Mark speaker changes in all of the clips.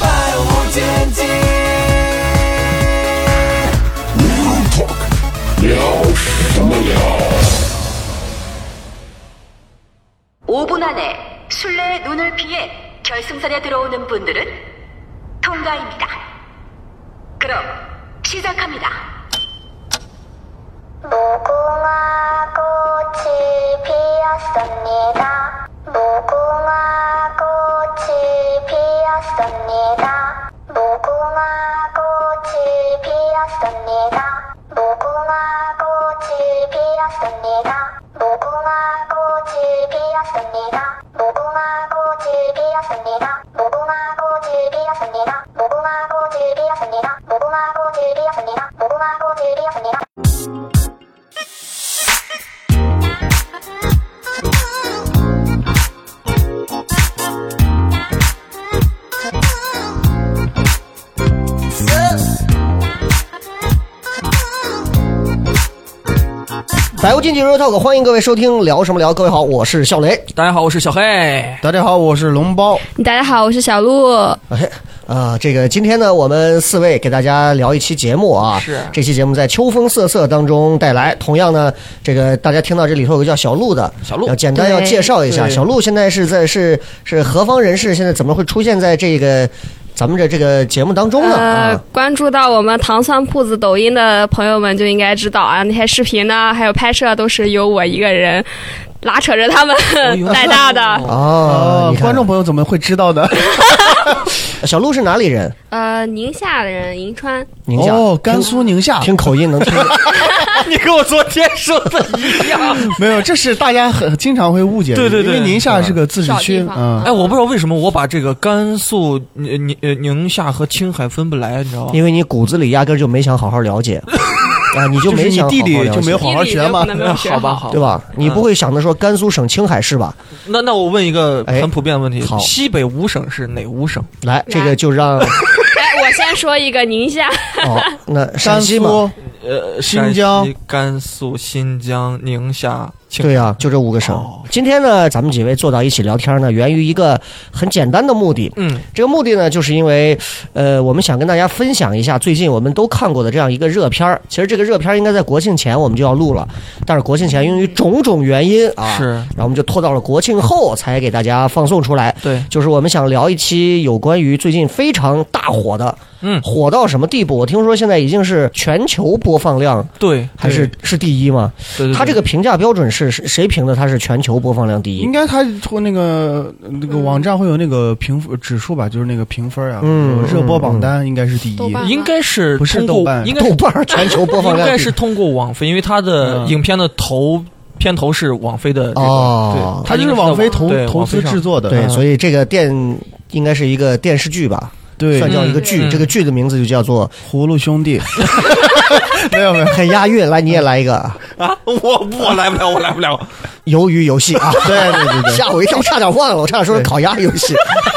Speaker 1: 百无禁忌。
Speaker 2: 오분 안에 술래의 눈을 피해 결승선에 들어오는 분들은 통과입니다. 그럼 시작합니다.
Speaker 3: 무궁화 꽃이 피었습니다. 무궁화 꽃이 피었습니다. 무궁화 꽃이 피었습니다. 무궁화 꽃이 피었습니다. 무궁화 꽃이 피었습니다. 무궁화 꽃이 피었습니다. 무궁화 꽃이 피었습니다. 무궁화 꽃이 피었습니다. 무궁화 꽃이 피었습니다. 무궁화 꽃이 피었습니다.
Speaker 4: 《百无禁忌 Real Talk》，欢迎各位收听，聊什么聊？各位好，我是笑雷。
Speaker 5: 大家好，我是小黑。
Speaker 6: 大家好，我是龙包。
Speaker 7: 大家好，我是小鹿。
Speaker 4: 哎，啊，这个今天呢，我们四位给大家聊一期节目啊。
Speaker 5: 是
Speaker 4: 这期节目在秋风瑟瑟当中带来。同样呢，这个大家听到这里头有个叫小鹿的，
Speaker 5: 小鹿
Speaker 4: 要简单
Speaker 7: 对
Speaker 4: 要介绍一下，
Speaker 5: 对
Speaker 4: 小鹿现在是在是是何方人士？现在怎么会出现在这个咱们的这个节目当中呢？
Speaker 7: 呃
Speaker 4: 啊，，
Speaker 7: 关注到我们糖蒜铺子抖音的朋友们就应该知道啊，那些视频呢，还有拍摄啊都是由我一个人拉扯着他们 带 大的。
Speaker 4: 哦，你看
Speaker 6: 呃观众朋友怎么会知道的？
Speaker 4: 小鹿是哪里人？
Speaker 7: 呃，宁夏的人，银川。
Speaker 4: 宁夏。
Speaker 6: 哦，甘肃宁夏。
Speaker 4: 听口音能听，
Speaker 5: 你跟我昨天说的一样。
Speaker 6: 没有，这是大家很经常会误解的。
Speaker 5: 对对对
Speaker 6: 因为宁夏是个自治
Speaker 7: 小
Speaker 6: 区
Speaker 7: 地，方
Speaker 6: 嗯，
Speaker 5: 哎，我不知道为什么我把这个甘肃、呃宁呃宁夏和青海分不来，你知道
Speaker 6: 哦
Speaker 5: 吗？
Speaker 4: 因为你骨子里压根儿就没想好好了 解，啊，你就
Speaker 6: 就是
Speaker 4: 没
Speaker 6: 你
Speaker 4: 想好
Speaker 6: 地
Speaker 4: 好
Speaker 6: 理
Speaker 4: 了
Speaker 6: 就没
Speaker 4: 解
Speaker 6: 有嗯好好学嘛
Speaker 7: 地理就可能没有学
Speaker 5: 哎 好吧，好
Speaker 4: 对？吧？你不会想着说甘肃省青海市吧？
Speaker 5: 那那我问一个
Speaker 4: 哎
Speaker 5: 很普遍的问题：
Speaker 4: 好
Speaker 5: 西北五省是哪五省？
Speaker 4: 来，这个就 让
Speaker 7: 哎来，我先说一个宁夏，
Speaker 4: 哦，那
Speaker 6: 山
Speaker 4: 陕西嘛，
Speaker 6: 苏、
Speaker 5: 呃，
Speaker 6: 新疆
Speaker 5: 陕西、甘肃、新疆、宁夏、青
Speaker 4: 对呀、就这五个省
Speaker 5: 哦。
Speaker 4: 今天呢，咱们几位坐到一起聊天呢，源于一个很简单的目的。
Speaker 5: 嗯，
Speaker 4: 这个目的呢，就是因为，呃，我们想跟大家分享一下最近我们都看过的这样一个热片儿。其实这个热片儿应该在国庆前我们就要录了，但是国庆前由于种种原因啊，
Speaker 5: 是
Speaker 4: 然后我们就拖到了国庆后才给大家放送出来。
Speaker 5: 对，
Speaker 4: 就是我们想聊一期有关于最近非常大火的，
Speaker 5: 嗯
Speaker 4: 火到什么地步？我听说现在已经是全球播放量
Speaker 5: 对，
Speaker 4: 还是是第一吗？
Speaker 5: 对对对
Speaker 4: 他这个评价标准是是谁评的？他是全球播放量第一
Speaker 6: 应。该它从那个那
Speaker 7: 嗯
Speaker 6: 个网站会有那个评分指数吧，就是那个评分啊，
Speaker 4: 嗯
Speaker 6: 热播榜单应该是第一。
Speaker 7: 豆瓣
Speaker 5: 应该是
Speaker 6: 不是
Speaker 5: 通
Speaker 6: 豆
Speaker 5: 过
Speaker 6: 瓣
Speaker 5: 应该是
Speaker 4: 豆瓣儿全球播放
Speaker 5: 应
Speaker 4: 量
Speaker 5: 该
Speaker 4: 第
Speaker 5: 是
Speaker 4: 一
Speaker 5: 通过网飞，因为它的
Speaker 6: 嗯
Speaker 5: 影片的头片头是网飞的这个
Speaker 4: 哦，
Speaker 6: 它就是网飞投
Speaker 5: 对啊
Speaker 6: 投
Speaker 5: 网飞
Speaker 6: 资
Speaker 5: 上
Speaker 6: 制作的，嗯
Speaker 4: 对，所
Speaker 6: 以
Speaker 4: 以这个电应该是一个电视剧吧，
Speaker 6: 对
Speaker 4: 算叫一个剧。
Speaker 5: 嗯
Speaker 4: 这个剧的名字就叫做
Speaker 6: 葫芦兄弟，没有没有，
Speaker 4: 很押 韵，来你也来一个啊，
Speaker 5: 啊， 我我来不了，我来不了。
Speaker 4: 鱿鱼游 戏啊。
Speaker 6: 对对对对。
Speaker 4: 吓我一跳，差点忘了，我差点说是烤鸭游戏，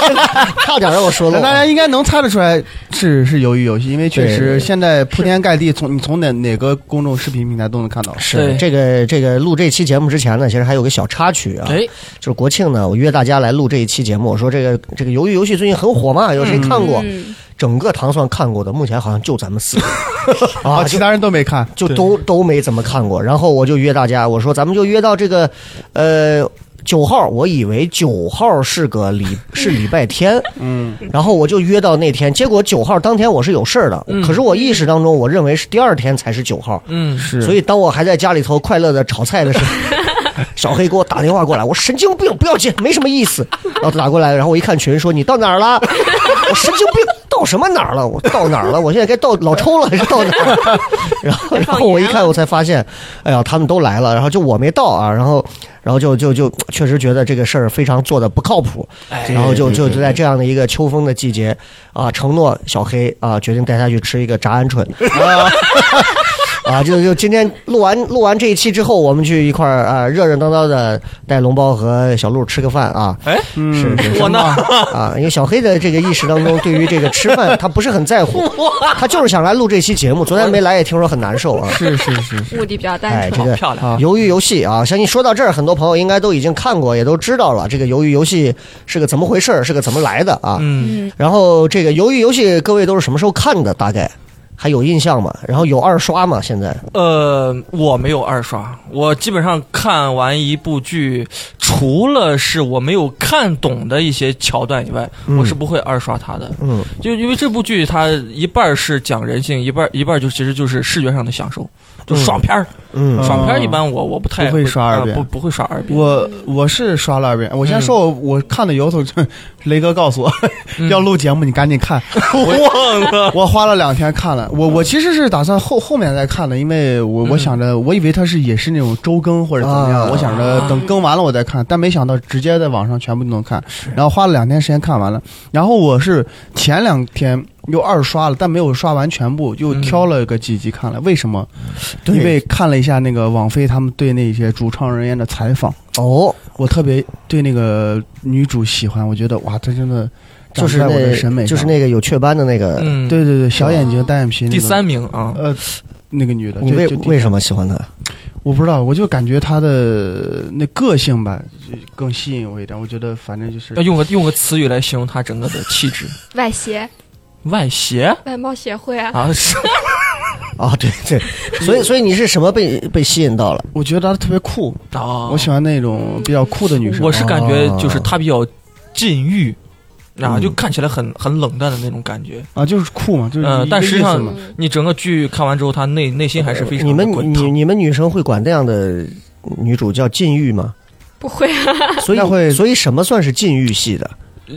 Speaker 4: 差点让我说
Speaker 6: 那
Speaker 4: 漏。啊
Speaker 6: 大家应该能猜得出来是是鱿鱼游戏，因为确
Speaker 4: 对对对
Speaker 6: 实现在铺天盖地，从你从哪哪个公众视频平台都能看到。
Speaker 4: 是
Speaker 5: 对
Speaker 4: 这个这个录这期节目之前呢，其实还有个小插曲啊，
Speaker 5: 哎，
Speaker 4: 就是国庆呢，我约大家来录这一期节目，我说这个这个鱿鱼游戏最近很火嘛，有谁看过？
Speaker 7: 嗯，
Speaker 4: 整个糖蒜看过的，目前好像就咱们四个
Speaker 6: 啊，
Speaker 4: 啊，
Speaker 6: 其
Speaker 4: 就
Speaker 6: 他人都没看。
Speaker 4: 就都都没怎么看过。然后我就约大家，我说咱们就约到这个呃九号，我以为九号是个礼是礼拜天，
Speaker 6: 嗯，
Speaker 4: 然后我就约到那天，结果九号当天我是有事儿的，
Speaker 5: 嗯
Speaker 4: 可是我意识当中我认为是第二天才是九号，
Speaker 5: 嗯，
Speaker 6: 是
Speaker 4: 所以当我还在家里头快乐的炒菜的时候，小黑给我打电话过来，我说神经病，不要接，没什么意思。然后他打过来，然后我一看群说你到哪儿了？我神经病，到到什么哪儿了？我到哪儿了？我现在该到老抽了还是到哪儿？然后，然后我一看，我才发现，哎呀，他们都来了，然后就我没到啊，然后，然后就就就确实觉得这个事儿非常做的不靠谱，然后就就就在这样的一个秋风的季节啊，承诺小黑啊，决定带他去吃一个炸鹌鹑啊。啊，就就今天录完录完这一期之后，我们去一块儿啊，热热闹闹的带龙包和小鹿吃个饭啊。
Speaker 5: 哎，
Speaker 6: 嗯
Speaker 4: 是是
Speaker 5: 我呢？
Speaker 4: 啊，因为小黑的这个意识当中，对于这个吃饭他不是很在乎，他就是想来录这期节目。昨天没来也听说很难受啊。
Speaker 6: 是是是是，
Speaker 7: 目的比较单
Speaker 4: 哎，
Speaker 7: 纯。
Speaker 4: 这个
Speaker 5: 好漂亮
Speaker 4: 啊鱿鱼游戏啊，相信说到这儿，很多朋友应该都已经看过，也都知道了这个鱿鱼游戏是个怎么回事儿，是个怎么来的啊。
Speaker 5: 嗯，
Speaker 4: 然后这个鱿鱼游戏，各位都是什么时候看的？大概还有印象吗？然后有二刷吗？现在
Speaker 5: 呃，我没有二刷，我基本上看完一部剧，除了是我没有看懂的一些桥段以外，
Speaker 4: 嗯
Speaker 5: 我是不会二刷它的。
Speaker 4: 嗯，
Speaker 5: 就因为这部剧，它一半儿是讲人性，一半儿一半儿就其实就是视觉上的享受，就爽片儿。
Speaker 4: 嗯
Speaker 6: 嗯
Speaker 5: 爽片儿一般我我不太
Speaker 6: 不会刷二遍
Speaker 5: 呃不不会刷二遍。
Speaker 6: 我我是刷了二遍。
Speaker 4: 嗯
Speaker 6: 我先说我，我看的由头， 雷哥告诉我
Speaker 4: 嗯
Speaker 6: 要录节目，你赶紧看。
Speaker 5: 忘了，
Speaker 6: 我花了两天看了，我我其实是打算后后面再看的，因为我我想着，我以为它是也是那种周更或者怎么
Speaker 4: 嗯啊
Speaker 6: 样，我想着等更完了我再看，但没想到直接在网上全部都能看，然后花了两天时间看完了，然后我是前两天又二刷了，但没有刷完全部，又挑了个几集看
Speaker 4: 嗯
Speaker 6: 了，为什么？因为看了一下那个网飞他们对那些主创人员的采访，
Speaker 4: 哦，
Speaker 6: 我特别对那个女主喜欢，我觉得哇，她真的长
Speaker 4: 就是
Speaker 6: 在我的审
Speaker 4: 那，
Speaker 6: 美
Speaker 4: 就是
Speaker 6: 上
Speaker 4: 那个有雀斑的那个，
Speaker 5: 嗯，
Speaker 6: 对对对，小眼睛单眼皮、那个
Speaker 5: 第三名啊，
Speaker 6: 呃，那个女的，
Speaker 4: 你
Speaker 6: 就
Speaker 4: 为
Speaker 6: 就第
Speaker 4: 为什么喜欢他？
Speaker 6: 我不知道，我就感觉她的那个性吧，就更吸引我一点。我觉得反正就是
Speaker 5: 要用个用个词语来形容她整个的气质，
Speaker 7: 外协、
Speaker 5: 外邪
Speaker 7: 外贸协会啊，
Speaker 5: 啊， 是
Speaker 4: 啊，对 对，所以所以你是什么被被吸引到了？
Speaker 6: 我觉得她特别酷，
Speaker 5: 啊，
Speaker 6: 我喜欢那种比较酷的女生。哦
Speaker 5: 我是感觉就是她比较禁欲。啊，就看起来很很冷淡的那种感觉。
Speaker 6: 啊，就是酷嘛，嗯就是
Speaker 5: 嗯、
Speaker 6: 一个
Speaker 5: 但实际
Speaker 6: 意
Speaker 5: 上
Speaker 6: 思嘛
Speaker 5: 你整个剧看完之后，她内内心还是非常
Speaker 4: 你
Speaker 5: 的
Speaker 4: 们
Speaker 5: 滚
Speaker 4: 你
Speaker 5: 烫。
Speaker 4: 你们女生会管那样的女主叫禁欲 吗？
Speaker 7: 不会啊，
Speaker 4: 所以
Speaker 6: 那会
Speaker 4: 所以什么算是禁欲系的？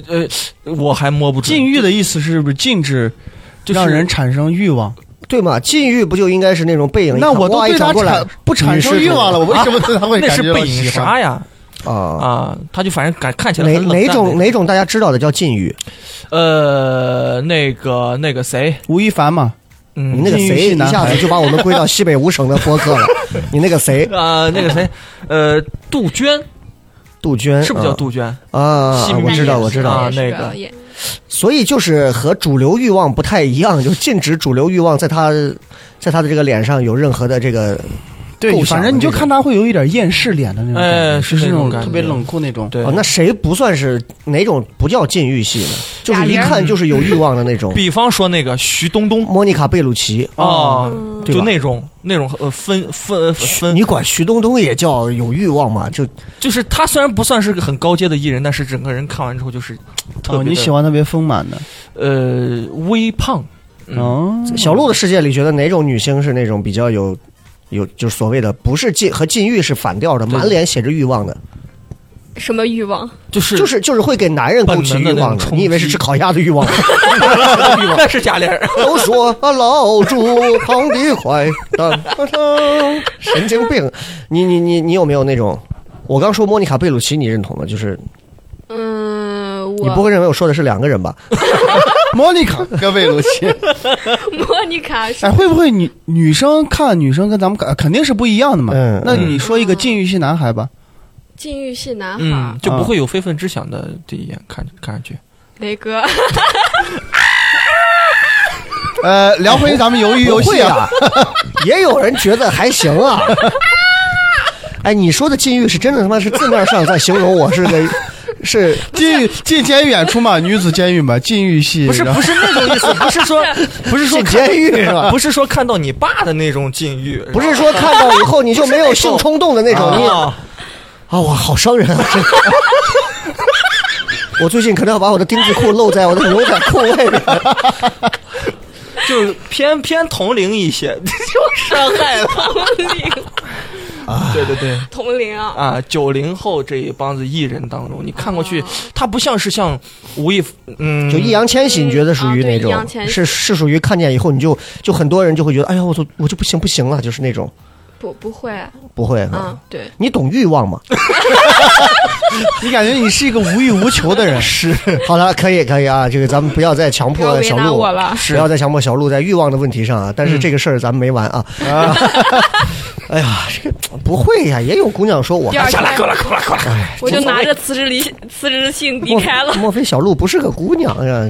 Speaker 5: 呃，我还摸不准
Speaker 6: 禁欲的意思是不是禁止
Speaker 5: 就是
Speaker 6: 让人产生欲望？
Speaker 4: 对吗？禁欲不就应该是那种背影一
Speaker 6: 那
Speaker 4: 看？
Speaker 6: 我都
Speaker 4: 哇一
Speaker 6: 对她
Speaker 4: 转过来
Speaker 6: 产不产生欲望了，我为什么对她会
Speaker 5: 那
Speaker 6: 感
Speaker 5: 是
Speaker 6: 觉到
Speaker 5: 背影
Speaker 6: 喜欢？
Speaker 5: 杀呀
Speaker 4: 啊。
Speaker 5: 啊，他就反正感看起来
Speaker 4: 哪
Speaker 5: 很冷淡
Speaker 4: 哪种哪种大家知道的叫禁欲？
Speaker 5: 呃那个那个谁
Speaker 6: 吴亦凡嘛，
Speaker 4: 你
Speaker 5: 嗯
Speaker 4: 那个
Speaker 6: 禁欲
Speaker 4: 谁
Speaker 6: 系
Speaker 4: 一
Speaker 6: 男
Speaker 4: 下
Speaker 6: 孩
Speaker 4: 子就把我们归到西北五省的播 客了。你那个谁，
Speaker 5: 啊那个谁呃杜鹃
Speaker 4: 杜
Speaker 6: 嗯
Speaker 4: 鹃
Speaker 5: 是不是叫杜鹃？
Speaker 4: 啊啊？
Speaker 5: 西
Speaker 4: 啊
Speaker 5: 门
Speaker 4: 我知道，我知道。
Speaker 5: 啊
Speaker 7: 也是
Speaker 5: 那个
Speaker 7: 也
Speaker 4: 所以就是和主流欲望不太一样，就禁止主流欲望在他在他的这个脸上有任何的这个
Speaker 6: 对，
Speaker 4: 构想
Speaker 6: 反
Speaker 4: 的
Speaker 6: 正你就
Speaker 4: 这种
Speaker 6: 看她会有一点厌世脸的那种感觉，
Speaker 5: 哎
Speaker 6: 就是是
Speaker 5: 那
Speaker 6: 那
Speaker 5: 种
Speaker 6: 种
Speaker 5: 感
Speaker 6: 特别
Speaker 5: 觉
Speaker 6: 冷酷那种。
Speaker 5: 对
Speaker 4: 哦，那谁不算是哪种不叫禁欲系呢？就是一看就是有欲望的那种。
Speaker 5: 比方说那个徐冬冬
Speaker 4: 莫妮卡贝鲁奇，
Speaker 5: 啊，
Speaker 4: 对吧
Speaker 5: 就那种那种呃分分分
Speaker 4: 你，管徐冬冬也叫有欲望吗？就
Speaker 5: 就是他虽然不算是个很高阶的艺人，但是整个人看完之后就是特别
Speaker 6: 哦，
Speaker 5: 的
Speaker 6: 你喜欢特别丰满的，
Speaker 5: 呃微胖。嗯
Speaker 6: 哦，
Speaker 4: 小鹿的世界里，觉得哪种女星是那种比较有有就是所谓的不是禁和禁欲是反调的，
Speaker 5: 对
Speaker 4: 满脸写着欲望的，
Speaker 7: 什么欲望？
Speaker 5: 就是
Speaker 4: 就是就是会给男人勾起
Speaker 5: 本能
Speaker 4: 欲
Speaker 5: 的
Speaker 4: 望
Speaker 5: 那种
Speaker 4: 的。
Speaker 5: 冲
Speaker 4: 你以为是
Speaker 5: 击
Speaker 4: 吃烤鸭的欲望吗？
Speaker 5: 那是假脸儿，
Speaker 4: 都说啊，老猪跑得快，当当当，神经病！你你你你有没有那种？我刚说莫妮卡贝鲁奇，你认同吗？就是
Speaker 7: 嗯，
Speaker 4: 你
Speaker 7: 我
Speaker 4: 不会认为我说的是两个人吧？
Speaker 6: 莫妮卡跟魏如琪，
Speaker 7: 莫妮卡是
Speaker 6: 哎，会不会女女生看女生跟咱们看肯定是不一样的嘛？
Speaker 4: 嗯
Speaker 6: 那你说一个禁欲系男 孩吧，
Speaker 7: 禁欲系男孩
Speaker 5: 嗯，，就不会有非分之想的。第一眼看看上去，
Speaker 7: 雷哥，
Speaker 6: 呃，聊回咱们鱿鱼游
Speaker 4: 不
Speaker 6: 戏
Speaker 4: 会啊，也有人觉得还行啊。 哎，你说的禁欲是真的他妈是字面上在形容我是个是
Speaker 6: 进进监狱演 出嘛，女子监狱嘛，禁欲系
Speaker 5: 不是
Speaker 6: 然后
Speaker 5: 不是那种意思，不是说 不是说
Speaker 4: 进监狱是吧？
Speaker 5: 不是说看到你爸的那种禁欲，
Speaker 4: 不是说看到以后你就没有性冲动的那种，你
Speaker 5: 啊，
Speaker 4: 啊，我好伤人啊！真的 我最近可能要把我的丁字裤露在我的牛仔裤外面。
Speaker 5: 就是偏偏同龄一些，就伤害了。 对对对，
Speaker 7: 同龄啊，
Speaker 5: 啊，九零后这一帮子艺人当中，你看过
Speaker 7: 哦
Speaker 5: 去，他不像是像吴亦，嗯，
Speaker 4: 就易烊千玺，你觉得属于哪种
Speaker 7: 嗯啊对易烊？千玺
Speaker 4: 是是属于看见以后你就就很多人就会觉得，哎呀，我就我就不行不行了，就是那种
Speaker 7: 不不会，
Speaker 4: 不会啊。
Speaker 7: 嗯，对，
Speaker 4: 你懂欲望吗？
Speaker 6: 你感觉你是一个无欲无求的 人，
Speaker 4: 是。好了，可以可以啊，这个咱们不要再强
Speaker 7: 不要
Speaker 4: 迫
Speaker 7: 为
Speaker 4: 小
Speaker 7: 难
Speaker 4: 鹿
Speaker 7: 我，了。
Speaker 4: 不要再强迫小鹿在欲望的问题上啊。但是这个事儿咱们没完啊。 哎呀，这个不会呀、也有姑娘说我
Speaker 7: 第二
Speaker 4: 还
Speaker 7: 天
Speaker 5: 过来过来，
Speaker 7: 我就拿着辞职离 辞职信离
Speaker 4: 莫
Speaker 7: 开了。
Speaker 4: 莫非小鹿不是个姑娘呀？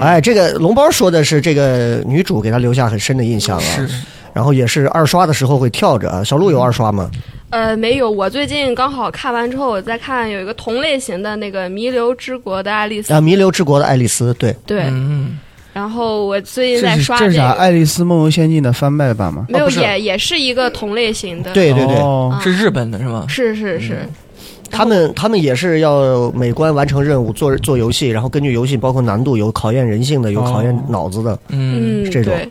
Speaker 4: 哎，这个龙包说的是这个女主给他留下很深的印象啊。
Speaker 5: 是
Speaker 4: 然后也是二刷的时候会跳着啊。小鹿有二刷吗？
Speaker 7: 呃，没有，我最近刚好看完之后，我在看有一个同类型的那个《弥留之国的爱丽丝》
Speaker 4: 啊，《弥留之国的爱丽丝》对，
Speaker 7: 对，
Speaker 5: 嗯，
Speaker 7: 然后我最近
Speaker 6: 这
Speaker 7: 在
Speaker 6: 是
Speaker 7: 刷
Speaker 6: 这是啥？《啊
Speaker 7: 个，
Speaker 6: 爱丽丝梦游仙境》的翻拍版吗？
Speaker 7: 没
Speaker 4: 哦
Speaker 7: 有
Speaker 4: 不是
Speaker 7: 也也是一个同类型的，
Speaker 4: 对对对，
Speaker 6: 哦
Speaker 7: 嗯
Speaker 5: 是日本的是吗？
Speaker 7: 是是是，
Speaker 4: 他们他们也是要每关完成任务，做做游戏，然后根据游戏包括难度有考验人性的，有考验脑子的。
Speaker 5: 嗯，
Speaker 7: 嗯，
Speaker 4: 是这种
Speaker 7: 对，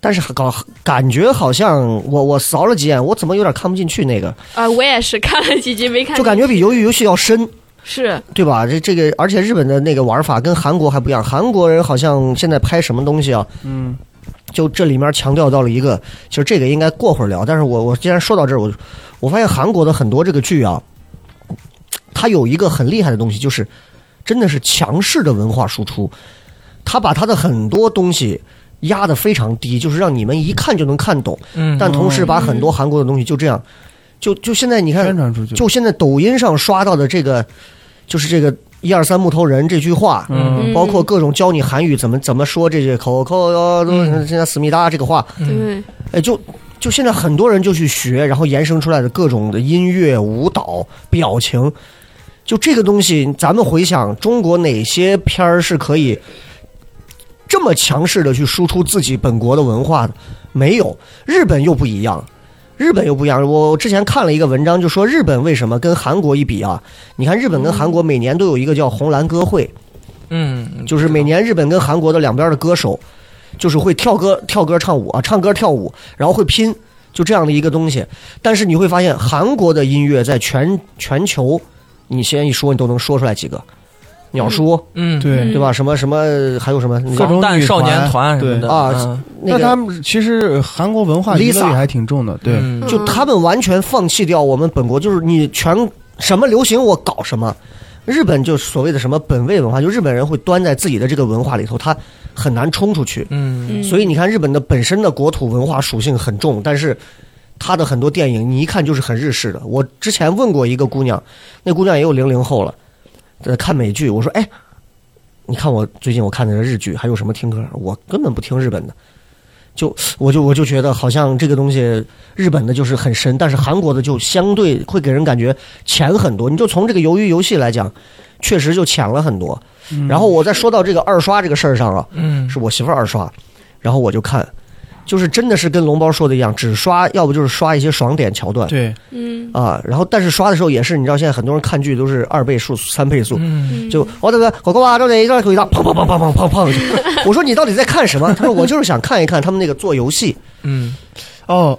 Speaker 4: 但是搞感觉好像我我扫了几眼，我怎么有点看不进去那个，
Speaker 7: 呃，我也是看了几集没看进去，
Speaker 4: 就感觉比鱿鱼游戏要深。
Speaker 7: 是
Speaker 4: 对吧？这这个，而且日本的那个玩法跟韩国还不一样。韩国人好像现在拍什么东西啊？嗯，就这里面强调到了一个，其实这个应该过会儿聊。但是我我既然说到这儿，我我发现韩国的很多这个剧啊，它有一个很厉害的东西，就是真的是强势的文化输出，它把它的很多东西。压得非常低，就是让你们一看就能看懂，
Speaker 5: 嗯，
Speaker 4: 但同时把很多韩国的东西就这样，就就现在你看
Speaker 6: 宣传出去，
Speaker 4: 嗯就现在抖音上刷到的这个，就是这个“一二三木头人”这句话，
Speaker 5: 嗯
Speaker 4: 包括各种教你韩语怎么怎么说这些口口哟，都
Speaker 5: 嗯
Speaker 4: 现在思密达这个话，
Speaker 7: 对，
Speaker 4: 哎，就就现在很多人就去学，然后延伸出来的各种的音乐、舞蹈、表情，就这个东西，咱们回想中国哪些片儿是可以这么强势的去输出自己本国的文化的？没有，日本又不一样。日本又不一样，我之前看了一个文章，就说日本为什么跟韩国一比啊？你看日本跟韩国每年都有一个叫红蓝歌会，
Speaker 5: 嗯，
Speaker 4: 就是每年日本跟韩国的两边的歌手，就是会跳歌、跳歌、唱舞啊，唱歌跳舞，然后会拼，就这样的一个东西。但是你会发现，韩国的音乐在全全球，你先一说，你都能说出来几个，鸟叔，
Speaker 5: 嗯，
Speaker 6: 对。
Speaker 4: 对吧？什么什么，还有什么那
Speaker 6: 各
Speaker 4: 个
Speaker 6: 种
Speaker 5: 蛋
Speaker 6: 女
Speaker 5: 少
Speaker 6: 团
Speaker 5: 年团什么的
Speaker 4: 对啊，那
Speaker 6: 那他
Speaker 4: 个，
Speaker 6: 们其实韩国文化娱乐
Speaker 4: Lisa
Speaker 6: 也还挺重的，对，
Speaker 5: 嗯
Speaker 4: 就他们完全放弃掉我们本国，就是你全什么流行我搞什么。日本就所谓的什么本位文化，就日本人会端在自己的这个文化里头，他很难冲出去。
Speaker 5: 嗯，
Speaker 7: 嗯
Speaker 4: 所以你看，日本的本身的国土文化属性很重，但是它的很多电影你一看就是很日式的。我之前问过一个姑娘，那姑娘也有零零后了，在看美剧，我说：“哎，你看我最近我看的是日剧，还有什么听歌？我根本不听日本的。”就我就我就觉得好像这个东西，日本的就是很深，但是韩国的就相对会给人感觉浅很多。你就从这个鱿鱼游戏来讲，确实就浅了很多。然后我再说到这个二刷这个事儿上啊，
Speaker 5: 嗯，
Speaker 4: 是我媳妇儿二刷，然后我就看，就是真的是跟龙包说的一样，只刷，要不就是刷一些爽点桥段，
Speaker 6: 对，
Speaker 7: 嗯
Speaker 4: 啊，然后但是刷的时候也是，你知道现在很多人看剧都是二倍速、三倍速，
Speaker 5: 嗯，
Speaker 4: 就我这个狗狗啊，这里一个狗一个，砰砰砰砰砰砰砰， 我说你到底在看什么？他说我就是想看一看他们那个做游戏，
Speaker 5: 嗯，
Speaker 6: 哦，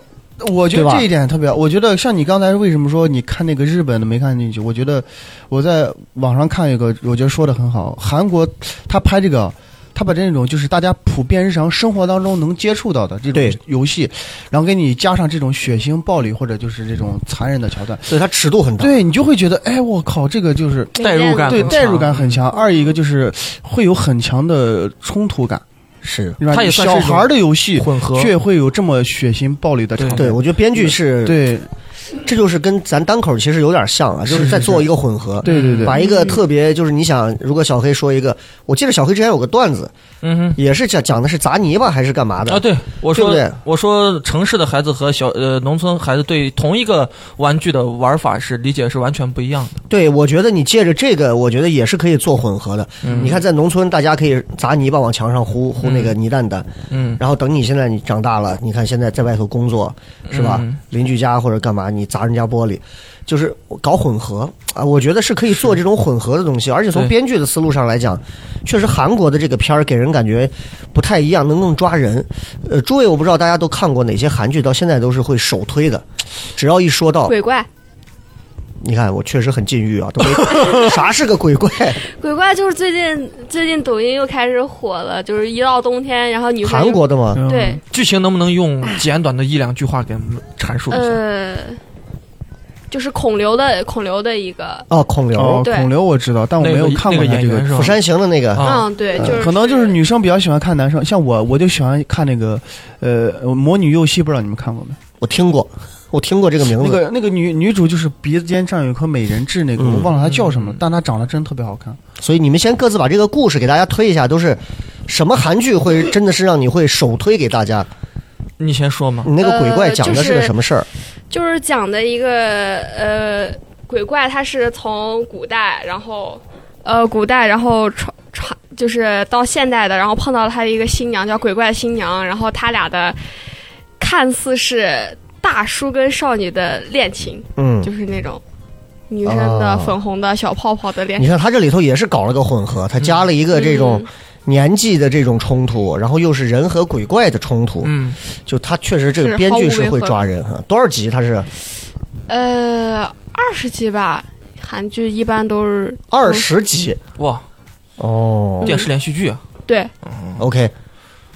Speaker 6: 我觉
Speaker 4: 对
Speaker 6: 得
Speaker 4: 吧
Speaker 6: 这一点特别，我觉得像你刚才为什么说你看那个日本的没看进去？我觉得我在网上看一个，我觉得说的很好，韩国他拍这个。他把这种就是大家普遍日常生活当中能接触到的这
Speaker 4: 对
Speaker 6: 种游戏，然后给你加上这种血腥、暴力或者就是这种残忍的桥段，
Speaker 4: 所以它尺度很
Speaker 5: 嗯
Speaker 4: 大。
Speaker 6: 对你就会觉得，哎，我靠，这个就是
Speaker 5: 代入感
Speaker 6: 对
Speaker 5: 很
Speaker 6: 代入
Speaker 5: 强
Speaker 6: 感很强。二一个就是会有很强的冲突感，
Speaker 4: 是，
Speaker 6: 对吧
Speaker 5: 它也算是
Speaker 6: 小
Speaker 5: 一种
Speaker 6: 孩儿的游戏
Speaker 5: 混合
Speaker 6: 却会有这么血腥暴力的场面。
Speaker 4: 对我觉得编剧是，
Speaker 6: 对
Speaker 4: 这就是跟咱单口其实有点像啊，就是在做一个混合。
Speaker 6: 对对对嗯
Speaker 4: 把一个特别就是你想，如果小黑说一个，我记得小黑之前有个段子，
Speaker 5: 嗯哼。
Speaker 4: 也是讲讲的是砸泥巴还是干嘛的
Speaker 5: 啊，对，我
Speaker 4: 对
Speaker 5: 说
Speaker 4: 不对
Speaker 5: 我说城市的孩子和小呃农村孩子对同一个玩具的玩法是理解是完全不一样的。
Speaker 4: 对，我觉得你借着这个，我觉得也是可以做混合的。你看，在农村，大家可以砸泥巴往墙上呼呼那个泥蛋蛋，
Speaker 5: 嗯嗯
Speaker 4: 然后等你现在你长大了，你看现在在外头工作是吧？
Speaker 5: 嗯
Speaker 4: 邻居家或者干嘛，你你砸人家玻璃，就是搞混合啊。我觉得是可以做这种混合的东西，而且从
Speaker 5: 对
Speaker 4: 编剧的思路上来讲，确实韩国的这个片儿给人感觉不太一样，能更抓人。呃，诸位，我不知道大家都看过哪些韩剧，到现在都是会首推的。只要一说到，
Speaker 7: 鬼怪，
Speaker 4: 你看我确实很禁欲啊，都没啥是个鬼怪，
Speaker 7: 鬼怪就是最近最近抖音又开始火了，就是一到冬天，然后女生
Speaker 4: 韩国的吗？
Speaker 5: 嗯
Speaker 6: 嗯
Speaker 7: 对，
Speaker 5: 剧情能不能用简短的一两句话给我们阐述一下？
Speaker 7: 呃，就是孔刘的孔刘的一个，
Speaker 4: 哦，孔刘，
Speaker 6: 哦，
Speaker 7: 对
Speaker 6: 孔刘我知道，但我
Speaker 5: 那
Speaker 6: 没
Speaker 5: 个
Speaker 6: 有看
Speaker 5: 那个
Speaker 6: 过他
Speaker 5: 演
Speaker 6: 这
Speaker 5: 员
Speaker 6: 个
Speaker 5: 是吧
Speaker 4: 釜？山行的那个，
Speaker 5: 啊
Speaker 7: 嗯，对，就是
Speaker 6: 可能就是女生比较喜欢看男生，像我，我就喜欢看那个，呃，《魔女右膝》，不知道你们看过没？
Speaker 4: 我听过，我听过这个名
Speaker 6: 那
Speaker 4: 字。
Speaker 6: 个那个女女主就是鼻子尖上有一颗美人痣，那个
Speaker 4: 嗯
Speaker 6: 我忘了她叫什么，但她长得真特别好看。
Speaker 4: 所以你们先各自把这个故事给大家推一下，都是什么韩剧会真的是让你会首推给大家？
Speaker 5: 你先说嘛。
Speaker 4: 你那个鬼怪
Speaker 7: 呃
Speaker 4: 讲的是个
Speaker 7: 就是
Speaker 4: 什么事儿？
Speaker 7: 就是讲的一个呃鬼怪，它是从古代，然后呃古代，然后传传就是到现代的，然后碰到了他的一个新娘叫鬼怪新娘，然后他俩的看似是大叔跟少女的恋情，
Speaker 4: 嗯，
Speaker 7: 呃就是那种女生的
Speaker 4: 哦
Speaker 7: 粉红的小泡泡的恋
Speaker 4: 你
Speaker 7: 情。
Speaker 4: 看他这里头也是搞了个混合，他加了一个这
Speaker 7: 嗯
Speaker 4: 种年纪的这种冲突，然后又是人和鬼怪的冲突，
Speaker 5: 嗯，
Speaker 4: 就他确实这个
Speaker 7: 是
Speaker 4: 编剧
Speaker 7: 毫无
Speaker 4: 是
Speaker 7: 违
Speaker 4: 会
Speaker 7: 和
Speaker 4: 抓人啊哈。多少集他是
Speaker 7: 呃，二十集吧，韩剧一般都是
Speaker 4: 二十集
Speaker 5: 哇，
Speaker 7: 嗯
Speaker 4: 哦
Speaker 5: 电视连续剧啊，
Speaker 7: 对，
Speaker 4: ，OK，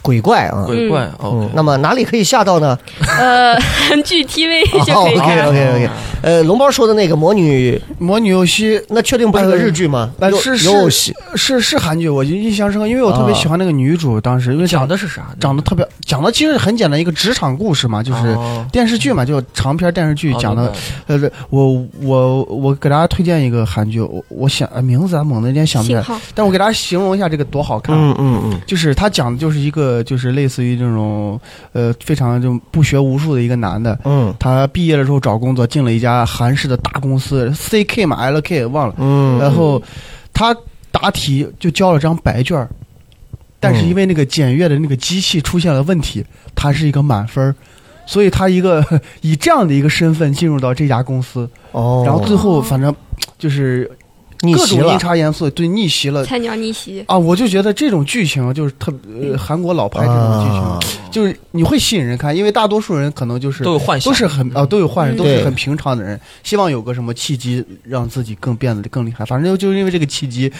Speaker 4: 鬼怪啊。
Speaker 5: 鬼怪
Speaker 4: 嗯
Speaker 5: 哦，，
Speaker 4: 那么哪里可以下到呢？
Speaker 7: 呃，韩剧 TV
Speaker 4: 哦
Speaker 7: 就可以看。
Speaker 4: ，OK OK OK，呃，龙包说的那个魔女，
Speaker 6: 魔女右膝
Speaker 4: 那确定不是个日剧吗？
Speaker 6: 呃
Speaker 4: 有
Speaker 6: 是
Speaker 4: 有
Speaker 6: 是是是韩剧，我印象深刻，因为我
Speaker 4: 啊
Speaker 6: 特别喜欢那个女主，当时因为
Speaker 5: 讲
Speaker 6: 的
Speaker 5: 的是啥？
Speaker 6: 长得特别，讲的其实很简单，一个职场故事嘛，就是
Speaker 5: 哦
Speaker 6: 电视剧嘛，就长篇电视剧讲的
Speaker 5: 哦。
Speaker 6: 呃，我我我给大家推荐一个韩剧，我我想呃名字啊，猛的一点想不起
Speaker 7: 信
Speaker 6: 来，
Speaker 7: 号，
Speaker 6: 但我给大家形容一下这个多好看。
Speaker 4: 嗯
Speaker 6: 啊
Speaker 4: 嗯嗯，
Speaker 6: 就是他讲的就是一个就是类似于这种呃非常就不学无术的一个男的，
Speaker 4: 嗯
Speaker 6: 他毕业了之后找工作，进了一家韩式的大公司，CK 嘛 LK 忘了，
Speaker 4: 嗯
Speaker 6: 然后他答题就交了张白卷儿，但
Speaker 4: 嗯
Speaker 6: 是因为那个检阅的那个机器出现了问题，他是一个满分儿。所以他一个 以这样的一个身份进入到这家公司，
Speaker 4: 哦，
Speaker 6: 然后最后反正就是
Speaker 4: 逆
Speaker 6: 各
Speaker 4: 袭
Speaker 6: 种
Speaker 4: 了
Speaker 6: 阴，差阳错，对逆袭了
Speaker 7: 菜鸟逆袭。
Speaker 6: 啊！我就觉得这种剧情就是特别、呃、韩国老拍这种剧情，
Speaker 4: 啊，
Speaker 6: 就是你会吸引人看，因为大多数人可能就是
Speaker 5: 都有幻想，
Speaker 6: 都是很啊、都有坏人，
Speaker 7: 嗯
Speaker 6: 都是
Speaker 4: 对
Speaker 6: 很平常的人，希望有个什么契机让自己更变得更厉害。反正就是因为这个契机，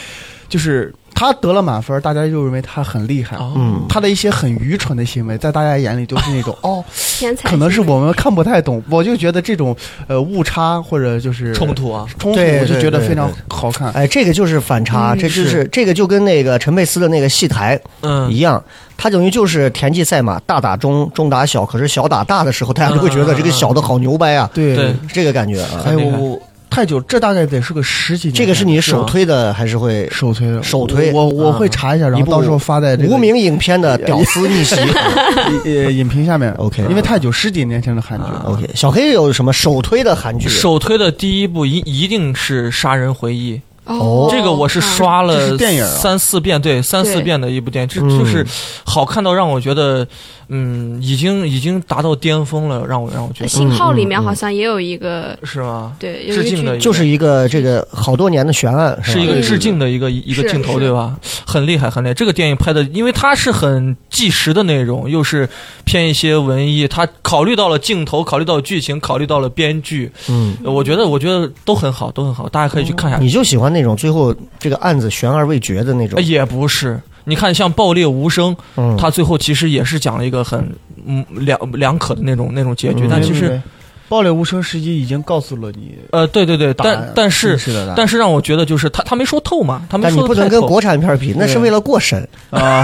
Speaker 6: 就是他得了满分，大家就认为他很厉害。
Speaker 5: 哦
Speaker 4: 嗯，
Speaker 6: 他的一些很愚蠢的行为，在大家眼里都是那种哦，
Speaker 7: 天才，
Speaker 6: 可能是我们看不太懂。我就觉得这种呃误差或者就是
Speaker 5: 冲突啊，
Speaker 6: 冲突，
Speaker 4: 对
Speaker 6: 我就
Speaker 4: 对
Speaker 6: 觉得
Speaker 4: 对
Speaker 6: 非常
Speaker 4: 对
Speaker 6: 好看。
Speaker 4: 哎，这个就是反差，
Speaker 7: 嗯
Speaker 4: 这就是这个就跟那个陈佩斯的那个戏台一
Speaker 5: 嗯，
Speaker 4: 样，他等于就是田忌赛马，大打中，中打小，可是小打大的时候，大家都会觉得这个小的好牛掰啊，
Speaker 6: 对
Speaker 5: 对，
Speaker 4: 是这个感觉啊。
Speaker 6: 哎
Speaker 5: 很厉害
Speaker 6: 我我太久，这大概得是个十几年前。
Speaker 4: 这个是你首推的还是会
Speaker 6: 首推的，
Speaker 4: 首推啊
Speaker 6: 我我我会查一下，然
Speaker 4: 一
Speaker 6: 后
Speaker 4: 部
Speaker 6: 到时候发在这个
Speaker 4: 无名影片的屌丝逆袭
Speaker 6: 呃影评下面
Speaker 4: OK
Speaker 6: 因为太久十几年前的韩剧，
Speaker 5: 啊
Speaker 4: 啊 ？OK，小黑有什么首推的韩剧？
Speaker 5: 首推的第一部一一定是《杀人回忆》，
Speaker 4: 哦
Speaker 5: 这个我是刷
Speaker 6: 这
Speaker 5: 了
Speaker 6: 是电影啊
Speaker 5: 三四遍，对，三四遍的一部电影，这
Speaker 4: 嗯
Speaker 5: 就是好看到让我觉得，嗯，已经已经达到巅峰了，让我让我觉得
Speaker 7: 呃信号里面好像也有一个，
Speaker 5: 是吗？
Speaker 7: 对，有
Speaker 5: 嗯致
Speaker 7: 一
Speaker 5: 敬的一
Speaker 7: 句
Speaker 5: 个
Speaker 4: 就是一个这个好多年的悬案，
Speaker 5: 是一
Speaker 4: 吧
Speaker 5: 个致
Speaker 7: 嗯
Speaker 5: 敬的一个一个
Speaker 7: 是
Speaker 5: 镜头，
Speaker 7: 是
Speaker 5: 对吧？很厉害，很厉害。这个电影拍的，因为它是很纪实的内容，又是偏一些文艺，它考虑到了镜头，考虑到剧情，考虑到了编剧，
Speaker 4: 嗯。
Speaker 5: 呃我觉得，我觉得都很好，都很好，大家可以去看一下。
Speaker 4: 你就喜欢那种最后这个案子悬而未决的那种
Speaker 5: 呃，
Speaker 6: 哎
Speaker 5: 也不是，你看像《爆裂无声》，
Speaker 4: 嗯，
Speaker 5: 它最后其实也是讲了一个很嗯两两可的那种那种结局，
Speaker 4: 嗯
Speaker 5: 但
Speaker 6: 对
Speaker 5: 其
Speaker 6: 对
Speaker 5: 实
Speaker 6: 对暴裂无声时机已经告诉了你
Speaker 5: 呃，对对对，
Speaker 6: 答案，
Speaker 5: 但但是
Speaker 6: 是的答案，
Speaker 5: 但是让我觉得就是他他没说透嘛，他没
Speaker 4: 但你
Speaker 5: 说
Speaker 4: 不
Speaker 5: 得
Speaker 4: 能
Speaker 5: 太
Speaker 4: 跟
Speaker 5: 透
Speaker 4: 国产片儿比，那是
Speaker 6: 对
Speaker 4: 为了过审，
Speaker 6: 啊，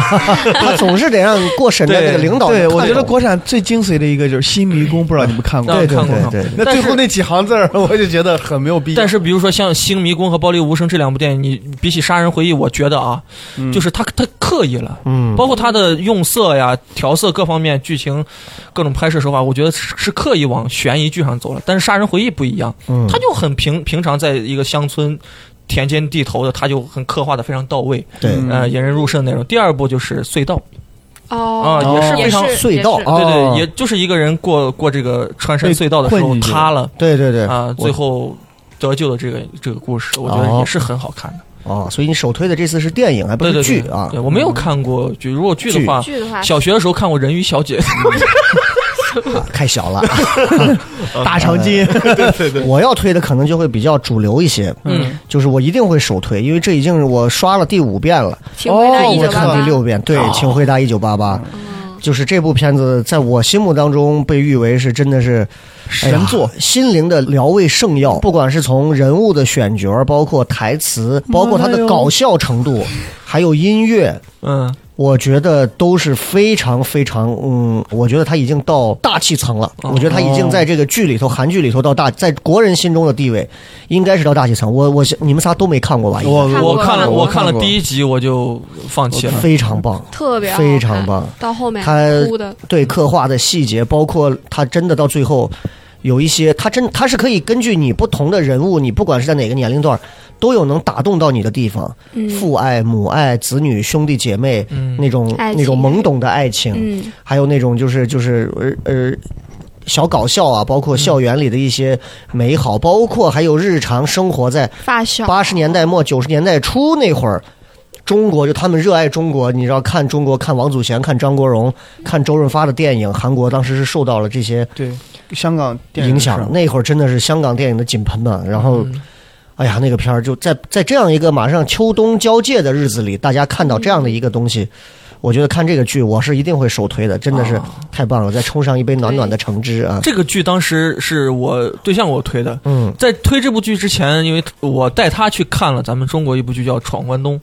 Speaker 4: 他总是得让过审的那个领导
Speaker 6: 对我
Speaker 4: 看
Speaker 6: 觉得
Speaker 4: 懂
Speaker 6: 国产最精髓的一个就是《新迷宫》，不知道你们看过
Speaker 5: 那
Speaker 6: 没？
Speaker 4: 对
Speaker 5: 我
Speaker 4: 对
Speaker 5: 看过
Speaker 4: 对
Speaker 5: 看过
Speaker 4: 对
Speaker 6: 那
Speaker 5: 但
Speaker 6: 最
Speaker 5: 是
Speaker 6: 后那几行字儿， 我就觉得很没有必要。
Speaker 5: 但是比如说像《星迷宫》和《暴力无声》这两部电影，你比起《杀人回忆》，我觉得啊，就是他他刻意了。
Speaker 4: 嗯，
Speaker 5: 包括他的用色呀、调色各方面、剧情、各种拍摄手法，我觉得是是刻意往悬疑剧上走了。但是《杀人回忆》不一样，
Speaker 4: 嗯
Speaker 5: 他就很平平常，在一个乡村田间地头的，他就很刻画的非常到位，
Speaker 4: 对
Speaker 6: 嗯
Speaker 5: 呃，引人入胜的那种。第二部就是《隧道》，
Speaker 7: 哦
Speaker 5: 啊，
Speaker 4: 哦
Speaker 5: 也是非常。
Speaker 7: 也是
Speaker 4: 隧道啊，
Speaker 5: 对
Speaker 4: 哦
Speaker 5: 对，也就是一个人过过这个穿山隧道的时
Speaker 6: 被
Speaker 5: 候
Speaker 6: 困进去
Speaker 5: 塌了
Speaker 4: 对对对
Speaker 5: 啊，
Speaker 4: 我
Speaker 5: 最后得救的这个这个故事，我觉
Speaker 4: 哦
Speaker 5: 得也是很好看的。
Speaker 4: 哦，所以你首推的这次是电影，还不
Speaker 5: 对
Speaker 4: 是
Speaker 5: 对
Speaker 4: 剧
Speaker 5: 对
Speaker 4: 啊
Speaker 5: 对，？我没有看过剧，如果剧
Speaker 4: 剧
Speaker 5: 的话，
Speaker 7: 剧的话，
Speaker 5: 小学的时候看过《人鱼小姐》
Speaker 4: 啊太小 了。
Speaker 6: 大长今，
Speaker 4: 我要推的可能就会比较主流一些，
Speaker 5: 嗯，
Speaker 4: 就是我一定会首推，因为这已经是我刷了第五遍了，
Speaker 7: 请回答
Speaker 6: 哦
Speaker 7: 一
Speaker 4: 我
Speaker 7: 九
Speaker 4: 看
Speaker 7: 八
Speaker 4: 第
Speaker 7: 八。
Speaker 4: 六遍，对，请回答一九八八。就是这部片子，在我心目当中被誉为是真的是哎呀
Speaker 6: 神作，
Speaker 4: 心灵的疗慰圣药。不管是从人物的选角，包括台词，包括它的搞笑程度，还有音乐，
Speaker 5: 嗯，
Speaker 4: 我觉得都是非常非常，嗯，我觉得他已经到大气层了。
Speaker 6: 哦
Speaker 4: 我觉得他已经在这个剧里头，韩剧里头到大，在国人心中的地位，应该是到大气层。我我你们仨都没看过吧？应该
Speaker 7: 看过
Speaker 6: 我
Speaker 5: 我看了
Speaker 7: 看
Speaker 5: 我
Speaker 4: 过
Speaker 5: 看了第一集我就放弃了。
Speaker 4: 非常棒，
Speaker 7: 特别好看
Speaker 4: 非常棒。
Speaker 7: 到后面
Speaker 4: 他
Speaker 7: 哭的，
Speaker 4: 对刻画的细节，包括他真的到最后有一些，他真他是可以根据你不同的人物，你不管是在哪个年龄段，都有能打动到你的地方，
Speaker 6: 嗯
Speaker 7: 嗯
Speaker 4: 父爱、母爱、子女、兄弟姐妹、那种
Speaker 7: 爱情
Speaker 4: 那种懵懂的爱情，
Speaker 7: 嗯，
Speaker 4: 还有那种就是就是呃呃。小搞笑啊，包括校园里的一些美好，包括还有日常生活在
Speaker 7: 发小
Speaker 4: 八十年代末九十年代初那会儿，中国就他们热爱中国，你知道看中国看王祖贤、看张国荣、看周润发的电影，韩国当时是受到了这些
Speaker 6: 对香港电影
Speaker 4: 影响。那会儿真的是香港电影的井喷呐。然后，
Speaker 5: 嗯
Speaker 4: 哎呀，那个片儿就在在这样一个马上秋冬交界的日子里，大家看到这样的一个东西。我觉得看这个剧，我是一定会首推的，真的
Speaker 5: 哦
Speaker 4: 是太棒了！再冲上一杯暖暖的橙汁啊！
Speaker 5: 这个剧当时是我对象给我推的，
Speaker 4: 嗯，
Speaker 5: 在推这部剧之前，因为我带他去看了咱们中国一部剧叫《闯关东》，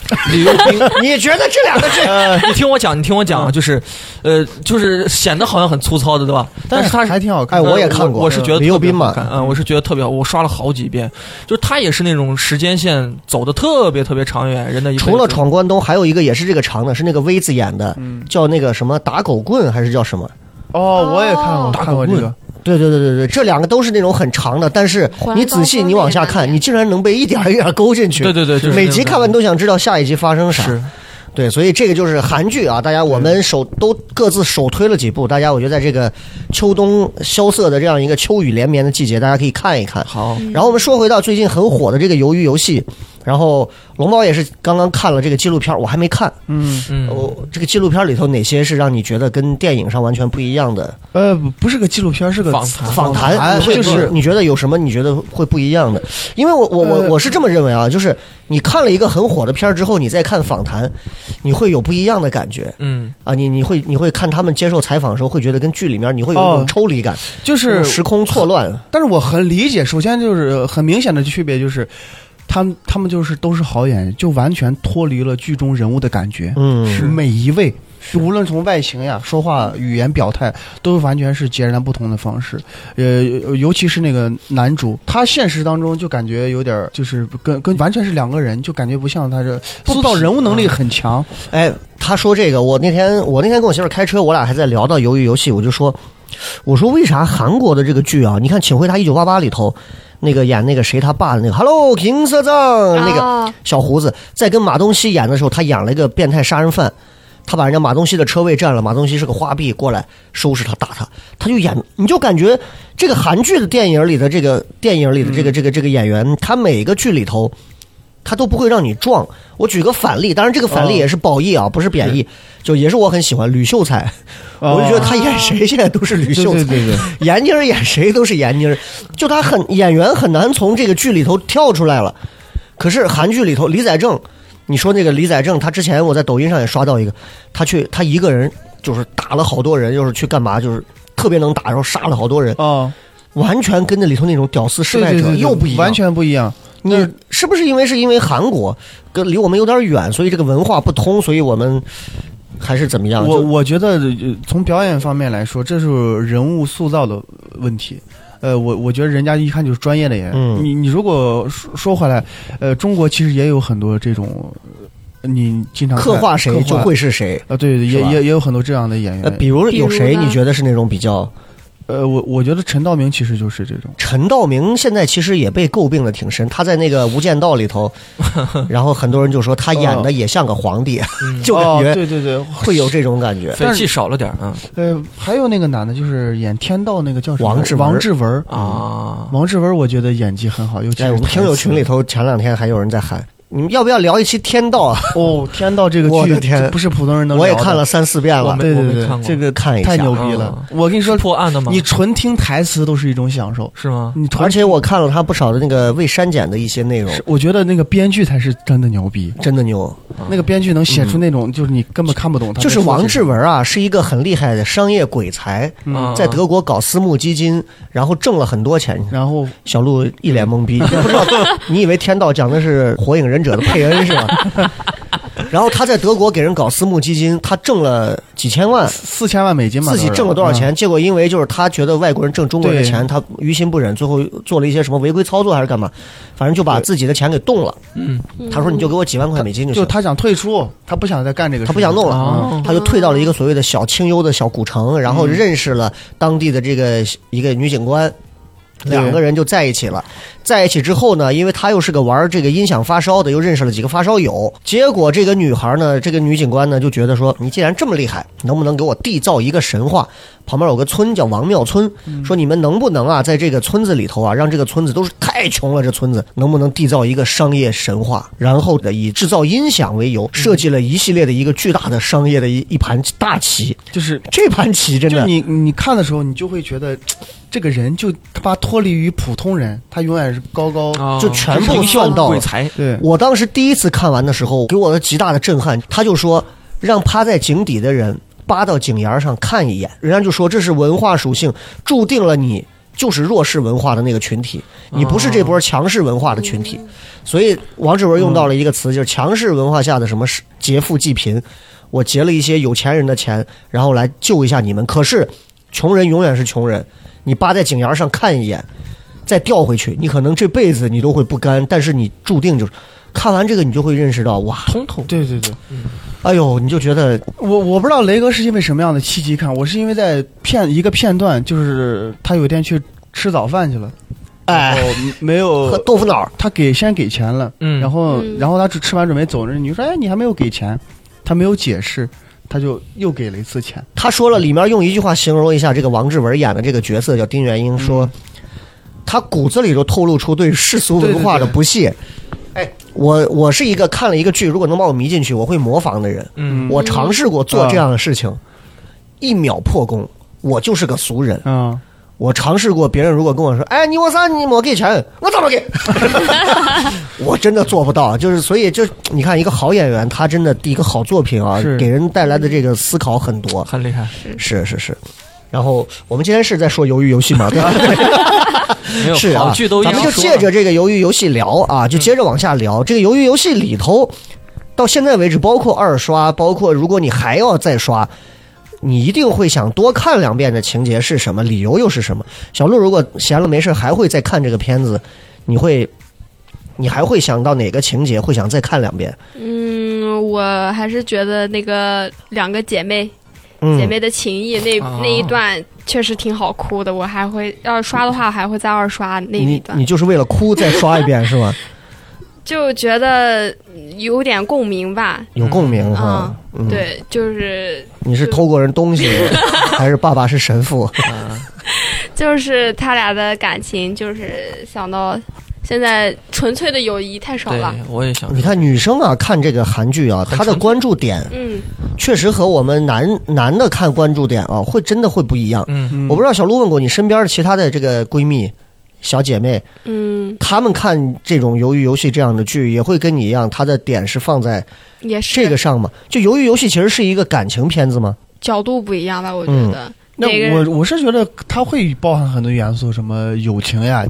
Speaker 5: 李幼斌。
Speaker 4: 你觉得这两个剧？
Speaker 5: 呃，你听我讲，你听我讲，就是，呃，就是显得好像很粗糙的，对吧？但是它
Speaker 6: 还挺好看
Speaker 4: 哎，
Speaker 6: 的。
Speaker 4: 我也看过，
Speaker 5: 呃我是觉得
Speaker 4: 李
Speaker 5: 特
Speaker 4: 幼
Speaker 5: 别
Speaker 4: 斌
Speaker 5: 好
Speaker 4: 嘛，
Speaker 5: 看，嗯，我是觉得特别好，我刷了好几遍，就是它也是那种时间线走的特别特别长远，人的一辈子
Speaker 4: 除了闯关东，还有一个也是这个长的，是那个 V 字演的，
Speaker 5: 嗯
Speaker 4: 叫那个什么打狗棍还是叫什么？
Speaker 6: 哦，我也看过，看过这个。
Speaker 4: 对对对对对，这两个都是那种很长的，但是
Speaker 7: 环
Speaker 4: 你仔细
Speaker 7: 高峰
Speaker 4: 你往下
Speaker 7: 那个版
Speaker 4: 看，
Speaker 7: 本
Speaker 4: 你竟然能被一点儿一点儿勾进去。
Speaker 5: 对对对就是
Speaker 4: 每
Speaker 5: 那
Speaker 4: 集
Speaker 5: 种
Speaker 4: 看完都想知道下一集发生啥。
Speaker 5: 是
Speaker 4: 对，所以这个就是韩剧啊，大家我们首都各自首推了几部，大家我觉得在这个秋冬萧瑟的这样一个秋雨连绵的季节，大家可以看一看。
Speaker 5: 好，
Speaker 4: 然后我们说回到最近很火的这个鱿鱼游戏，然后龙猫也是刚刚看了这个纪录片儿，我还没看。
Speaker 6: 嗯，
Speaker 5: 嗯，
Speaker 4: 哦，这个纪录片里头哪些是让你觉得跟电影上完全不一样的
Speaker 6: 呃，不不是个纪录片，是个
Speaker 5: 访谈
Speaker 4: 啊访谈？
Speaker 6: 谈
Speaker 4: 你会
Speaker 6: 就是
Speaker 4: 你觉得有什么你觉得会不一样的？因为我我我
Speaker 6: 呃
Speaker 4: 我是这么认为啊，就是你看了一个很火的片儿之后，你再看访谈，你会有不一样的感觉
Speaker 5: 嗯，
Speaker 4: 啊！你你会你会看他们接受采访的时候，会觉得跟剧里面你会有一种
Speaker 6: 哦
Speaker 4: 抽离感，
Speaker 6: 就
Speaker 4: 那
Speaker 6: 是
Speaker 4: 种时空错乱。
Speaker 6: 但是我很理解，首先就是很明显的区别就是，他们他们就是都是好演员，就完全脱离了剧中人物的感觉。
Speaker 4: 嗯，
Speaker 6: 每一位，就无论从外形呀、说话、语言、表态，都完全是截然不同的方式。呃，尤其是那个男主，他现实当中就感觉有点儿就是跟跟完全是两个人，就感觉不像他这塑造人物能力很强。
Speaker 4: 哎，他说这个，我那天我那天跟我媳妇儿开车，我俩还在聊到鱿鱼游戏，我就说，我说为啥韩国的这个剧啊？你看《请回答一九八八》里头，那个演那个谁他爸的那个 “Hello King s e z a n 那个
Speaker 7: 哦
Speaker 4: 小胡子，在跟马东锡演的时候，他演了一个变态杀人犯。他把人家马东锡的车位占了，马东锡是个花臂，过来收拾他打他，他就演，你就感觉这个韩剧的电影里的这个电影里的
Speaker 6: 嗯
Speaker 4: 这个这个这个演员，他每个剧里头，他都不会让你撞。我举个反例，当然这个反
Speaker 6: 哦
Speaker 4: 例也是褒义啊，不是贬义，就也是我很喜欢吕秀才，我就觉得他演谁现在都是吕
Speaker 6: 哦对
Speaker 4: 秀才，
Speaker 6: 对对 对，
Speaker 4: 闫妮儿演谁都是闫妮儿，就她很演员很难从这个剧里头跳出来了。可是韩剧里头李宰正，你说那个李宰正，他之前我在抖音上也刷到一个，他去他一个人就是打了好多人，又是去干嘛，就是特别能打，然后杀了好多人，
Speaker 6: 哦，
Speaker 4: 完全跟那里头那种屌丝失
Speaker 6: 对
Speaker 4: 败
Speaker 6: 对
Speaker 4: 者
Speaker 6: 对，
Speaker 4: 又不一样。
Speaker 6: 完全不一样。
Speaker 4: 你是不是因为是因为韩国跟离我们有点远，所以这个文化不通，所以我们还是怎么样？
Speaker 6: 我
Speaker 4: 就
Speaker 6: 我觉得呃从表演方面来说，这是人物塑造的问题。呃，我我觉得人家一看就是专业的演员。
Speaker 4: 嗯
Speaker 6: 你你如果说说回来，呃，中国其实也有很多这种，呃你经常看
Speaker 4: 刻画谁就会是谁。
Speaker 6: 啊、对，
Speaker 4: 是
Speaker 6: 也
Speaker 4: 吧呃
Speaker 6: 也也有很多这样的演员。
Speaker 4: 呃，比如有
Speaker 7: 比如
Speaker 4: 谁
Speaker 7: 呢
Speaker 4: 你觉得是那种比较
Speaker 6: 呃，我我觉得陈道明其实就是这种，
Speaker 4: 陈道明现在其实也被诟病的挺深，他在那个《无间道》里 头，然后很多人就说他演的也像个皇帝， 就感
Speaker 6: 哦，
Speaker 4: 觉
Speaker 6: 对对对，
Speaker 4: 会有这种感觉。
Speaker 5: 匪气少了点儿嗯
Speaker 6: 呃，还有那个男的，就是演天道那个叫什么
Speaker 4: 王志文
Speaker 6: 王志文，
Speaker 5: 啊，
Speaker 4: 嗯
Speaker 6: 王志文，我觉得演技很好，尤其
Speaker 4: 哎，
Speaker 6: 是
Speaker 4: 我们听友群里
Speaker 6: 头
Speaker 4: 头前两天还有人在喊，你们要不要聊一期《天道》啊？
Speaker 6: 哦，天道这个
Speaker 4: 我
Speaker 6: 剧
Speaker 4: 的天
Speaker 6: 不是普通人能
Speaker 4: 我也
Speaker 6: 聊的
Speaker 4: 看了，三四遍了
Speaker 5: 我，没
Speaker 6: 对
Speaker 5: 我
Speaker 6: 对
Speaker 5: 没
Speaker 6: 对
Speaker 5: 看，过
Speaker 6: 这个
Speaker 4: 看一下
Speaker 6: 太牛逼了
Speaker 5: 嗯！
Speaker 6: 我跟你说，
Speaker 5: 破案的吗
Speaker 6: 你纯听台词都是一种享受，
Speaker 5: 是吗？
Speaker 6: 你纯
Speaker 4: 而且我看了他不少的那个未删减的一些内容，
Speaker 6: 是我觉得那个编剧才是真的牛逼，
Speaker 4: 真的牛。
Speaker 6: 那个编剧能写出那种就是你根本看不懂他在
Speaker 4: 嗯就
Speaker 6: 说些
Speaker 4: 是
Speaker 6: 什么，
Speaker 4: 王志文啊，是一个很厉害的商业鬼才，
Speaker 5: 嗯
Speaker 4: 在德国搞私募基金，然后挣了很多钱。
Speaker 6: 然后
Speaker 4: 小鹿一脸懵逼， 不知道你以为天道讲的是《火影忍者》的佩恩是吧？ 然后他在德国给人搞私募基金，他挣了几千万，
Speaker 6: 四千万美金嘛，
Speaker 4: 自己挣了多少
Speaker 6: 嗯
Speaker 4: 钱？结果因为就是他觉得外国人挣中国人的钱，
Speaker 6: 对
Speaker 4: 他于心不忍，最后做了一些什么违规操作还是干嘛，反正就把自己的钱给冻了。
Speaker 5: 嗯，
Speaker 4: 他说你就给我几万块美金就
Speaker 6: 就
Speaker 4: 行。
Speaker 6: 他想退出，他不想再干这个事
Speaker 4: 他
Speaker 6: 情，啊
Speaker 4: 不想弄了，
Speaker 5: 哦
Speaker 4: 他就退到了一个所谓的小清幽的小古城，然
Speaker 6: 嗯
Speaker 4: 后认识了当地的这个一个女警官，
Speaker 6: 对
Speaker 4: 两个人就在一起了。在一起之后呢，因为他又是个玩这个音响发烧的，又认识了几个发烧友。结果这个女孩呢，这个女警官呢就觉得说，你既然这么厉害，能不能给我缔造一个神话？旁边有个村叫王庙村，
Speaker 6: 嗯
Speaker 4: 说你们能不能啊，在这个村子里头啊，让这个村子都是太穷了，这村子能不能缔造一个商业神话？然后的以制造音响为由，设计了一系列的一个巨大的商业的一一盘大棋。
Speaker 6: 就是
Speaker 4: 这盘棋真
Speaker 6: 就
Speaker 4: 的，
Speaker 6: 你你看的时候，你就会觉得这个人就他妈脱离于普通人，他永远是高高。
Speaker 5: 啊
Speaker 4: 就全部算到了
Speaker 5: 鬼才，
Speaker 6: 对，
Speaker 4: 我当时第一次看完的时候，给我的极大的震撼。他就说，让趴在井底的人扒到井沿上看一眼，人家就说这是文化属性注定了你。就是弱势文化的那个群体，你不是这波强势文化的群体，所以王志文用到了一个词，就是强势文化下的什么是劫富济贫。我劫了一些有钱人的钱，然后来救一下你们。可是，穷人永远是穷人，你扒在井沿上看一眼，再掉回去，你可能这辈子你都会不甘，但是你注定就是。看完这个，你就会认识到，哇，
Speaker 5: 通透。
Speaker 6: 对对对，
Speaker 4: 哎呦，你就觉得
Speaker 6: 我我不知道雷哥是因为什么样的契机看，我是因为在片一个片段，就是他有一天去吃早饭去了，
Speaker 4: 哎
Speaker 6: 然后没
Speaker 4: 喝
Speaker 6: 有
Speaker 4: 豆腐脑儿，
Speaker 6: 他给先给钱了，
Speaker 5: 嗯
Speaker 6: 然后
Speaker 7: 嗯
Speaker 6: 然后他只吃完准备走，那女说哎你还没有给钱，他没有解释，他就又给了一次钱，
Speaker 4: 他说了，里面用一句话形容一下这个王志文演的这个角色叫丁元英，说他骨子里就透露出对世俗文化的不屑。哎，我我是一个看了一个剧，如果能把我迷进去，我会模仿的人。
Speaker 5: 嗯
Speaker 4: 我尝试过做这样的事情，一秒破功，我就是个俗人。
Speaker 6: 嗯，
Speaker 4: 我尝试过，别人如果跟我说：“哎，你我啥？你没给钱，我怎么给？” 我真的做不到，就是所以就你看，一个好演员，他真的一个好作品啊
Speaker 6: 是，
Speaker 4: 给人带来的这个思考很多，
Speaker 5: 很厉害，
Speaker 4: 是是是。然后我们今天是在说《鱿鱼游戏》 嘛，对吧？
Speaker 5: 没有
Speaker 4: 是
Speaker 5: 好
Speaker 4: 啊
Speaker 5: 剧都，一嗯
Speaker 4: 咱
Speaker 5: 样
Speaker 4: 们
Speaker 5: 说
Speaker 4: 就
Speaker 5: 嘛。
Speaker 4: 借着这个鱿鱼游戏聊啊，就接着往下聊。这个鱿鱼游戏里头，到现在为止，包括二刷，包括如果你还要再刷，你一定会想多看两遍的情节是什么，理由又是什么。小鹿如果闲了没事还会再看这个片子，你会，你还会想到哪个情节会想再看两遍？
Speaker 7: 嗯，我还是觉得那个两个姐妹姐
Speaker 4: 嗯，
Speaker 7: 妹的情谊那
Speaker 5: 哦
Speaker 7: 那一段确实挺好哭的，我还会要是刷的话，我还会再二刷那一
Speaker 4: 你
Speaker 7: 段
Speaker 4: 你，就是为了哭再刷一遍是 吗？
Speaker 7: 就觉得嗯有点共鸣吧。
Speaker 4: 有共鸣哈
Speaker 7: 啊。，
Speaker 4: 嗯，
Speaker 7: 对，就是
Speaker 4: 你是偷过人东西，还是爸爸是神父？
Speaker 7: 就是他俩的感情，就是想到现在纯粹的友谊太少了。
Speaker 5: 对，我也想
Speaker 4: 你看女生啊，看这个韩剧啊，她的关注点
Speaker 7: 嗯，
Speaker 4: 确实和我们男男的看关注点啊，会真的会不一样。
Speaker 5: 嗯
Speaker 4: 我不知道小鹿问过你身边的其他的这个闺蜜、小姐妹，
Speaker 7: 嗯，
Speaker 4: 她们看这种《鱿鱼游戏》这样的剧，也会跟你一样，她的点是放在
Speaker 7: 也是
Speaker 4: 这个上吗？就《鱿鱼游戏》其实是一个感情片子吗？
Speaker 7: 角度不一样吧？我觉
Speaker 4: 嗯
Speaker 7: 得
Speaker 6: 那
Speaker 7: 每个人
Speaker 6: 我我是觉得它会包含很多元素，什么友情呀、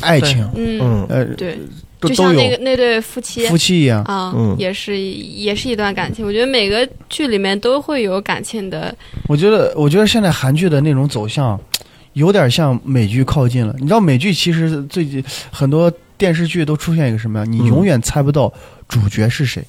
Speaker 6: 爱情，
Speaker 7: 嗯，
Speaker 4: 嗯
Speaker 6: 呃，
Speaker 7: 对，
Speaker 6: 都
Speaker 7: 就
Speaker 6: 都
Speaker 7: 像那个
Speaker 6: 有
Speaker 7: 那对夫妻
Speaker 6: 夫妻一样。
Speaker 7: 啊
Speaker 4: 嗯，
Speaker 7: 也是也是一段感情。我觉得每个剧里面都会有感情的，
Speaker 6: 我觉得，我觉得现在韩剧的那种走向，有点向美剧靠近了。你知道，美剧其实最近很多电视剧都出现一个什么呀？你永远猜不到主角是谁，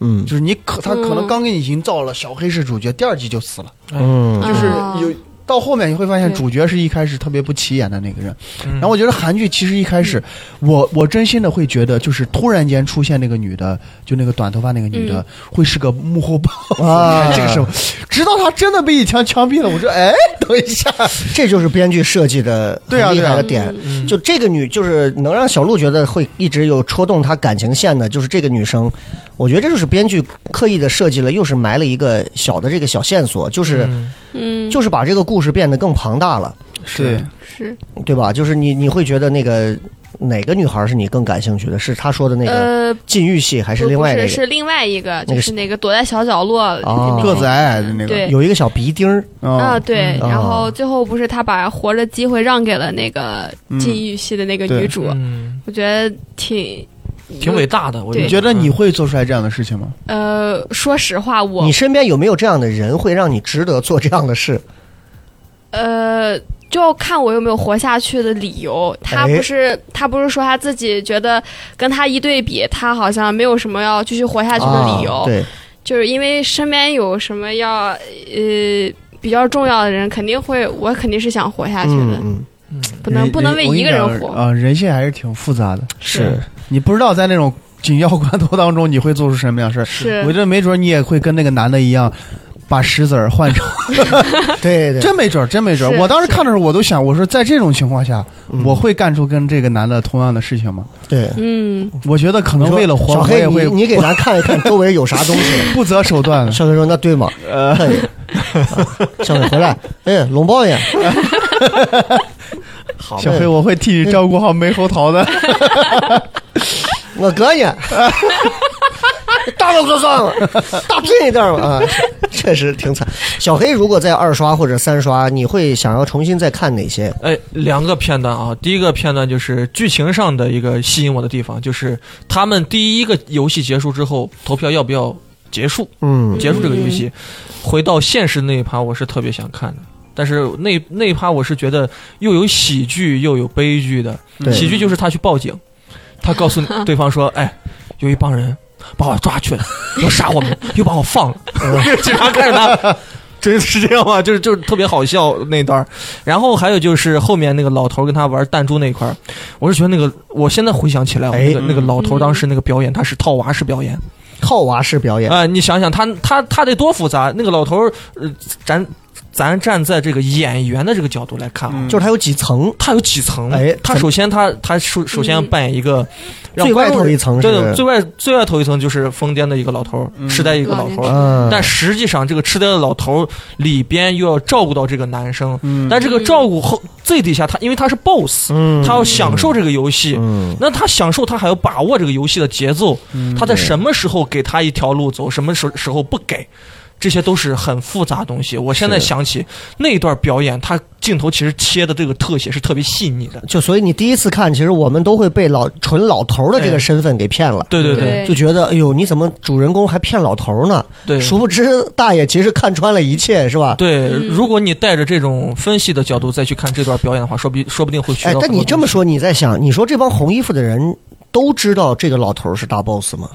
Speaker 4: 嗯
Speaker 6: 就是你可他可
Speaker 7: 嗯
Speaker 6: 能刚给你营造了小黑是主角，第二集就死了，
Speaker 4: 嗯
Speaker 7: 嗯
Speaker 6: 就是
Speaker 7: 哦
Speaker 6: 有到后面你会发现，
Speaker 7: 对
Speaker 6: 主角是一开始特别不起眼的那个人。
Speaker 5: 嗯
Speaker 6: 然后我觉得韩剧其实一开始，
Speaker 7: 嗯
Speaker 6: 我我真心的会觉得，就是突然间出现那个女的，就那个短头发那个女的，
Speaker 7: 嗯
Speaker 6: 会是个幕后 boss
Speaker 4: 啊
Speaker 6: 这个时候，直到她真的被一枪枪毙了，我说，哎，等一下，
Speaker 4: 这就是编剧设计的
Speaker 6: 对啊
Speaker 4: 很厉害
Speaker 6: 对啊
Speaker 4: 的点。就这个女，就是能让小鹿觉得会一直有戳动她感情线的，就是这个女生。我觉得这就是编剧刻意的设计了，又是埋了一个小的这个小线索，就是、
Speaker 7: 嗯，
Speaker 4: 就是把这个故事变得更庞大了，
Speaker 6: 是
Speaker 7: 是
Speaker 4: 对吧？就是你你会觉得那个哪个女孩是你更感兴趣的？是她说的那个
Speaker 7: 呃，
Speaker 4: 禁欲系，还
Speaker 7: 不
Speaker 4: 是另外
Speaker 7: 不
Speaker 4: 那
Speaker 7: 是
Speaker 4: 个？
Speaker 7: 是另外一个，
Speaker 4: 那
Speaker 7: 就
Speaker 4: 个
Speaker 7: 是那个躲在小角落
Speaker 4: 哦
Speaker 6: 个子矮矮的那个，
Speaker 7: 对
Speaker 4: 有一个小鼻钉儿，
Speaker 7: 啊，
Speaker 6: 嗯，
Speaker 7: 对，
Speaker 4: 嗯
Speaker 7: 然
Speaker 4: 哦
Speaker 7: 后最后不是他把活着机会让给了那个禁欲系的那个
Speaker 6: 对
Speaker 7: 女主，
Speaker 5: 嗯，
Speaker 7: 我觉得挺
Speaker 5: 挺伟大的，我嗯
Speaker 7: 对
Speaker 6: 你觉得你会做出来这样的事情吗？
Speaker 7: 呃，说实话，我
Speaker 4: 你身边有没有这样的人会让你值得做这样的事？
Speaker 7: 呃，就要看我有没有活下去的理由。他
Speaker 4: 哎
Speaker 7: 不是、他不是说他自己觉得跟他一对比，他好像没有什么要继续活下去的理由，
Speaker 4: 啊、对，
Speaker 7: 就是因为身边有什么要呃比较重要的人，肯定会我肯定是想活下去的，
Speaker 4: 嗯嗯，
Speaker 7: 不能
Speaker 6: 人
Speaker 7: 不能为一个人活。
Speaker 6: 啊、人性还是挺复杂的。
Speaker 4: 是
Speaker 6: 你不知道在那种紧要关头当中，你会做出什么样的事儿。
Speaker 7: 是
Speaker 6: 我觉得没准你也会跟那个男的一样，把石子儿 换成。
Speaker 4: 对对，
Speaker 6: 真没准儿，真没准儿。
Speaker 7: 是
Speaker 6: 我当时看的时候，我都想，我说在这种情况下，
Speaker 4: 嗯
Speaker 6: 我会干出跟这个男的同样的事情吗？
Speaker 4: 对。
Speaker 7: 嗯，
Speaker 6: 我觉得可能为了活，
Speaker 4: 小
Speaker 6: 我
Speaker 4: 黑
Speaker 6: 也，会嗯
Speaker 4: 你你给咱看一看周围有啥东西。
Speaker 6: 不择手段
Speaker 4: 小黑说：“那对吗？”呃， 小黑回来，哎，龙报应，
Speaker 5: 好
Speaker 6: 小黑，我会替你照顾好猕猴桃 的。
Speaker 4: 我哥 呢？大了哥算了，大这一点吧啊，确实挺惨。小黑如果在二刷或者三刷，你会想要重新再看哪些？
Speaker 5: 哎，两个片段啊，第一个片段就是剧情上的一个吸引我的地方，就是他们第一个游戏结束之后，投票要不要结束，
Speaker 4: 嗯
Speaker 5: 结束这个游戏，回到现实那一趴，我是特别想看的。但是那那一趴，我是觉得又有喜剧又有悲剧的。
Speaker 4: 对
Speaker 5: 喜剧就是他去报警，他告诉对方说：“哎，有一帮人把我抓去了，又杀我们，又把我放 了。”警察看着他，嗯 真是这样吗？就是就是特别好笑那段儿。然后还有就是后面那个老头儿跟他玩弹珠那一块儿，我是觉得那个我现在回想起来，我
Speaker 4: 哎
Speaker 5: 那个、那个老头儿当时那个表演，他是套娃式表演。
Speaker 4: 套娃式表演，
Speaker 5: 啊、你想想他他他得多复杂？那个老头儿，呃，咱咱站在这个演员的这个角度来看
Speaker 6: 嗯
Speaker 5: 啊，
Speaker 4: 就是它有几层，
Speaker 5: 他有几层？
Speaker 4: 哎
Speaker 5: 他
Speaker 4: 怎
Speaker 5: 首先他他首首先要扮演一个让
Speaker 4: 最外
Speaker 5: 观众
Speaker 4: 头一层
Speaker 5: 对，
Speaker 4: 是
Speaker 5: 最外最外头一层就是疯癫的一个老头儿，痴呆一个老头儿。
Speaker 4: 嗯，
Speaker 5: 但实际上，这个痴呆的老头儿里边又要照顾到这个男生，
Speaker 6: 嗯
Speaker 5: 但这个照顾后最底下他，因为他是 boss，、
Speaker 4: 嗯
Speaker 5: 他要享受这个游戏，
Speaker 4: 嗯
Speaker 5: 那他享受，他还要把握这个游戏的节奏，他在什么时候给他一条路走，什么时时候不给，这些都是很复杂的东西。我现在想起那一段表演，他镜头其实切的这个特写是特别细腻的。
Speaker 4: 就所以你第一次看，其实我们都会被老纯老头儿的这个身份给骗了。
Speaker 5: 对对对
Speaker 7: 对
Speaker 4: 就觉得哎呦，你怎么主人公还骗老头儿呢？
Speaker 5: 对
Speaker 4: 殊不知大爷其实看穿了一切，是吧？
Speaker 5: 对，如果你带着这种分析的角度再去看这段表演的话，说不定说不定会学
Speaker 4: 哎
Speaker 5: 到。，
Speaker 4: 但你这么，说，你在想，你说这帮红衣服的人都知道这个老头儿是大 boss 吗？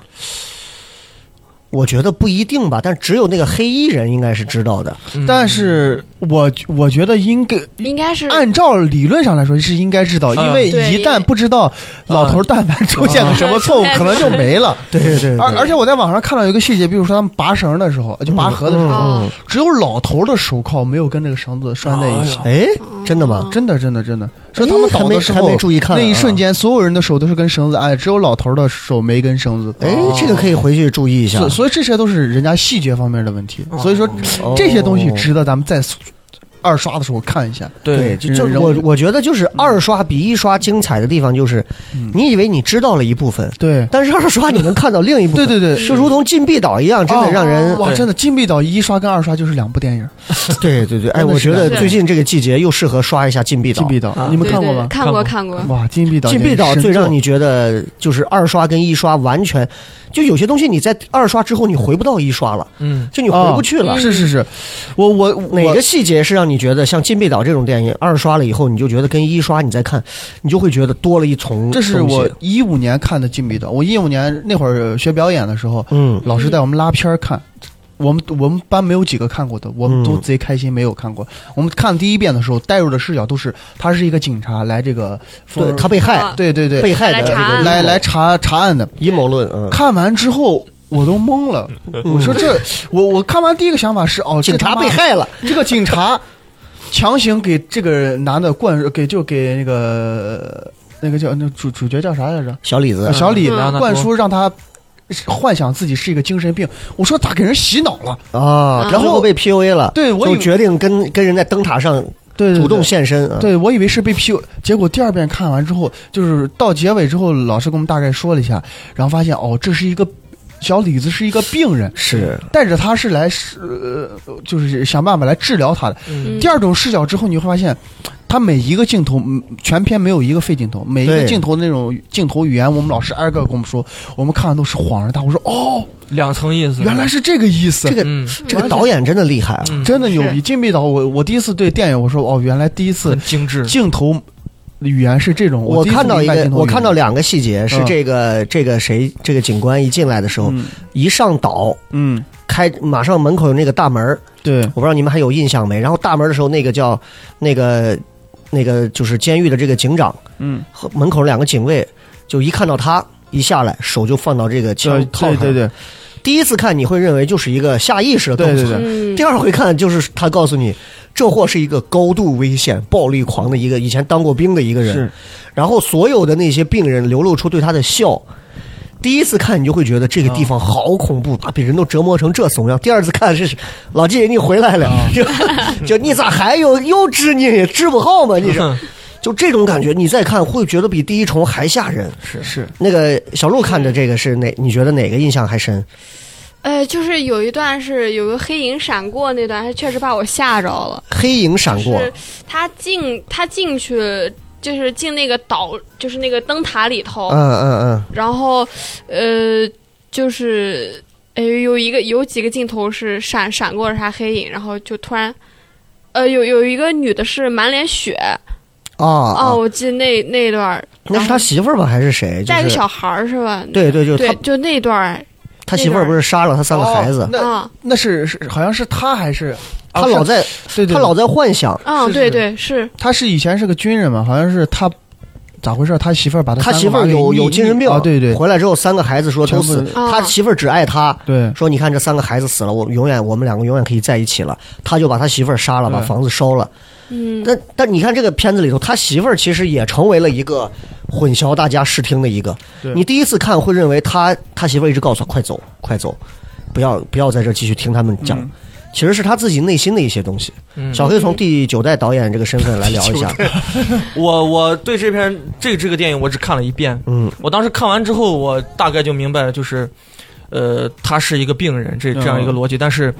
Speaker 4: 我觉得不一定吧，但只有那个黑衣人应该是知道的。
Speaker 5: 嗯
Speaker 6: 但是我我觉得应该。
Speaker 7: 应该
Speaker 4: 嗯
Speaker 7: 是
Speaker 6: 按照理论上来说是应该知道，
Speaker 5: 嗯
Speaker 6: 因为
Speaker 7: 对
Speaker 6: 一旦不知道，老头儿但凡出现了什么错误，
Speaker 7: 嗯
Speaker 6: 可能就没了。
Speaker 4: 对对对嗯
Speaker 6: 而而且我在网上看到有一个细节，比如说他们拔绳的时候，就拔河的时候，
Speaker 7: 哦
Speaker 6: 只有老头儿的手铐没有跟这个绳子拴在一起。
Speaker 4: 哎，真的吗？
Speaker 6: 真的，真的，真的，说他们倒的时
Speaker 4: 还没
Speaker 6: 候，
Speaker 4: 还没注意看啊
Speaker 6: 那一瞬间，所有人的手都是跟绳子，哎，只有老头儿的手没跟绳子。
Speaker 4: 哎，这个可以回去注意一下
Speaker 6: 所。所以这些都是人家细节方面的问题，
Speaker 7: 哦
Speaker 6: 所以说这些东西值得咱们再二刷的时候看一下。
Speaker 4: 哦对，
Speaker 5: 对
Speaker 4: 就就
Speaker 6: 人
Speaker 4: 我我觉得就是二刷比一刷精彩的地方就是，你以为你知道了一部分，
Speaker 6: 对，
Speaker 4: 但是二刷你能看到另一部
Speaker 6: 对
Speaker 4: 分，
Speaker 6: 对对，
Speaker 4: 就如同禁闭岛一样，真的让人
Speaker 6: 啊哇，
Speaker 5: 对
Speaker 6: 真的金币岛一刷跟二刷就是两部电影。
Speaker 4: 对对对，哎，
Speaker 6: 真的
Speaker 4: 我觉
Speaker 6: 是
Speaker 4: 得
Speaker 6: 的
Speaker 4: 最近这个季节又适合刷一下禁闭岛。
Speaker 6: 金币岛
Speaker 5: 啊，
Speaker 6: 你们
Speaker 7: 对
Speaker 6: 看过
Speaker 7: 对
Speaker 6: 吗？
Speaker 7: 看过看过，
Speaker 6: 哇，金币岛，
Speaker 4: 禁闭岛最让你觉得就是二刷跟一刷完全，就有些东西你在二刷之后你回不到一刷了，
Speaker 5: 嗯，
Speaker 4: 就你回不去了。
Speaker 6: 啊是是是，我我
Speaker 4: 哪
Speaker 6: 我
Speaker 4: 个细节是让你觉得像《禁闭岛》这种电影，二刷了以后你就觉得跟一刷你再看，你就会觉得多了一重东
Speaker 6: 这
Speaker 4: 西。
Speaker 6: 是我一五年看的《禁闭岛》，我一五年那会儿学表演的时候，
Speaker 4: 嗯
Speaker 6: 老师带我们拉片儿看，我们我们班没有几个看过的，我们都
Speaker 4: 嗯
Speaker 6: 贼开心没有看过。我们看第一遍的时候，带入的视角都是他是一个警察来这个疯
Speaker 4: 对
Speaker 6: 人，
Speaker 4: 他被害
Speaker 7: 啊，
Speaker 6: 对对对，
Speaker 4: 被害的
Speaker 7: 来
Speaker 4: 这
Speaker 7: 查
Speaker 4: 个
Speaker 7: 案
Speaker 6: 来来查查案的。
Speaker 4: 阴谋论，嗯，
Speaker 6: 看完之后我都懵了，我说这我我看完第一个想法是哦，这
Speaker 4: 警察
Speaker 6: 他妈
Speaker 4: 被害了，
Speaker 6: 这个警察强行给这个男的灌给就给那个那个叫那主主角叫啥来着？
Speaker 4: 小李子
Speaker 6: 啊，小李
Speaker 7: 嗯
Speaker 6: 呢灌输让他幻想自己是一个精神病，我说咋给人洗脑了？
Speaker 4: 啊，
Speaker 6: 然后
Speaker 4: 最被 PUA 了，
Speaker 6: 对我
Speaker 4: 就
Speaker 6: 以为
Speaker 4: 决定跟跟人在灯塔上
Speaker 6: 对
Speaker 4: 主动。现身啊，
Speaker 6: 对，我以为是被 P，U，结果第二遍看完之后，就是到结尾之后，老师给我们大概说了一下，然后发现哦，这是一个小李子是一个病人，
Speaker 4: 是
Speaker 6: 带着他是来是呃，就是想办法来治疗他的。第二种视角之后，你会发现，他每一个镜头，嗯全片没有一个废镜头，每一个
Speaker 4: 对
Speaker 6: 镜头的那种镜头语言，我们老师挨个跟我们说，我们看完都是恍然大悟，说哦，
Speaker 5: 两层意思，
Speaker 6: 原来是这个意思。
Speaker 4: 这个
Speaker 5: 嗯
Speaker 4: 这个导演真的厉害啊，
Speaker 5: 嗯
Speaker 6: 真的牛逼，金臂导，我我第一次对电影，我说哦，原来第一次
Speaker 5: 很精致，
Speaker 6: 镜头语言是这种。
Speaker 4: 我
Speaker 6: 第次
Speaker 4: 看到一
Speaker 6: 明白
Speaker 4: 个
Speaker 6: 镜，头语
Speaker 4: 我
Speaker 6: 言
Speaker 4: 看到两个细节是
Speaker 6: 嗯
Speaker 4: 这个这个谁这个警官一进来的时候，
Speaker 6: 嗯
Speaker 4: 一上岛
Speaker 6: 嗯，
Speaker 4: 开马上门口有那个大门儿，
Speaker 6: 对，
Speaker 4: 我不知道你们还有印象没？然后大门的时候，那个叫那个那个就是监狱的这个警长
Speaker 6: 嗯，
Speaker 4: 和门口两个警卫，就一看到他一下来，手就放到这个枪
Speaker 6: 对
Speaker 4: 套
Speaker 6: 对
Speaker 4: 上。
Speaker 6: 对
Speaker 4: 对。
Speaker 6: 对
Speaker 4: 第一次看你会认为就是一个下意识的动
Speaker 6: 对
Speaker 4: 作，
Speaker 6: 对对，
Speaker 7: 嗯
Speaker 4: 第，二回看就是他告诉你，这货是一个高度危险、暴力狂的一个以前当过兵的一个人。
Speaker 6: 是
Speaker 4: 然后所有的那些病人流露出对他的笑。第一次看你就会觉得这个地方好恐怖，把别人都折磨成这怂样。第二次看是老季你回来了，
Speaker 6: 啊
Speaker 4: 就 就你咋还有又治你也治不好嘛？你 是就这种感觉，你再看会觉得比第一重还吓人。
Speaker 6: 是是，
Speaker 4: 那个小鹿看着这个是哪？你觉得哪个印象还深？
Speaker 7: 呃，就是有一段是有个黑影闪过那段，还确实把我吓着了。
Speaker 4: 黑影闪过，
Speaker 7: 是他进他进去就是进那个岛，就是那个灯塔里头，
Speaker 4: 嗯嗯嗯，
Speaker 7: 然后呃就是。哎，有一个有几个镜头是闪闪过了啥黑影，然后就突然，呃，有有一个女的是满脸血，
Speaker 4: 啊
Speaker 7: 哦，
Speaker 4: 啊，
Speaker 7: 我记得那那段儿，
Speaker 4: 那是他
Speaker 7: 然后
Speaker 4: 媳妇儿吧还是谁？就
Speaker 7: 带个
Speaker 4: 是
Speaker 7: 小孩儿是吧？
Speaker 4: 对对，就是
Speaker 7: 对
Speaker 4: 他，
Speaker 7: 就那段儿
Speaker 4: 他媳妇儿不是杀了他三个孩子
Speaker 6: 哦，那
Speaker 7: 啊
Speaker 6: 那是是好像是他还是
Speaker 4: 他
Speaker 7: 哦
Speaker 4: 老在
Speaker 6: 对对，
Speaker 4: 他老在幻想。
Speaker 7: 啊，
Speaker 6: 是
Speaker 7: 对
Speaker 6: 是
Speaker 7: 对是，
Speaker 6: 他是以前是个军人嘛，好像是他咋回事？他媳妇儿把
Speaker 4: 他
Speaker 6: 三个
Speaker 4: 媳妇儿
Speaker 6: 娃给
Speaker 4: 有
Speaker 6: 溺
Speaker 4: 有精神病，
Speaker 6: 啊，对对
Speaker 4: 回来之后三个孩子说都死
Speaker 6: 全，
Speaker 7: 部哦
Speaker 4: 他媳妇儿只爱他，
Speaker 6: 对，
Speaker 4: 说你看这三个孩子死了，我永远我们两个永远可以在一起了，他就把他媳妇儿杀了，
Speaker 6: 对
Speaker 4: 把房子烧了。
Speaker 7: 嗯，
Speaker 4: 但但你看这个片子里头，他媳妇儿其实也成为了一个混淆大家视听的一个。
Speaker 6: 对
Speaker 4: 你第一次看会认为他他媳妇儿一直告诉他快走快走，不要不要在这继续听他们讲。其实是他自己内心的一些东西。
Speaker 5: 嗯
Speaker 4: 小黑从第九代导演这个身份来聊一 下，
Speaker 5: 我我对这篇这这个电影我只看了一遍，
Speaker 4: 嗯，
Speaker 5: 我当时看完之后，我大概就明白了，就是，呃，他是一个病人这这样一个逻辑，但是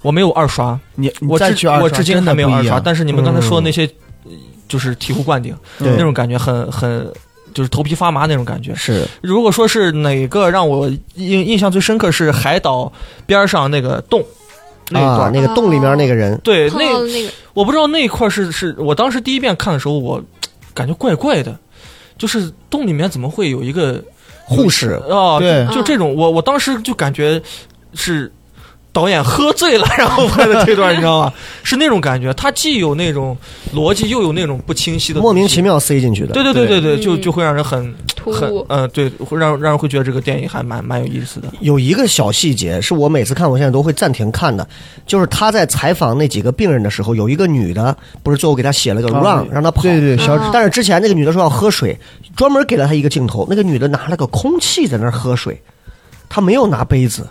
Speaker 5: 我没有二刷，
Speaker 6: 你嗯你
Speaker 5: 我
Speaker 6: 再去
Speaker 5: 至
Speaker 6: 二
Speaker 5: 我
Speaker 6: 刷
Speaker 5: 至今
Speaker 6: 真的
Speaker 5: 还没有
Speaker 6: 不一
Speaker 5: 二刷，
Speaker 6: 样嗯
Speaker 5: 但是你们刚才说的那些，呃就是醍醐灌顶
Speaker 4: 对
Speaker 5: 那种感觉很，很就是头皮发麻那种感觉。
Speaker 4: 是
Speaker 5: 如果说是哪个让我印印象最深刻是海岛边儿上那个洞那一段
Speaker 4: 啊
Speaker 5: 儿，，
Speaker 4: 那个洞里面那个人，
Speaker 5: 对，
Speaker 7: 碰到
Speaker 5: 那
Speaker 7: 的那个
Speaker 5: 我不知道那一块儿是是我当时第一遍看的时候，我感觉怪怪的，就是洞里面怎么会有一个
Speaker 4: 护士
Speaker 5: 啊？
Speaker 6: 对
Speaker 5: 就，就这种，我我当时就感觉是导演喝醉了，然后拍的这段，你知 道吗？是那种感觉，他既有那种逻辑，又有那种不清晰的，
Speaker 4: 莫名其。妙塞进去的。
Speaker 5: 对对对对对，
Speaker 7: 嗯
Speaker 5: 就就会让人很
Speaker 7: 突
Speaker 5: 很
Speaker 7: 兀，
Speaker 5: 嗯、对，会让让人会觉得这个电影还蛮蛮有意思的。
Speaker 4: 有一个小细节是我每次看，我现在都会暂停看的，就是他在采访那几个病人的时候，有一个女的不是最后给他写了个
Speaker 6: 啊
Speaker 4: run，、让他跑。嗯
Speaker 6: 对对小
Speaker 7: 啊
Speaker 4: 但是之前那个女的说要喝水，专门给了他一个镜头，那个女的拿了个空气在那儿喝水，她没有拿杯子。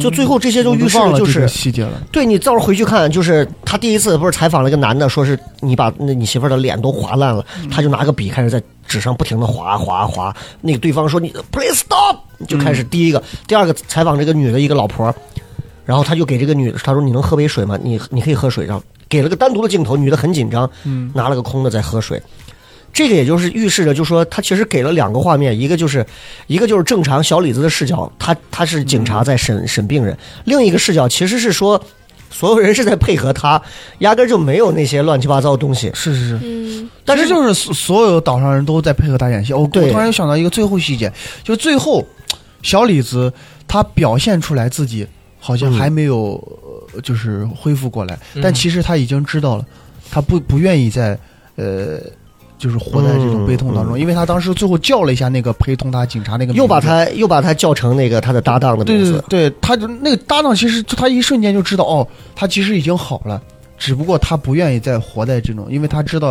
Speaker 4: 就最后这些就
Speaker 6: 嗯我都
Speaker 4: 预示
Speaker 6: 忘
Speaker 4: 了，
Speaker 6: 了
Speaker 4: 就
Speaker 6: 这
Speaker 4: 是
Speaker 6: 个细节了，
Speaker 4: 对你到时候回去看，就是他第一次不是采访了一个男的，说是你把那你媳妇儿的脸都划烂了，他就拿个笔开始在纸上不停的划划划。那个对方说你 please stop，就开始第一个，第二个采访这个女的一个老婆，然后他就给这个女的他说你能喝杯水吗？你你可以喝水，然后给了个单独的镜头，女的很紧张，拿了个空的在喝水。这个也就是预示着，就说他其实给了两个画面，一个就是，一个就是正常小李子的视角，他他是警察在审、审病人；另一个视角其实是说，所有人是在配合他，压根儿就没有那些乱七八糟的东西。
Speaker 6: 是是是。
Speaker 7: 嗯，
Speaker 4: 但
Speaker 6: 其
Speaker 4: 是
Speaker 6: 实就是所所有岛上人都在配合他演戏。我我突
Speaker 4: 对
Speaker 6: 然又想到一个最后细节，就最后小李子他表现出来自己好
Speaker 4: 嗯
Speaker 6: 像还没有、呃就是恢复过来，
Speaker 5: 嗯
Speaker 6: 但其实他已经知道了，他不不愿意再呃。就是活在这种悲痛当中，
Speaker 4: 嗯
Speaker 6: 因为他当时最后叫了一下那个陪同他警察那个名字，
Speaker 4: 又把他又把他叫成那个他的搭档的
Speaker 6: 对
Speaker 4: 名
Speaker 6: 对
Speaker 4: 字，
Speaker 6: 对，他就那个搭档，其实就他一瞬间就知道，哦，他其实已经好了，只不过他不愿意再活在这种，因为他知道，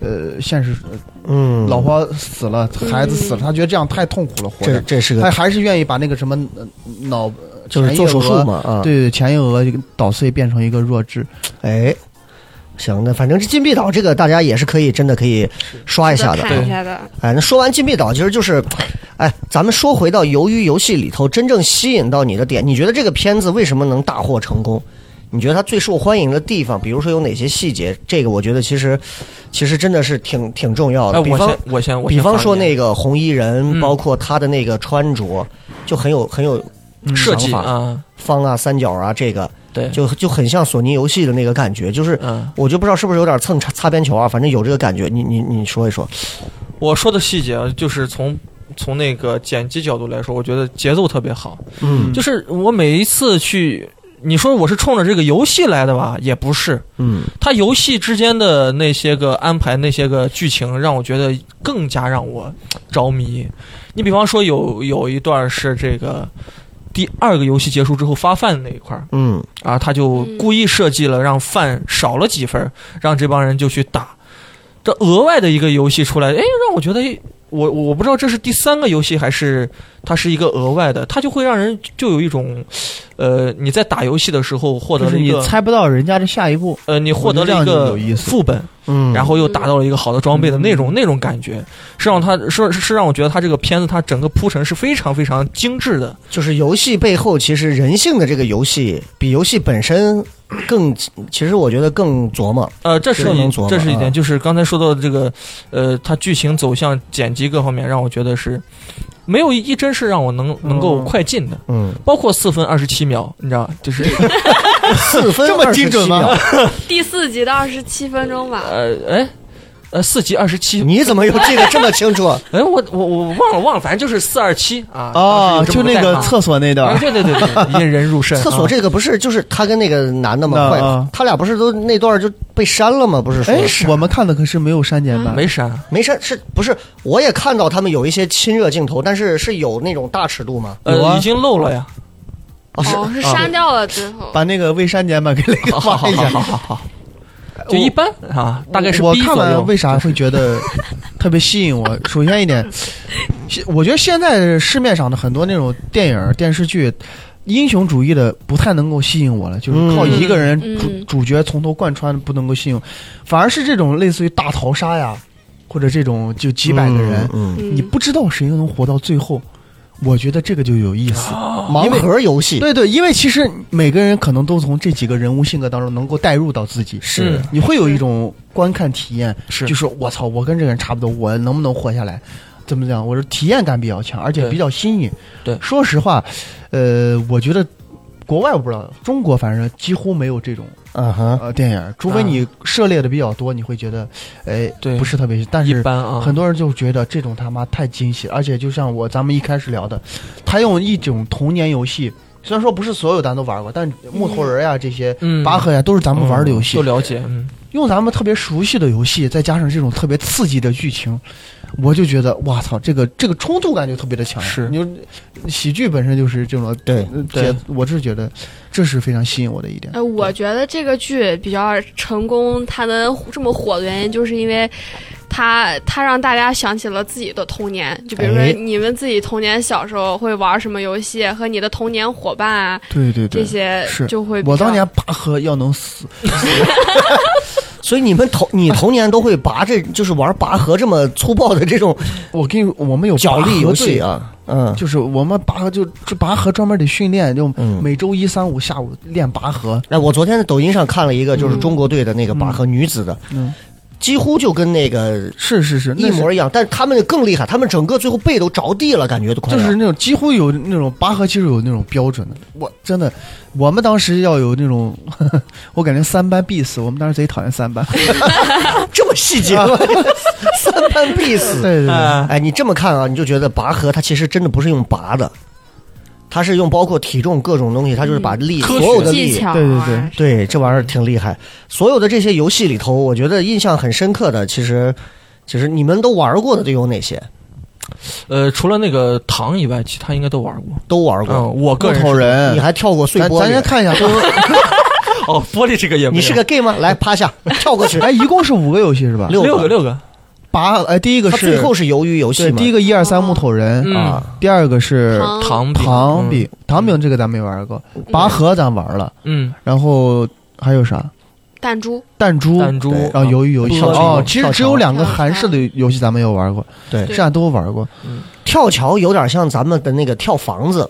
Speaker 6: 呃，现实
Speaker 4: 嗯，
Speaker 6: 老婆死了，孩子死了，他觉得这样太痛苦了，活
Speaker 4: 这
Speaker 6: 着，
Speaker 4: 这是
Speaker 6: 他
Speaker 4: 个
Speaker 6: 还是愿意把那个什么呃脑
Speaker 4: 就是做手术，嘛啊
Speaker 6: 前叶额，对，对，前叶额捣碎变成一个弱智，
Speaker 4: 哎，行，那反正这禁闭岛这个大家也是可以真的可以刷一下的，
Speaker 7: 看一下的，
Speaker 4: 哎，那说完禁闭岛，其实就是，哎，咱们说回到《鱿鱼游戏》里头真正吸引到你的点，你觉得这个片子为什么能大获成功？你觉得它最受欢迎的地方，比如说有哪些细节？这个我觉得其实，其实真的是挺挺重要的。
Speaker 5: 哎，
Speaker 4: 比
Speaker 5: 我
Speaker 4: 方
Speaker 5: 先，我先，我
Speaker 4: 比
Speaker 5: 先
Speaker 4: 方
Speaker 5: 发
Speaker 4: 说
Speaker 5: 言
Speaker 4: 那个红衣人，
Speaker 5: 嗯
Speaker 4: 包括他的那个穿着，就很有很有
Speaker 5: 设计
Speaker 4: 想法
Speaker 5: 啊，
Speaker 4: 方啊、三角啊，这个
Speaker 5: 对，
Speaker 4: 就就很像索尼游戏的那个感觉，就是。
Speaker 5: 嗯，
Speaker 4: 我就不知道是不是有点蹭擦擦边球啊，反正有这个感觉。你你你说一说，
Speaker 5: 我说的细节啊就是从从那个剪辑角度来说，我觉得节奏特别好。
Speaker 4: 嗯
Speaker 5: 就是我每一次去，你说我是冲着这个游戏来的吧，也不是。
Speaker 4: 嗯
Speaker 5: 它游戏之间的那些个安排，那些个剧情，让我觉得更加让我着迷。你比方说有有一段是这个。第二个游戏结束之后发饭那一块儿
Speaker 4: 嗯
Speaker 5: 啊，他就
Speaker 7: 嗯
Speaker 5: 故意设计了让饭少了几分儿，让这帮人就去打。这额外的一个游戏出来，哎，让我觉得，哎我我不知道这是第三个游戏还是它是一个额外的，它就会让人就有一种，呃，你在打游戏的时候获得
Speaker 6: 就
Speaker 5: 了
Speaker 6: 是
Speaker 5: 一
Speaker 6: 你
Speaker 5: 个，
Speaker 6: 猜不到人家的下一步，
Speaker 5: 呃，你获得了一
Speaker 6: 我觉得这样就有
Speaker 5: 个
Speaker 6: 意思
Speaker 5: 副本，
Speaker 4: 嗯，
Speaker 5: 然后又达到了一个好的装备的
Speaker 6: 嗯
Speaker 5: 那种、那种感觉，是让他是是让我觉得他这个片子它整个铺陈是非常非常精致的，
Speaker 4: 就是游戏背后，其实人性的这个游戏比游戏本身更，其实我觉得更琢磨。
Speaker 5: 呃，这是
Speaker 4: 这能
Speaker 5: 一
Speaker 4: 琢磨
Speaker 5: 这是一
Speaker 4: 啊
Speaker 5: 点，就是刚才说到的这个，呃，它剧情走向、剪辑各方面，让我觉得是没有一帧是让我能能够快进的，
Speaker 4: 嗯，
Speaker 5: 包括四分二十七秒，你知道，就是
Speaker 4: 四分
Speaker 6: 这么精准吗
Speaker 4: 27秒？
Speaker 7: 第四集的二十七分钟吧。
Speaker 5: 呃，哎，呃，四级二十七，
Speaker 4: 你怎么又记得这么清楚？
Speaker 5: 哎，我我我忘了忘了，反正就是四二七啊，
Speaker 6: 哦，
Speaker 5: 当时
Speaker 6: 就
Speaker 5: 有这么
Speaker 6: 那
Speaker 5: 代
Speaker 6: 个
Speaker 5: 码
Speaker 6: 厕所那段
Speaker 5: 啊，，对对对 对，引人入胜，
Speaker 4: 厕所
Speaker 5: 啊
Speaker 4: 这个不是就是他跟那个男的吗？
Speaker 6: 那
Speaker 4: 坏
Speaker 6: 啊，
Speaker 4: 他俩不是都那段就被删了吗？不是说
Speaker 6: 哎，我们看的可是没有删减版，
Speaker 5: 没删，啊
Speaker 4: 没删，是不是？我也看到他们有一些亲热镜头，但是是有那种大尺度吗？
Speaker 6: 有
Speaker 5: 呃，
Speaker 6: 啊
Speaker 5: 已经漏了呀。
Speaker 4: 哦是
Speaker 7: 哦，是删掉了之后，
Speaker 6: 把那个未删减版给雷哥
Speaker 5: 好好
Speaker 6: 发
Speaker 5: 好
Speaker 6: 一下。
Speaker 5: 好好好，就一般啊，大概是
Speaker 6: 呃我
Speaker 5: B
Speaker 6: 看
Speaker 5: 左右
Speaker 6: 完为啥会觉得特别吸引我？首先一点，现我觉得现在市面上的很多那种电影、电视剧，英雄主义的不太能够吸引我了，就是靠一个人
Speaker 7: 嗯
Speaker 6: 主、
Speaker 7: 嗯
Speaker 6: 主角从头贯穿不能够吸引我，反而是这种类似于大逃杀呀，或者这种就几百个人，
Speaker 4: 嗯，
Speaker 7: 嗯
Speaker 6: 你不知道谁能活到最后，我觉得这个就有意思。
Speaker 4: 嗯
Speaker 5: 哦
Speaker 4: 盲盒游戏
Speaker 6: 对对，因为其实每个人可能都从这几个人物性格当中能够带入到自己，
Speaker 5: 是
Speaker 6: 你会有一种观看体验，
Speaker 5: 是
Speaker 6: 就是我操，我跟这个人差不多，我能不能活下来？怎么讲？我说体验感比较强，而且
Speaker 5: 对
Speaker 6: 比较新颖。
Speaker 5: 对
Speaker 6: 说实话，呃，我觉得国外我不知道，中国反正几乎没有这种
Speaker 5: 啊
Speaker 4: 嗯哼，
Speaker 6: 呃电影，除非你涉猎的比较多，你会觉得，哎，
Speaker 5: 对
Speaker 6: 不是特别新，但
Speaker 5: 一
Speaker 6: 是
Speaker 5: 般啊，
Speaker 6: 很多人就觉得这种他妈太惊喜了，而且就像我咱们一开始聊的，他用一种童年游戏，虽然说不是所有咱都玩过，但木头人呀、啊这些
Speaker 5: 嗯
Speaker 6: 拔河呀都是咱们玩的游戏
Speaker 5: 都，了解，嗯，
Speaker 6: 用咱们特别熟悉的游戏，再加上这种特别刺激的剧情，我就觉得哇操，这个这个冲突感就特别的强。
Speaker 5: 是
Speaker 6: 哎你就喜剧本身就是这种
Speaker 4: 对
Speaker 6: 呃
Speaker 5: 对
Speaker 6: 节我是觉得这是非常吸引我的一点。
Speaker 7: 哎，我觉得这个剧比较成功，它能这么火的原因，就是因为它它让大家想起了自己的童年。就比如说
Speaker 4: 哎
Speaker 7: 你们自己童年小时候会玩什么游戏，和你的童年伙伴啊
Speaker 6: 对对
Speaker 7: 这些
Speaker 6: 是，
Speaker 7: 就会比较。
Speaker 6: 我当年拔河要能死，
Speaker 4: 所以你们 童你童年都会拔这就是玩拔河这么粗暴的这种
Speaker 6: 我跟你我们有
Speaker 4: 角力游戏
Speaker 6: 啊。
Speaker 4: 啊，嗯，
Speaker 6: 就是我们拔河就就拔河专门得训练，就
Speaker 4: 嗯
Speaker 6: 每周一三五下午练拔河。
Speaker 4: 哎，我昨天在抖音上看了一个，就是中国队的那个拔河女子的，
Speaker 6: 嗯，
Speaker 4: 几乎就跟那个
Speaker 6: 是是是，
Speaker 4: 一
Speaker 6: 那是
Speaker 4: 模一样，但是他们更厉害，他们整个最后背都着地了，感觉都快
Speaker 6: 就
Speaker 4: 要
Speaker 6: 是那种几乎有那种拔河，其实有那种标准的。我真的，我们当时要有那种， 呵呵我感觉三班必死。我们当时贼讨厌三班。
Speaker 4: 这么细节吗？ 三班必死。
Speaker 6: 啊对对对，
Speaker 5: 啊
Speaker 4: 哎，你这么看啊，你就觉得拔河它其实真的不是用拔的，他是用包括体重各种东西，他就是把力
Speaker 5: 科学
Speaker 4: 所有的
Speaker 8: 技
Speaker 4: 力
Speaker 8: 巧啊，
Speaker 6: 对对对
Speaker 4: 对，这玩意儿挺厉害。所有的这些游戏里头，我觉得印象很深刻的，其实其实你们都玩过的都有哪些？
Speaker 5: 呃，除了那个糖以外，其他应该都玩过。
Speaker 4: 都玩过。
Speaker 5: 嗯，我个
Speaker 6: 木
Speaker 5: 人
Speaker 6: 头
Speaker 5: 是
Speaker 6: 哦人，
Speaker 4: 你还跳过碎
Speaker 6: 咱
Speaker 4: 玻
Speaker 6: 咱先
Speaker 4: 璃？
Speaker 6: 看一下，都。
Speaker 5: 哦，玻璃这个也没
Speaker 4: 你
Speaker 5: 有
Speaker 4: 是个 gay 吗？来趴下，跳过去
Speaker 6: 哎，一共是五个游戏是吧？
Speaker 4: 六
Speaker 5: 六个六个，
Speaker 6: 八哎，第一个
Speaker 4: 他
Speaker 6: 是
Speaker 4: 最后是鱿鱼游戏
Speaker 6: 对，
Speaker 4: 嘛？
Speaker 6: 第一个一二三木头人
Speaker 5: 嗯
Speaker 6: 啊，第二个是
Speaker 7: 糖
Speaker 5: 糖饼
Speaker 6: 糖，饼，
Speaker 4: 嗯
Speaker 6: 糖饼这个咱没玩过，拔河咱玩了，
Speaker 5: 嗯，
Speaker 6: 然后还有啥？
Speaker 7: 弹珠，
Speaker 6: 弹珠，
Speaker 5: 弹珠，
Speaker 4: 嗯
Speaker 5: 嗯
Speaker 4: 对啊
Speaker 6: 然后鱿鱼游戏
Speaker 4: 跳
Speaker 6: 哦
Speaker 4: 桥，
Speaker 6: 其实只有两个韩式的游戏咱没有玩过，
Speaker 4: 对
Speaker 6: 剩下都玩过。
Speaker 4: 跳桥有点像咱们的那个跳房子，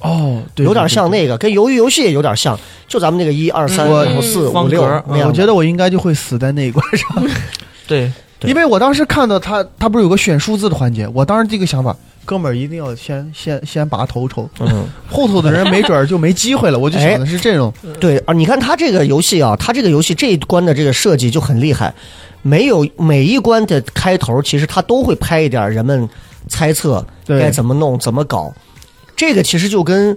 Speaker 6: 哦，对，
Speaker 4: 有点像
Speaker 6: 对。
Speaker 4: 那个，跟鱿鱼游戏也有点像，就咱们那个一二三，
Speaker 6: 我
Speaker 4: 然后四
Speaker 5: 方
Speaker 4: 五六
Speaker 5: 格儿啊
Speaker 4: 那
Speaker 6: 对
Speaker 4: 样的。
Speaker 6: 我觉得我应该就会死在那一关上，
Speaker 5: 对，
Speaker 4: 对
Speaker 6: 因为我当时看到他，他不是有个选数字的环节，我当时这个想法，哥们儿一定要先先先拔头筹，
Speaker 4: 嗯，
Speaker 6: 后头的人没准儿就没机会了，我就想的是这种，
Speaker 4: 对啊，你看他这个游戏啊，他这个游戏这一关的这个设计就很厉害，没有每一关的开头，其实他都会拍一点人们猜测
Speaker 6: 对
Speaker 4: 该怎么弄、怎么搞。这个其实就跟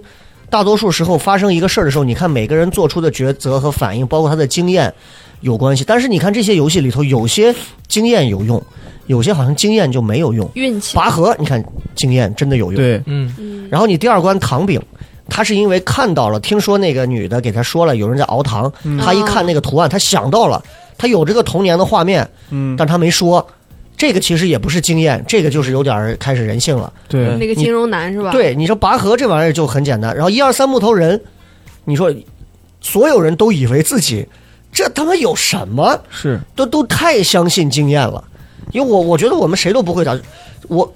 Speaker 4: 大多数时候发生一个事儿的时候，你看每个人做出的抉择和反应，包括他的经验有关系。但是你看这些游戏里头，有些经验有用，有些好像经验就没有用。
Speaker 7: 运气，
Speaker 4: 拔河，你看经验真的有用。
Speaker 6: 对，
Speaker 5: 嗯，
Speaker 4: 然后你第二关糖饼，他是因为看到了，听说那个女的给他说了有人在熬糖，
Speaker 6: 嗯
Speaker 4: 他一看那个图案，他想到了，他有这个童年的画面，
Speaker 6: 嗯，
Speaker 4: 但他没说。这个其实也不是经验，这个就是有点儿开始人性了。
Speaker 6: 对，
Speaker 7: 那个金融男是吧？，
Speaker 4: 对，你说拔河这玩意儿就很简单，然后一二三木头人，你说所有人都以为自己这他妈有什么？
Speaker 6: 是
Speaker 4: 都都太相信经验了，因为我我觉得我们谁都不会打。我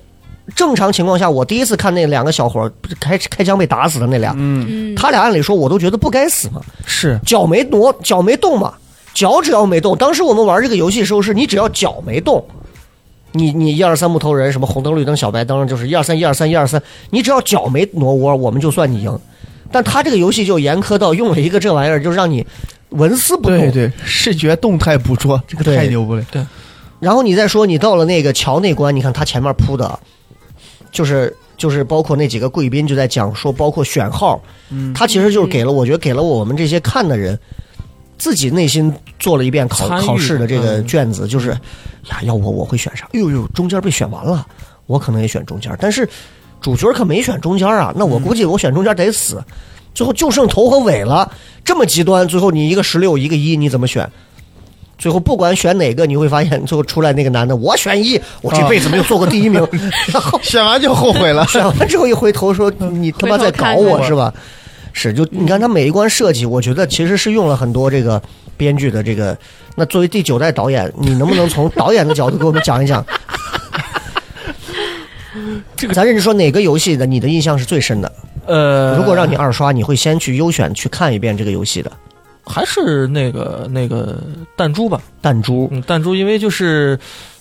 Speaker 4: 正常情况下，我第一次看那两个小伙儿不是开开枪被打死的那俩，
Speaker 7: 嗯，
Speaker 4: 他俩按理说我都觉得不该死嘛，
Speaker 6: 是，
Speaker 4: 脚没挪，脚没动嘛，脚只要没动。当时我们玩这个游戏的时候，是你只要脚没动，你你一二三木头人什么红灯绿灯小白灯，就是一二三一二三一二三，你只要脚没挪窝，我们就算你赢。但他这个游戏就严苛到用了一个这玩意儿，就让你纹丝不动。
Speaker 6: 对对，视觉动态捕捉这个
Speaker 4: 对
Speaker 6: 太牛不了，
Speaker 4: 然后你再说，你到了那个桥那关，你看他前面铺的，就是就是包括那几个贵宾就在讲说，包括选号，
Speaker 5: 嗯
Speaker 4: 他其实就是给了我觉得给了我们这些看的人。自己内心做了一遍考
Speaker 5: 参与
Speaker 4: 考试的这个
Speaker 5: 嗯
Speaker 4: 卷子，就是呀，要我我会选啥？哎呦呦，中间被选完了，我可能也选中间，但是主角可没选中间啊。那我
Speaker 5: 嗯
Speaker 4: 估计我选中间得死，最后就剩头和尾了。这么极端，最后你一个十六，一个一，你怎么选？最后不管选哪个，你会发现最后出来那个男的，我选一，我这辈子没有做过第一 名。然后
Speaker 6: 选完就后悔了，
Speaker 4: 选完之后一回头说：“你他妈在搞我是吧？”是，就你看他每一关设计，我觉得其实是用了很多这个编剧的这个。那作为第九代导演，你能不能从导演的角度给我们讲一讲？这个咱认真说，哪个游戏的你的印象是最深的？
Speaker 5: 呃，
Speaker 4: 如果让你二刷，你会先去优选去看一遍这个游戏的
Speaker 5: 还是那个那个弹珠吧，
Speaker 4: 弹珠。
Speaker 5: 嗯，弹珠因为就是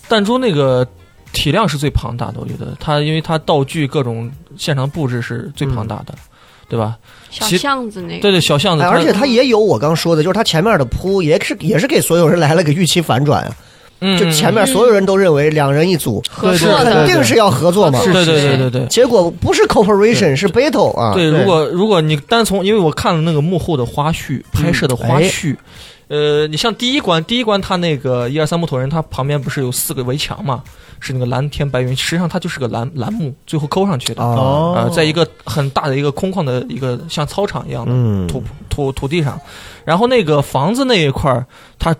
Speaker 5: 弹珠那个体量是最庞大的，我觉得它因为它道具各种现场布置是最
Speaker 4: 嗯
Speaker 5: 庞大的，对吧？
Speaker 7: 小
Speaker 5: 其
Speaker 7: 巷子那个，
Speaker 5: 对对，小巷子，
Speaker 4: 哎，
Speaker 5: 嗯它
Speaker 4: 而且它也有我刚说的，就是它前面的铺也是也是给所有人来了个预期反转啊，
Speaker 5: 嗯
Speaker 4: 就前面所有人都认为两人一组，
Speaker 7: 合作
Speaker 6: 对
Speaker 4: 肯
Speaker 6: 对
Speaker 7: 的
Speaker 6: 对
Speaker 4: 定是要合作嘛，
Speaker 5: 嗯对对对对对。
Speaker 4: 结果不是 cooperation 是 battle 啊，
Speaker 5: 对，如果如果你单从，因为我看了那个幕后的花絮，拍摄的花
Speaker 4: 嗯
Speaker 5: 絮，呃，你像第一关，第一关他那个一二三木头人，他旁边不是有四个围墙嘛，是那个蓝天白云，实际上它就是个栏栏目，最后抠上去的。
Speaker 4: 啊，
Speaker 5: 呃，在一个很大的一个空旷的一个像操场一样的
Speaker 4: 嗯，
Speaker 5: 土土土地上，然后那个房子那一块儿，它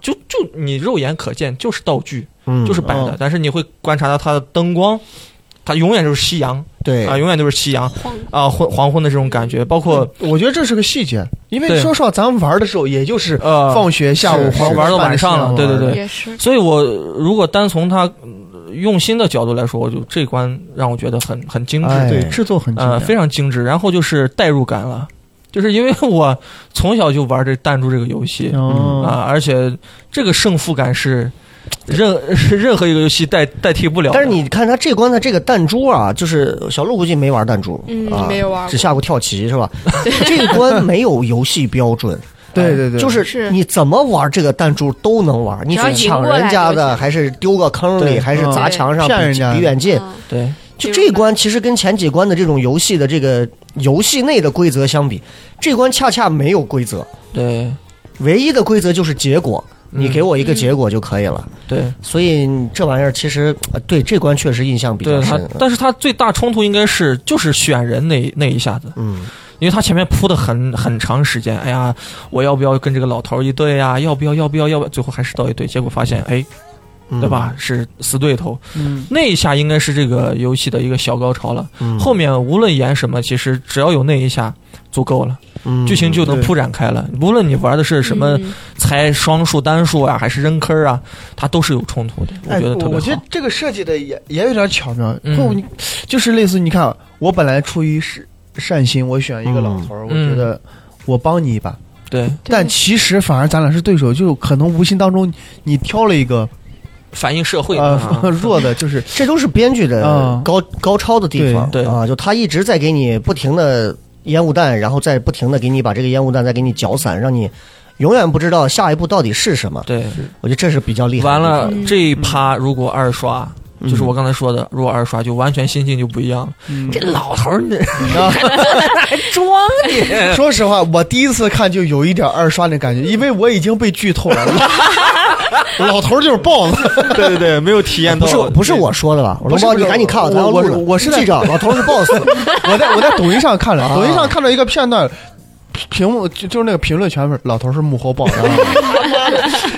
Speaker 5: 就就你肉眼可见就是道具，
Speaker 4: 嗯
Speaker 5: 就是摆的
Speaker 6: 哦，
Speaker 5: 但是你会观察到它的灯光，它永远就是夕阳
Speaker 4: 对
Speaker 5: 啊，永远就是夕阳
Speaker 7: 晃
Speaker 5: 啊，昏黄昏的这种感觉，包括
Speaker 6: 我觉得这是个细节，因为
Speaker 5: 对
Speaker 6: 说实话，咱们玩的时候也就是
Speaker 5: 呃
Speaker 6: 放学下午
Speaker 4: 是
Speaker 6: 或者
Speaker 4: 是
Speaker 5: 玩到
Speaker 6: 饭
Speaker 5: 晚上了
Speaker 6: 时
Speaker 5: 对
Speaker 6: 间玩
Speaker 5: 对对
Speaker 7: 也是，
Speaker 5: 所以，我如果单从他呃用心的角度来说，我就这关让我觉得很很精致，
Speaker 4: 哎
Speaker 6: 嗯对制作很精
Speaker 5: 呃，
Speaker 6: 良，
Speaker 5: 非常精致。然后就是代入感了，就是因为 我从小就玩这弹珠这个游戏啊、
Speaker 6: 哦
Speaker 5: 而且这个胜负感是任是任何一个游戏代代替不了的。
Speaker 4: 但是你看他这关的这个弹珠啊，就是小鹿估计没玩弹珠，
Speaker 7: 嗯
Speaker 4: 啊、
Speaker 7: 没有玩过
Speaker 4: 只下过跳棋是吧？这关没有游戏标准，
Speaker 6: 对对对，
Speaker 4: 就是
Speaker 7: 是
Speaker 4: 你怎么玩这个弹珠都能玩，你
Speaker 7: 只要
Speaker 4: 是
Speaker 7: 赢
Speaker 4: 抢
Speaker 7: 过
Speaker 4: 人
Speaker 7: 来
Speaker 4: 家
Speaker 7: 就
Speaker 4: 的，
Speaker 7: 行
Speaker 4: 还是丢个坑里，
Speaker 5: 对
Speaker 4: 还是
Speaker 6: 嗯
Speaker 4: 砸墙上
Speaker 6: 骗人
Speaker 4: 比
Speaker 6: 家
Speaker 4: 比远近，
Speaker 7: 嗯
Speaker 5: 对
Speaker 4: 就这一关其实跟前几关的这种游戏的这个游戏内的规则相比，这关恰恰没有规则，
Speaker 5: 对
Speaker 4: 唯一的规则就是结果，你
Speaker 5: 嗯
Speaker 4: 给我一个结果就可以了。
Speaker 5: 对
Speaker 4: 所以这玩意儿其实呃对这关确实印象比较
Speaker 5: 对，他
Speaker 4: 深。，
Speaker 5: 但是他最大冲突应该是就是选人那那一下子，
Speaker 4: 嗯，
Speaker 5: 因为他前面铺的很很长时间，哎呀，我要不要跟这个老头儿一对呀、要不要要不要要不要？最后还是到一对，结果发现哎，
Speaker 4: 嗯
Speaker 5: 对吧？？是死对头，
Speaker 6: 嗯，
Speaker 5: 那一下应该是这个游戏的一个小高潮了。
Speaker 4: 嗯
Speaker 5: 后面无论演什么，其实只要有那一下足够了，
Speaker 4: 嗯
Speaker 5: 剧情就能铺展开了。无论你玩的是什么
Speaker 7: 嗯
Speaker 5: 猜双数、单数啊，还是扔坑儿啊，它都是有冲突的。我
Speaker 6: 哎
Speaker 5: 觉得特别
Speaker 6: 我觉得
Speaker 5: 好。
Speaker 6: 这个设计的也也有点巧妙，
Speaker 5: 嗯
Speaker 6: 不你就是类似你看啊，我本来出于是善心，我选一个老头儿，我
Speaker 5: 嗯
Speaker 6: 觉得我帮你一把，
Speaker 5: 对，
Speaker 6: 但其实反而咱俩是对手，就可能无形当中你你挑了一个
Speaker 5: 反映社会的啊
Speaker 6: 呃 弱 的，就是
Speaker 4: 这都是编剧的
Speaker 6: 嗯
Speaker 4: 高、高超的地方，
Speaker 5: 对对
Speaker 4: 啊，就他一直在给你不停的烟雾弹，然后再不停的给你把这个烟雾弹再给你搅散，让你永远不知道下一步到底是什么。
Speaker 5: 对。
Speaker 4: 我觉得这是比较厉害的
Speaker 5: 完
Speaker 4: 地方。
Speaker 7: 嗯
Speaker 5: 了这一趴，如果二刷，就是我刚才说的，如果二刷就完全心境就不一样了。这老头儿，你还装你？
Speaker 6: 说实话，我第一次看就有一点二刷的感觉，因为我已经被剧透了。 老头儿就是 BOSS，
Speaker 5: 对对对，没有体验
Speaker 4: 不是不是我说的吧？龙
Speaker 6: 不是
Speaker 4: 猫，
Speaker 6: 不
Speaker 4: 你
Speaker 6: 是
Speaker 4: 赶紧看，
Speaker 6: 我
Speaker 4: 咱要录
Speaker 6: 我
Speaker 4: 了
Speaker 6: 我是在
Speaker 4: 记 着，老头是 boss，
Speaker 6: 我在我在抖音上 看了，
Speaker 4: 啊
Speaker 6: 抖音上看到一个片段，屏屏幕就就是那个评论全是老头儿是幕后 BOSS，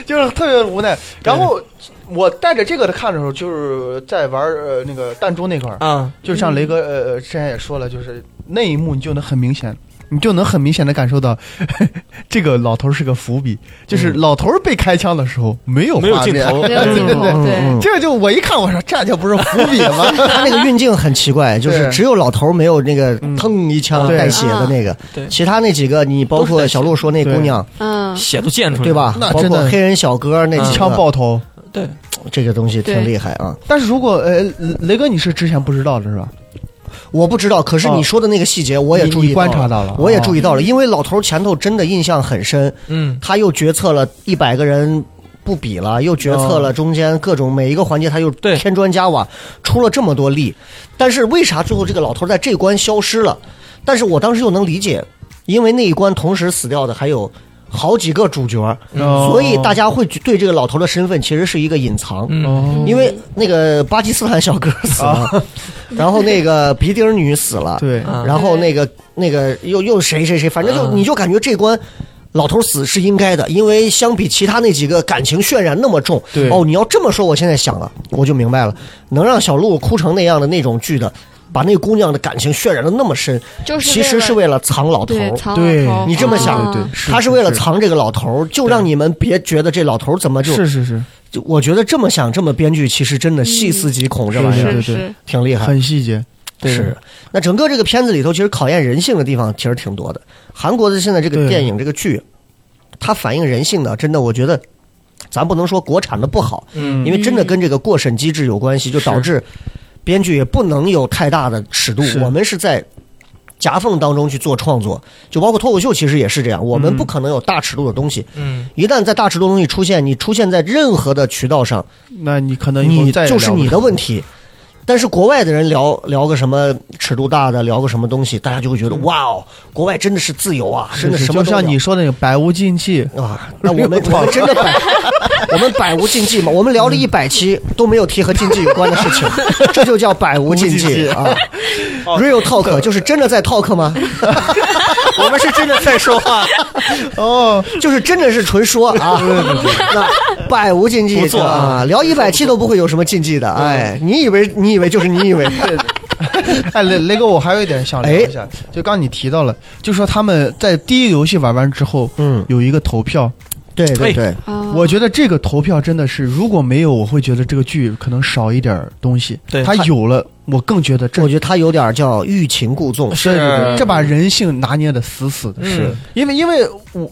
Speaker 6: 就是特别无奈。然后我带着这个看的时候，就是在玩呃那个弹珠那块儿，
Speaker 5: 啊，
Speaker 6: 就像雷哥呃呃之前也说了，就是那一幕你就能很明显，你就能很明显的感受到 这个老头儿是个伏笔，就是老头儿被开枪的时候没有
Speaker 5: 嗯没有
Speaker 6: 画
Speaker 5: 镜
Speaker 6: 面
Speaker 5: 头 嗯
Speaker 6: 对对对对这个就我一看，我说这就不是伏笔 吗？
Speaker 4: 他那个运镜很奇怪，就是
Speaker 6: 对
Speaker 4: 只有老头没有那个腾一枪
Speaker 6: 对
Speaker 4: 带血的那个，
Speaker 5: 啊对
Speaker 4: 其他那几个你包
Speaker 5: 都是带
Speaker 4: 括
Speaker 5: 血
Speaker 4: 小鹿说那姑娘
Speaker 8: 嗯，
Speaker 5: 血都溅出来，
Speaker 4: 对？吧？
Speaker 6: 那
Speaker 4: 包
Speaker 6: 真
Speaker 4: 括
Speaker 6: 的
Speaker 4: 黑人小哥那
Speaker 6: 一
Speaker 4: 几
Speaker 6: 枪
Speaker 5: 啊
Speaker 4: 个，
Speaker 6: 爆头。
Speaker 5: 对，
Speaker 4: 这个东西挺
Speaker 7: 对
Speaker 4: 厉害啊！
Speaker 6: 但是如果呃雷哥你是之前不知道的是吧？
Speaker 4: 我不知道，可是你说的那个细节我也
Speaker 6: 哦你
Speaker 4: 注意
Speaker 6: 你观察到了哦
Speaker 4: 我也注意到了，因为老头前头真的印象很深，
Speaker 5: 嗯，
Speaker 4: 他又决策了一百个人不比了，又决策了中间各种每一个环节，他又
Speaker 5: 对
Speaker 4: 添砖加瓦，出了这么多力。但是为啥最后这个老头在这关消失了？但是我当时又能理解，因为那一关同时死掉的还有好几个主角，
Speaker 6: 哦
Speaker 4: 所以大家会对这个老头的身份其实是一个隐藏。
Speaker 6: 哦
Speaker 5: 嗯，
Speaker 4: 因为那个巴基斯坦小哥死了，然后那个鼻钉女死了，
Speaker 6: 对
Speaker 5: 啊
Speaker 4: 然后那个那个又又谁谁谁，反正就
Speaker 5: 嗯
Speaker 4: 你就感觉这关。老头死是应该的，因为相比其他那几个感情渲染那么重，
Speaker 6: 对
Speaker 4: 哦，你要这么说，我现在想了，我就明白了，能让小鹿哭成那样的那种剧的，把那姑娘的感情渲染的那么深，
Speaker 8: 就是
Speaker 4: 其实是为了藏老头，
Speaker 8: 对藏
Speaker 6: 对
Speaker 8: 老头
Speaker 4: 你这么想
Speaker 7: 嗯
Speaker 8: 啊
Speaker 6: 对对对，
Speaker 4: 他是为了藏这个老头，就让你们别觉得这老头怎么就是
Speaker 6: 是是，
Speaker 4: 就我觉得这么想，这么编剧，其实真的细思极恐，这玩意
Speaker 6: 对
Speaker 4: 儿
Speaker 6: 对
Speaker 7: 是
Speaker 6: 对
Speaker 7: 是，
Speaker 4: 挺厉害。
Speaker 6: 很细节。
Speaker 5: 对
Speaker 4: 是，那整个这个片子里头，其实考验人性的地方其实挺多的。韩国的现在这个
Speaker 6: 对
Speaker 4: 电影这个剧，它反映人性的，真的，我觉得咱不能说国产的不好，
Speaker 5: 嗯
Speaker 4: 因为真的跟这个过审机制有关系，就导致编剧也不能有太大的尺度
Speaker 6: 是。
Speaker 4: 我们是在夹缝当中去做创作，就包括脱口秀，其实也是这样，我们不可能有大尺度的东西。
Speaker 5: 嗯，
Speaker 4: 一旦在大尺度的东西出现，你出现在任何的渠道上。
Speaker 6: 那你可能以后
Speaker 4: 你
Speaker 6: 再也
Speaker 4: 就是
Speaker 6: 聊不
Speaker 4: 你的
Speaker 6: 了
Speaker 4: 问题。但是国外的人聊聊个什么尺度大的，聊个什么东西，大家就会觉得哇哦，国外真的是自由啊，真的
Speaker 6: 嗯是
Speaker 4: 什
Speaker 6: 是
Speaker 4: 么
Speaker 6: 就
Speaker 4: 都聊
Speaker 6: 像你说的那个百无禁忌，
Speaker 4: 啊，那 我们我们真的百，我们百无禁忌嘛，我们聊了一百期
Speaker 6: 嗯
Speaker 4: 都没有提和禁忌有关的事 情，这就叫百无禁
Speaker 6: 无禁
Speaker 4: 忌
Speaker 6: 忌 哦
Speaker 4: 啊。Real talk 就是真的在 talk 吗？
Speaker 5: 我们是真的在说话，
Speaker 6: 哦，
Speaker 4: 就是真的是纯说 啊，那百无禁忌
Speaker 5: 不做啊
Speaker 4: 啊，聊一百期都不会有什么禁忌的。哎，你以为你以为就是你以 为，
Speaker 6: 哎，雷雷哥，我还有一点想聊一
Speaker 4: 哎
Speaker 6: 下，就刚你提到了，就说他们在第一个游戏玩完之后，
Speaker 4: 嗯，
Speaker 6: 有一个投票，
Speaker 4: 对对对。
Speaker 7: 哦嗯
Speaker 8: 啊
Speaker 6: 我觉得这个投票真的是，如果没有，我会觉得这个剧可能少一点东西。
Speaker 5: 对
Speaker 6: 他
Speaker 5: 它
Speaker 6: 有了，我更觉得这
Speaker 4: 我觉得他有点叫欲擒故纵，
Speaker 6: 对对对，
Speaker 4: 嗯
Speaker 5: 是
Speaker 6: 这把人性拿捏的死死的，
Speaker 5: 是
Speaker 6: 因为因为我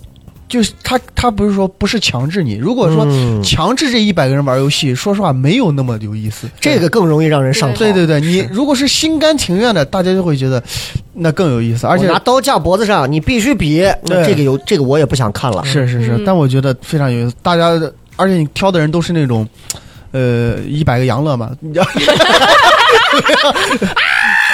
Speaker 6: 就是他他不是说不是强制你，如果说
Speaker 4: 嗯
Speaker 6: 强制这一百个人玩游戏，说实话没有那么有意思。
Speaker 4: 这个更容易让人上头。
Speaker 6: 对对对，你如果是心甘情愿的，大家就会觉得那更有意思，而
Speaker 4: 而
Speaker 6: 且
Speaker 4: 且拿刀架脖子上，你必须比
Speaker 6: 对
Speaker 4: 这个有这个我也不想看了。
Speaker 6: 是是
Speaker 4: 嗯
Speaker 6: 是，但我觉得非常有意思。大 家，而且你挑的人都是那种，呃，一百个杨乐嘛，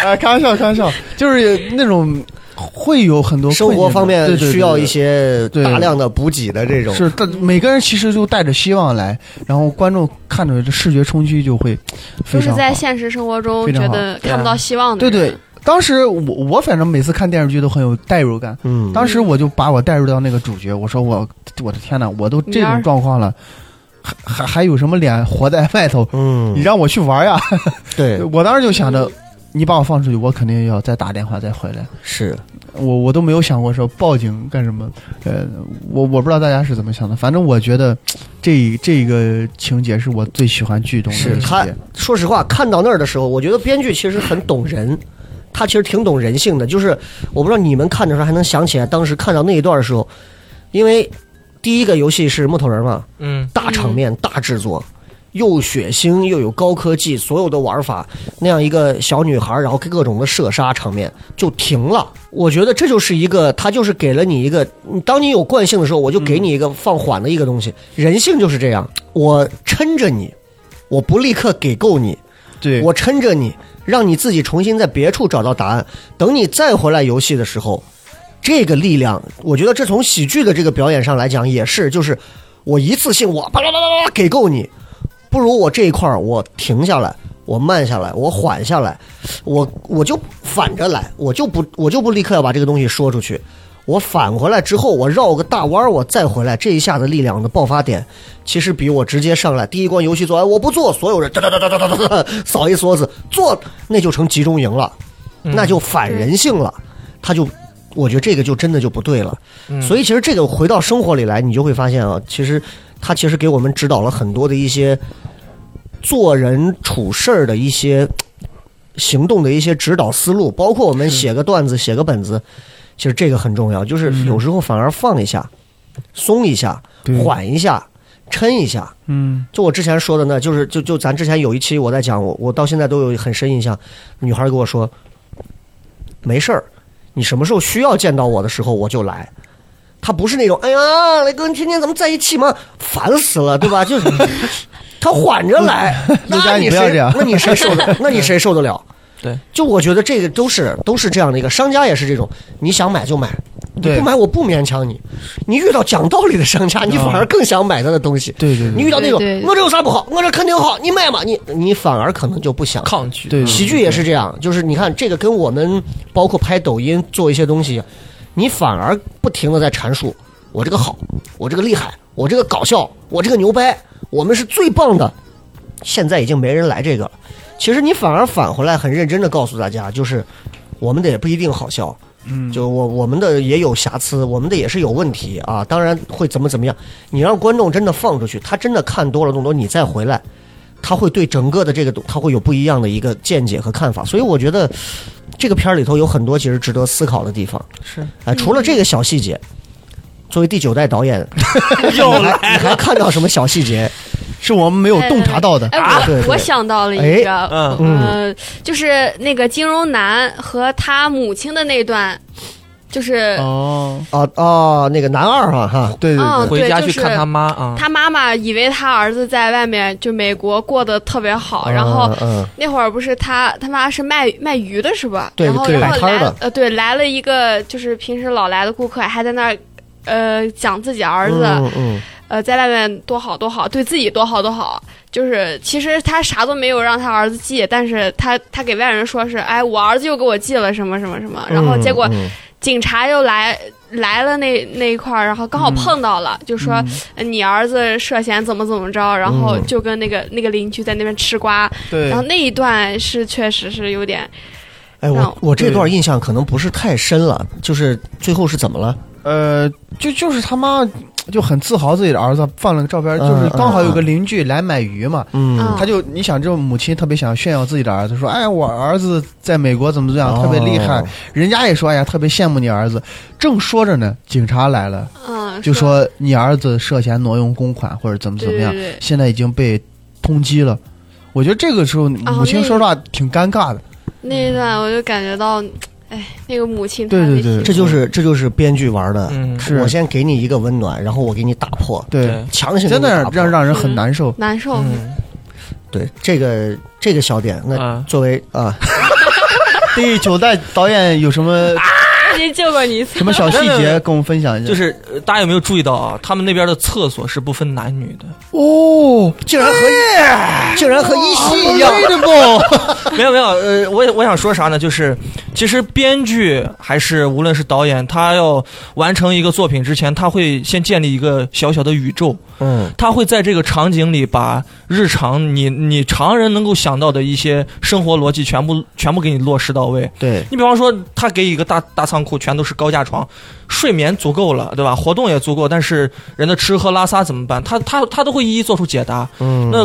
Speaker 6: 哎，开玩笑，开玩笑，就是那种会有很多
Speaker 4: 生活
Speaker 6: 困境的
Speaker 4: 方面
Speaker 6: 对对对
Speaker 4: 需要一些
Speaker 6: 对
Speaker 4: 大量的补给的这种。
Speaker 6: 是，但
Speaker 7: 嗯
Speaker 6: 每个人其实就带着希望来，然后观众看着这视觉冲击就会非
Speaker 7: 都是
Speaker 6: 常
Speaker 7: 在
Speaker 6: 好
Speaker 7: 现实生活中
Speaker 6: 非常
Speaker 7: 觉
Speaker 6: 好
Speaker 7: 得看不到希望的
Speaker 6: 对
Speaker 7: 人。
Speaker 6: 对，当时我我反正每次看电视剧都很有代入感，
Speaker 4: 嗯，
Speaker 6: 当时我就把我带入到那个主角，我说我我的天呐，我都
Speaker 7: 女
Speaker 6: 这种
Speaker 7: 儿
Speaker 6: 状况了，还还还有什么脸活在外头？你
Speaker 4: 嗯，
Speaker 6: 让我去玩呀！
Speaker 4: 对，
Speaker 6: 我当时就想
Speaker 7: 嗯
Speaker 6: 着，你把我放出去，我肯定要再打电话再回来。
Speaker 4: 是
Speaker 6: 我我都没有想过说报警干什么，呃，我我不知道大家是怎么想的，反正我觉得这一这一个情节是我最喜欢剧中的
Speaker 4: 是
Speaker 6: 情
Speaker 4: 他
Speaker 6: 节。，
Speaker 4: 说实话，看到那儿的时候，我觉得编剧其实很懂人，他其实挺懂人性的。就是我不知道你们看的时候还能想起来，当时看到那一段的时候，因为第一个游戏是木头人嘛，
Speaker 5: 嗯，
Speaker 4: 大场面、大制作，又血腥又有高科技，所有的玩法，那样一个小女孩，然后各种的射杀场面就停了。我觉得这就是一个，他就是给了你一个，你当你有惯性的时候，我就给你一个放缓的一个东西。人性就是这样，我抻着你，我不立刻给够你，
Speaker 6: 对，
Speaker 4: 我抻着你，让你自己重新在别处找到答案。等你再回来游戏的时候，这个力量，我觉得这从喜剧的这个表演上来讲也是，就是我一次性我巴拉巴拉巴拉给够你，不如我这一块儿我停下来。我慢下来，我缓下来，我我就反着来，我就不我就不立刻要把这个东西说出去，我返回来之后，我绕个大弯儿，我再回来，这一下子力量的爆发点，其实比我直接上来第一关游戏做完，我不做，所有人哒哒哒哒哒哒哒扫一梭子做，那就成集中营了，那就反人性了，他就。我觉得这个就真的就不对了，所以其实这个回到生活里来，你就会发现啊，其实他其实给我们指导了很多的一些做人处事儿的一些行动的一些指导思路，包括我们写个段子、写个本子，其实这个很重要，就是有时候反而放一下、松一下、
Speaker 6: 嗯对
Speaker 4: 缓一下、抻一下。
Speaker 6: 嗯，
Speaker 4: 就我之前说的呢，就是就就咱之前有一期我在讲，我我到现在都有很深印象，女孩跟我说，没事儿，你什么时候需要见到我的时候我就来。她不是那种哎呀，雷哥，你天天咱们在一起吗？烦死了，对吧？就是。她缓着来，
Speaker 6: 陆佳
Speaker 4: 那
Speaker 6: 你
Speaker 4: 你
Speaker 6: 不要
Speaker 4: 谁
Speaker 6: 这样
Speaker 4: 那你谁受得？那你谁受得 了？
Speaker 5: 对，
Speaker 4: 就我觉得这个都是都是这样的一个商家也是这种，你想买就买，你
Speaker 6: 对
Speaker 4: 不买我不勉强你。你遇到讲道理的商家，你反而更想买他的东西。
Speaker 6: 嗯对对
Speaker 4: 你
Speaker 6: 对
Speaker 4: 遇到那种
Speaker 7: 对对
Speaker 4: 我这有啥不好，我这肯定好，你卖嘛，你你反而可能就不想。
Speaker 5: 抗拒，啊
Speaker 6: 对
Speaker 4: 喜剧也是这样，就是你看这个跟我们包括拍抖音做一些东西，你反而不停的在阐述我这个好，我这个厉害，我这个搞笑，我这个牛掰，我们是最棒的。现在已经没人来这个了，其实你反而返回来很认真的告诉大家，就是我们的也不一定好笑，嗯，就我我们的也有瑕疵，我们的也是有问题啊，当然会怎么怎么样。你让观众真的放出去，他真的看多了弄多，你再回来，他会对整个的这个东他会有不一样的一个见解和看法。所以我觉得这个片儿里头有很多其实值得思考的地方。
Speaker 5: 是
Speaker 4: 哎、除了这个小细节，作为第九代导演， 又来，你还看到什么小细节？
Speaker 6: 是我们没有洞察到的。
Speaker 7: 哎，
Speaker 4: 啊对对
Speaker 7: 我我想到了
Speaker 6: 哎
Speaker 7: 一个，
Speaker 5: 嗯
Speaker 7: 呃，就是那个金融男和他母亲的那段，就是
Speaker 6: 哦，
Speaker 4: 啊啊，那个男二哈、哈，
Speaker 6: 对对
Speaker 7: 嗯
Speaker 6: 对，
Speaker 5: 回家
Speaker 7: 对
Speaker 5: 去
Speaker 7: 就是
Speaker 5: 看他妈啊，
Speaker 7: 他妈妈以为他儿子在外面就美国过得特别好，然后
Speaker 4: 嗯嗯
Speaker 7: 那会儿不是他他妈是卖卖鱼的是吧？
Speaker 4: 对
Speaker 7: 然后
Speaker 4: 对摆
Speaker 7: 然后
Speaker 4: 摊儿
Speaker 7: 来
Speaker 4: 的
Speaker 7: 呃对来了一个就是平时老来的顾客，还在那儿呃讲自己儿子、
Speaker 4: 嗯嗯
Speaker 7: 呃在外面多好多好，对自己多好多好。就是其实他啥都没有让他儿子寄，但是他他给外人说是哎我儿子又给我寄了什么什么什么，然后结果
Speaker 4: 嗯
Speaker 7: 警察又来来了那那一块儿，然后刚好碰到了，
Speaker 4: 嗯
Speaker 7: 就说、呃你儿子涉嫌怎么怎么着，然后
Speaker 4: 嗯
Speaker 7: 就跟那个、那个邻居在那边吃瓜，
Speaker 6: 对
Speaker 7: 然后那一段是确实是有点，
Speaker 4: 哎，
Speaker 7: 让
Speaker 4: 我我这段印象可能不是太深了，就是最后是怎么了？
Speaker 6: 呃，就就是他妈就很自豪自己的儿子放了个照片，就是
Speaker 4: 嗯
Speaker 6: 刚好有个邻居来买鱼嘛，
Speaker 4: 嗯
Speaker 7: 嗯
Speaker 6: 他就你想这种母亲特别想炫耀自己的儿子，说哎我儿子在美国怎么怎么样、
Speaker 4: 哦
Speaker 6: 啊特别厉害，人家也说哎呀特别羡慕你儿子。正说着呢，警察来了，
Speaker 7: 嗯，
Speaker 6: 就说你儿子涉嫌挪用公款或者怎么怎么样，
Speaker 7: 对对对
Speaker 6: 现在已经被通缉了。我觉得这个时候母亲说实话挺尴尬的，
Speaker 7: 那一段我就感觉到，哎，那个母亲她
Speaker 6: 对对
Speaker 7: 那
Speaker 6: 对
Speaker 7: 心
Speaker 4: 这就是这就是编剧玩的，
Speaker 5: 嗯
Speaker 6: 是
Speaker 4: 我先给你一个温暖，然后我给你打破，
Speaker 6: 对，
Speaker 4: 强行给
Speaker 6: 真
Speaker 4: 你
Speaker 6: 的
Speaker 4: 打破
Speaker 7: 嗯
Speaker 6: 让让人很难受。
Speaker 7: 难受，
Speaker 5: 嗯，
Speaker 4: 对这个这个小点，那
Speaker 5: 啊
Speaker 4: 作为啊，
Speaker 6: 第九代导演有什么
Speaker 7: 已经救过你一次
Speaker 6: 什。么小细
Speaker 5: 没有没有
Speaker 6: 节跟我们分享一下？哦
Speaker 5: 就是呃大家有没有注意到啊？他们那边的厕所是不分男女的。
Speaker 6: 哦，
Speaker 4: 竟然和一竟然和一系 一样，
Speaker 5: 没有没有，呃，我也我想说啥呢？就是其实编剧还是无论是导演，他要完成一个作品之前，他会先建立一个小小的宇宙，
Speaker 4: 嗯，
Speaker 5: 他会在这个场景里把日常你你常人能够想到的一些生活逻辑全部全部给你落实到位。
Speaker 4: 对，
Speaker 5: 你比方说，他给一个大大仓库，全都是高架床，睡眠足够了，对吧？活动也足够，但是人的吃喝拉撒怎么办？他他他都会一一做出解答。
Speaker 4: 嗯，
Speaker 5: 那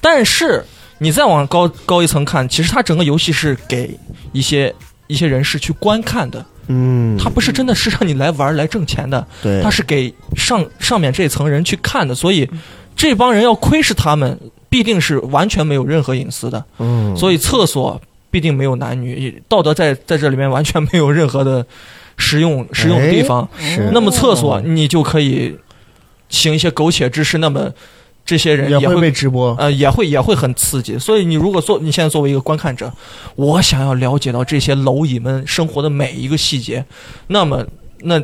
Speaker 5: 但是你再往高高一层看，其实它整个游戏是给一些一些人士去观看的，
Speaker 4: 嗯，
Speaker 5: 它不是真的是让你来玩儿来挣钱的，
Speaker 4: 对
Speaker 5: 它，是给上上面这层人去看的，所以这帮人要窥视他们，必定是完全没有任何隐私的，
Speaker 4: 嗯，
Speaker 5: 所以厕所必定没有男女，道德在在这里面完全没有任何的实用实用的地方。
Speaker 4: 是
Speaker 5: 那么厕
Speaker 6: 哦
Speaker 5: 所
Speaker 4: 嗯
Speaker 5: 你就可以行一些苟且之事，那么这些人
Speaker 6: 也
Speaker 5: 也
Speaker 6: 会
Speaker 5: 会
Speaker 6: 被直播。
Speaker 5: 呃，也会也会很刺激。所以你如果做，你现在作为一个观看者，我想要了解到这些蝼蚁们生活的每一个细节，那么那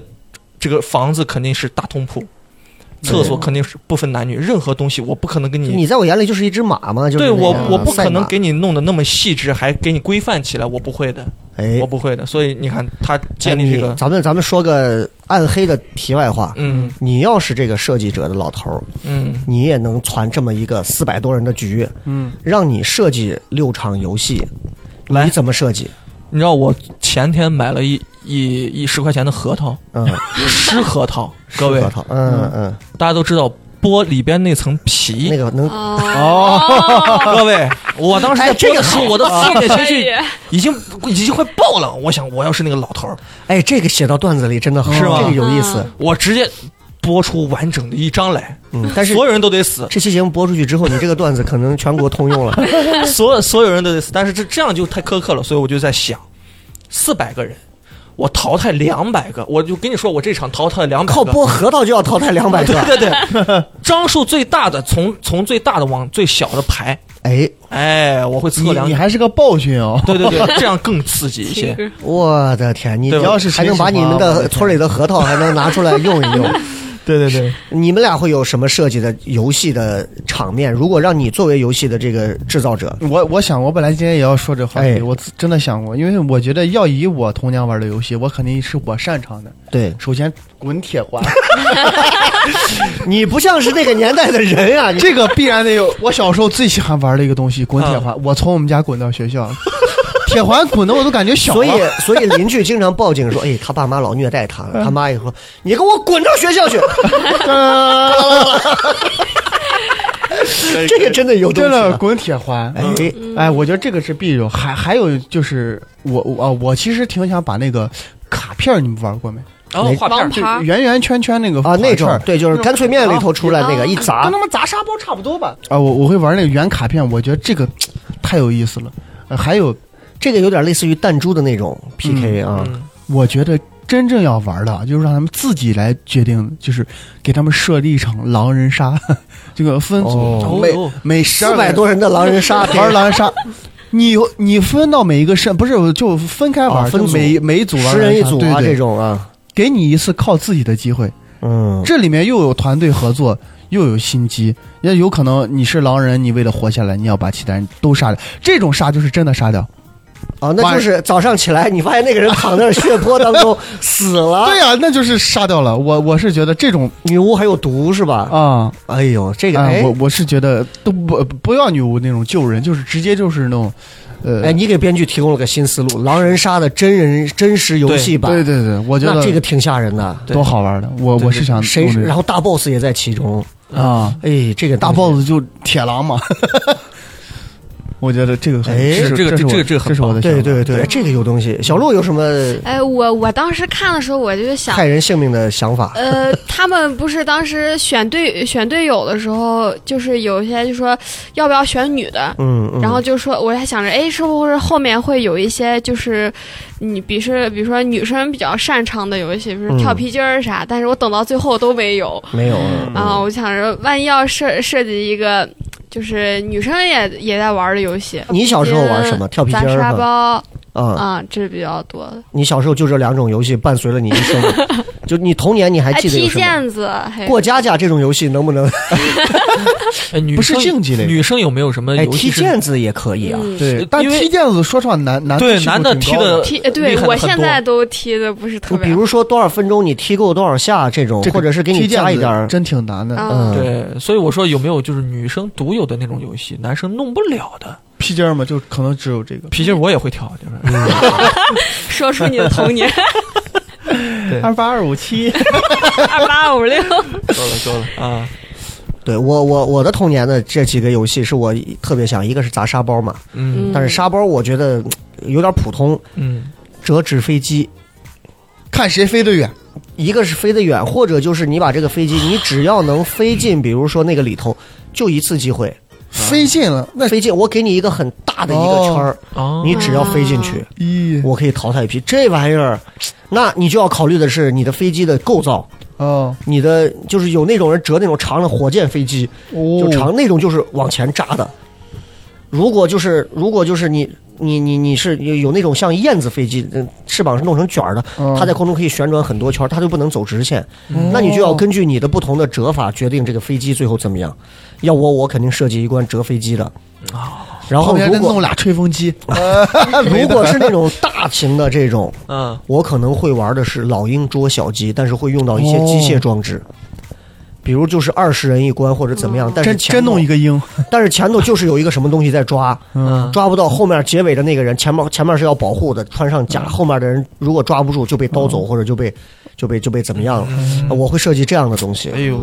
Speaker 5: 这个房子肯定是大通铺，厕所肯定是不分男女，任何东西我不可能给
Speaker 4: 你在我眼里就是一只马嘛，就是
Speaker 5: 对
Speaker 4: 那
Speaker 5: 我
Speaker 4: 个
Speaker 5: 我不
Speaker 4: 赛
Speaker 5: 可能
Speaker 4: 马
Speaker 5: 给你弄得那么细致，还给你规范起来，我不会的，
Speaker 4: 哎
Speaker 5: 我不会的。所以你看，他建立这
Speaker 4: 哎
Speaker 5: 个
Speaker 4: 你，咱们咱们说个暗黑的题外话，
Speaker 5: 嗯
Speaker 4: 你要是这个设计者的老头儿，
Speaker 5: 嗯，
Speaker 4: 你也能攒这么一个四百多人的局，
Speaker 6: 嗯，
Speaker 4: 让你设计六场游戏，
Speaker 5: 来
Speaker 4: 你怎么设 计？
Speaker 5: 你知道我前天买了一一一十块钱的核桃，
Speaker 4: 嗯，
Speaker 5: 湿核桃，各位
Speaker 4: 核。桃，嗯嗯，
Speaker 5: 大家都知道剥里边那层皮。
Speaker 4: 那个能
Speaker 7: 哦，
Speaker 5: 各位，我当时
Speaker 4: 哎
Speaker 5: 在剥的时候，我的负面情
Speaker 7: 可以
Speaker 5: 绪已经已经快爆了。我想，我要是那个老头儿，
Speaker 4: 哎，这个写到段子里真的好，
Speaker 5: 是吗
Speaker 4: 这个有意思。
Speaker 5: 我直接剥出完整的一张来，
Speaker 4: 嗯，但是
Speaker 5: 所有人都得死，
Speaker 4: 这期节目播出去之后，你这个段子可能全国通用了。
Speaker 5: 所有所有人都得死。但是这这样就太苛刻了，所以我就在想，四百个人，我淘汰两百个，我就跟你说，我这场淘汰两百
Speaker 4: 靠
Speaker 5: 个。
Speaker 4: 剥核桃就要淘汰两百个，
Speaker 5: 对对 对，张数最大的从从最大的往最小的排，
Speaker 4: 哎，
Speaker 5: 哎，我会
Speaker 6: 你
Speaker 5: 测量
Speaker 6: 你。还是个暴君哦！
Speaker 5: 对对对，这样更刺激一些。
Speaker 4: 我的天，你
Speaker 5: 对吧
Speaker 4: 要是还能把你们的村里的核桃还能拿出来用一 用。
Speaker 6: 对对对，
Speaker 4: 你们俩会有什么设计的游戏的场面？如果让你作为游戏的这个制造者，
Speaker 6: 我我想我本来今天也要说这话题，
Speaker 4: 哎
Speaker 6: 我真的想过，因为我觉得要以我童年玩的游戏，我肯定是我擅长的。
Speaker 4: 对
Speaker 6: 首先，滚铁环，
Speaker 4: 你不像是那个年代的 人哎呀、你
Speaker 6: 这个必然得 有。我小时候最喜欢玩的一个东西，滚铁环，
Speaker 4: 啊
Speaker 6: 我从我们家滚到学校， 铁环滚的我都感觉小了。
Speaker 4: 所以，所以邻居经常报警说：“哎，他爸妈老虐待他了。”他妈也说：“你给我滚到学校 去！”这个真的有东
Speaker 6: 真
Speaker 4: 西
Speaker 6: 的
Speaker 4: 了。
Speaker 6: 滚铁环，
Speaker 4: 哎，
Speaker 6: 哎，我觉得这个是必有。还还有就是我我啊我其实挺想把那个卡片儿，你们玩过没？
Speaker 5: 然后画片
Speaker 7: 王
Speaker 5: 儿
Speaker 7: 牌儿
Speaker 6: 圆圆圈圈那个
Speaker 4: 啊，
Speaker 6: 卡片
Speaker 4: 那
Speaker 6: 儿
Speaker 4: 种对，就是干脆面里头出来那个一砸
Speaker 6: 跟他，们砸沙包差不多吧。啊，我我会玩那个圆卡片，我觉得这个太有意思了。呃还有，
Speaker 4: 这个有点类似于弹珠的那种
Speaker 6: 嗯
Speaker 4: PK 啊。
Speaker 6: 我觉得真正要玩的，啊就是让他们自己来决定，就是给他们设立一场狼人杀， 这个分组、
Speaker 4: 哦
Speaker 6: 每
Speaker 5: 哦
Speaker 6: 每十
Speaker 4: 四百多人的狼人杀，
Speaker 6: 玩狼人杀。你你分到每一个身，不是就分开玩，
Speaker 4: 啊分
Speaker 6: 就
Speaker 4: 组
Speaker 6: 每每一组玩
Speaker 4: 十人一
Speaker 6: 狼杀
Speaker 4: 组
Speaker 6: 对
Speaker 4: 啊，
Speaker 6: 对
Speaker 4: 这种啊，
Speaker 6: 给你一次靠自己的机会。
Speaker 4: 嗯，
Speaker 6: 这里面又有团队合作，又有心机，也有可能你是狼人，你为了活下来，你要把其他人都杀掉。这种杀就是真的杀掉。
Speaker 4: 啊，那就是早上起来，你发现那个人躺在血泊当 中死了
Speaker 6: 对，呀、那就是杀掉了。我我是觉得这种
Speaker 4: 女巫还有毒是吧？
Speaker 6: 啊，
Speaker 4: 哎呦，这个
Speaker 6: 啊
Speaker 4: 哎
Speaker 6: 我我是觉得都不不要女巫那种救人，就是直接就是那种，呃，
Speaker 4: 哎，你给编剧提供了个新思路，狼人杀的真人真实游戏版，
Speaker 6: 对对对，我觉
Speaker 4: 那
Speaker 6: 得
Speaker 4: 这个挺吓人的。
Speaker 6: 多好玩的。我
Speaker 5: 对
Speaker 6: 我是想
Speaker 4: 谁
Speaker 6: 弄这
Speaker 4: 然后大 boss 也在其中，
Speaker 6: 个啊，
Speaker 4: 哎，这个
Speaker 6: 大
Speaker 4: 东西
Speaker 6: boss 就铁狼嘛。 我觉得这个很
Speaker 4: 哎
Speaker 6: 是
Speaker 5: 这个
Speaker 6: 是我
Speaker 5: 这个这个很
Speaker 6: 这是我
Speaker 4: 哦
Speaker 6: 的想
Speaker 4: 对
Speaker 6: 法
Speaker 4: 对对，这个有东西。小鹿有什么
Speaker 7: 哎，我我当时看的时候，我就想
Speaker 4: 害，人性命的想法？
Speaker 7: 呃，他们不是当时选队选队友的时候，就是有一些就说要不要选女的，
Speaker 4: 嗯，嗯
Speaker 7: 然后就说我还想着，哎，是不是后面会有一些就是你，比是比如说女生比较擅长的游戏，比如
Speaker 4: 嗯
Speaker 7: 跳皮筋儿啥，但是我等到最后都没有
Speaker 4: 没有嗯
Speaker 7: 啊，我想着万一要设设计一个就是女生也也在玩的游戏。
Speaker 4: 你小时候玩什么跳皮筋儿
Speaker 7: 砸沙
Speaker 4: 吗
Speaker 7: 呃包
Speaker 4: 啊、
Speaker 7: 啊、这是比较多的。
Speaker 4: 你小时候就这两种游戏伴随了你一生， 就你童年你还
Speaker 7: 哎，
Speaker 4: 记得有
Speaker 7: 踢
Speaker 4: 什么？
Speaker 7: 毽子，还有
Speaker 4: 过家家这种游戏能不能？
Speaker 5: 哎，女
Speaker 6: 不是
Speaker 5: 生
Speaker 6: 竞技类的
Speaker 5: 女生有没有什么
Speaker 6: 呃
Speaker 4: 哎，
Speaker 5: 游戏
Speaker 4: 踢
Speaker 5: 是？
Speaker 4: 毽子也可以啊。
Speaker 7: 嗯
Speaker 6: 对
Speaker 5: 是，
Speaker 6: 但
Speaker 5: 因为
Speaker 6: 踢毽子说实话难难
Speaker 5: 对
Speaker 6: 度系数
Speaker 5: 男的
Speaker 6: 挺
Speaker 5: 踢
Speaker 6: 高
Speaker 5: 的
Speaker 7: 踢，呃对
Speaker 5: 厉害的
Speaker 7: 我
Speaker 5: 很
Speaker 7: 现
Speaker 5: 多
Speaker 7: 在都踢的不是特
Speaker 4: 就
Speaker 7: 别
Speaker 4: 比如说多少分钟你踢够多少下这种，
Speaker 6: 这个
Speaker 4: 或者是给
Speaker 6: 踢
Speaker 4: 你
Speaker 6: 毽
Speaker 4: 加一
Speaker 6: 子
Speaker 4: 点儿，
Speaker 6: 真挺难的。
Speaker 7: 嗯，
Speaker 5: 对，所以我说有没有就是女生独有的那种游戏，男生弄不了的。
Speaker 6: 皮筋儿嘛，就可能只有这个。
Speaker 5: 皮筋儿我也会跳，就是
Speaker 7: 说出你的童 年，
Speaker 6: 二八二五 七，
Speaker 7: 二八五六，
Speaker 5: 够了够了啊，
Speaker 4: 对我我我的童年的这几个游戏是我特别想，一个是砸沙包嘛，
Speaker 5: 嗯
Speaker 4: 但是沙包我觉得嗯有点普通，
Speaker 5: 嗯，
Speaker 4: 折纸飞机。
Speaker 6: 看谁飞得远。
Speaker 4: 一个是飞得远，或者就是你把这个飞机，你只要能飞进，比如说那个里头，就一次机会
Speaker 6: 嗯飞进了，那
Speaker 4: 飞进。我给你一个很大的一个圈儿，
Speaker 5: 哦，
Speaker 4: 你只要飞进去，
Speaker 6: 咦
Speaker 4: 我可以淘汰一批。这玩意儿，那你就要考虑的是你的飞机的构造，
Speaker 6: 哦，
Speaker 4: 你的就是有那种人折那种长的火箭飞机，就
Speaker 6: 就
Speaker 4: 长那种就是往前扎的。如果就是如果就是你你你你是有有那种像燕子飞机，嗯翅膀是弄成卷儿的，
Speaker 6: 嗯
Speaker 4: 它在空中可以旋转很多圈儿，它就不能走直线。那你就
Speaker 6: 哦
Speaker 4: 要根据你的不同的折法决定这个飞机最后怎么样。要我我肯定设计一关折飞机的。然
Speaker 6: 哦后哎
Speaker 4: 后
Speaker 6: 面
Speaker 4: 如
Speaker 6: 再弄
Speaker 4: 果哎
Speaker 6: 俩吹风 机，
Speaker 4: 如果是 那种大型的这种，
Speaker 5: 嗯，
Speaker 4: 我可能会玩的是老鹰捉小鸡，但是会用到一些机械
Speaker 6: 哦
Speaker 4: 装置，比如就是二十人一关或者怎么样。但是
Speaker 6: 哦真
Speaker 4: 前
Speaker 6: 真弄
Speaker 4: 头
Speaker 6: 一个 鹰，
Speaker 4: 但是前头就是有一个什么东西在抓，
Speaker 5: 嗯
Speaker 4: 抓不到后面结尾的那个人，前面前面是要保护的，穿上
Speaker 5: 嗯
Speaker 4: 甲，后面的人如果抓不住就被刀走或者就被就被就被怎么样了。我会设计这样的东西
Speaker 5: 嗯哎。呦，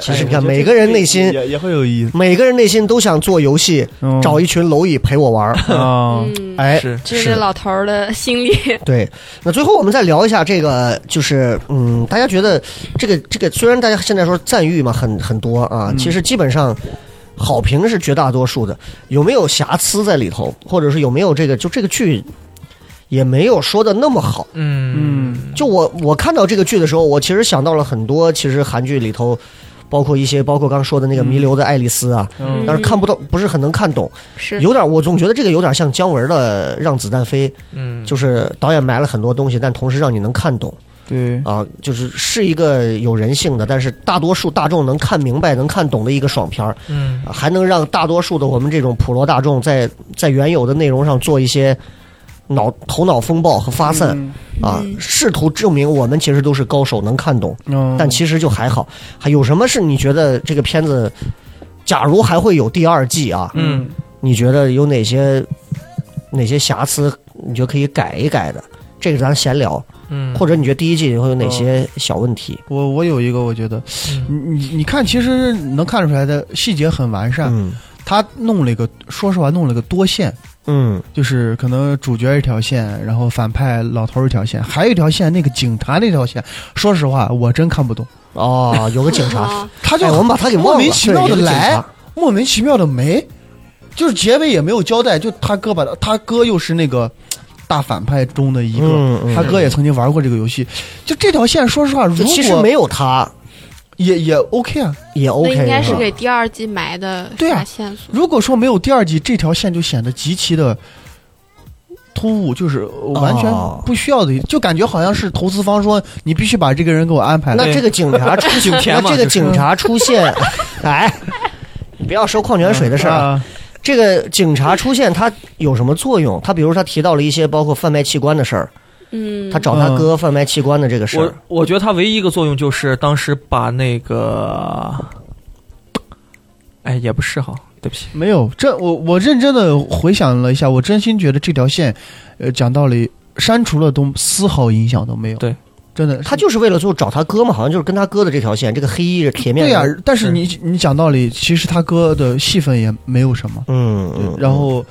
Speaker 4: 其实你看，每个人内心，
Speaker 6: 也也会有意思
Speaker 4: 每个人内心都想做游戏，
Speaker 6: 嗯
Speaker 4: 找一群蝼蚁陪我玩儿。
Speaker 6: 啊。
Speaker 7: 嗯，
Speaker 4: 哎，
Speaker 5: 是
Speaker 7: 这是老头儿的心理，
Speaker 4: 对，那最后我们再聊一下这个，就是嗯，大家觉得这个这个，虽然大家现在说赞誉嘛很很多啊，
Speaker 6: 嗯
Speaker 4: 其实基本上好评是绝大多数的，有没有瑕疵在里头，或者是有没有这个就这个剧也没有说的那么好。
Speaker 5: 嗯
Speaker 6: 嗯，
Speaker 4: 就我我看到这个剧的时候，我其实想到了很多，其实韩剧里头。包括一些，包括刚说的那个弥留的爱丽丝啊，
Speaker 6: 嗯
Speaker 4: 但是看不到，不是很能看懂，
Speaker 7: 是
Speaker 4: 有点，我总觉得这个有点像姜文的《让子弹飞》，
Speaker 5: 嗯，
Speaker 4: 就是导演埋了很多东西，但同时让你能看懂
Speaker 6: 对，嗯
Speaker 4: 啊，就是是一个有人性的，但是大多数大众能看明白、能看懂的一个爽片儿、
Speaker 5: 嗯
Speaker 4: 啊还能让大多数的我们这种普罗大众在在原有的内容上做一些脑头脑风暴和发
Speaker 6: 嗯
Speaker 4: 散、啊，试图证明我们其实都是高手，能看懂，
Speaker 6: 嗯，
Speaker 4: 但其实就还好。还有什么是你觉得这个片子，假如还会有第二季啊？
Speaker 5: 嗯，
Speaker 4: 你觉得有哪些哪些瑕疵，你觉得可以改一改的？这个咱闲聊，
Speaker 5: 嗯，
Speaker 4: 或者你觉得第一季会有哪些小问题？
Speaker 6: 我我有一个，我觉得
Speaker 5: 嗯
Speaker 6: 你你你看，其实能看出来的细节很完善。
Speaker 4: 嗯
Speaker 6: 他弄了一个，说实话，弄了个多线，
Speaker 4: 嗯
Speaker 6: 就是可能主角一条线，然后反派老头儿一条线，还有一条线那个警察那条线。说实话，我真看不懂，
Speaker 4: 哦，有个警察，
Speaker 7: 啊，
Speaker 6: 他就
Speaker 4: 哎，我们把他给忘了，
Speaker 6: 莫名其妙的
Speaker 4: 对有个警察
Speaker 6: 来，莫名其妙的没，就是结尾也没有交代，就他哥把他他哥又是那个大反派中的一个，
Speaker 4: 嗯嗯
Speaker 6: 他哥也曾经玩过这个游戏，就这条线，说实话，如
Speaker 4: 就
Speaker 6: 果
Speaker 4: 其实没有他
Speaker 6: 也也 OK 啊，
Speaker 4: 也
Speaker 7: 那
Speaker 4: OK，
Speaker 7: 应该是
Speaker 4: 吧
Speaker 7: 给第二季埋的
Speaker 6: 对啊
Speaker 7: 啥线索？
Speaker 6: 如果说没有第二季，这条线就显得极其的突兀，就是完全
Speaker 4: 哦
Speaker 6: 不需要的，就感觉好像是投资方说你必须把这个人给我安排了
Speaker 4: 那。这个警察 出
Speaker 5: 景甜
Speaker 4: 那
Speaker 5: 嘛
Speaker 4: 这个
Speaker 5: 就是
Speaker 4: 警察出现，哎，你不要说矿泉水的事儿啊。
Speaker 6: 啊，
Speaker 4: 这个警察出现，他有什么作用？他比如说他提到了一些包括贩卖器官的事儿，
Speaker 7: 嗯，
Speaker 4: 他找他哥贩卖器官的这个事儿
Speaker 5: 我。我觉得它唯一一个作用就是当时把那个，哎，也不是哈，对不起，
Speaker 6: 没有，这我我认真的回想了一下，我真心觉得这条线，呃，讲道理，删除了都丝毫影响都没有。
Speaker 5: 对，
Speaker 6: 真的，
Speaker 4: 他就是为了最后找他哥嘛，好像就是跟他哥的这条线，这个黑衣铁面
Speaker 6: 对啊呀、
Speaker 4: 人。
Speaker 6: 但是你你讲道理，其实他哥的戏份也没有什么，
Speaker 4: 嗯嗯，
Speaker 6: 然后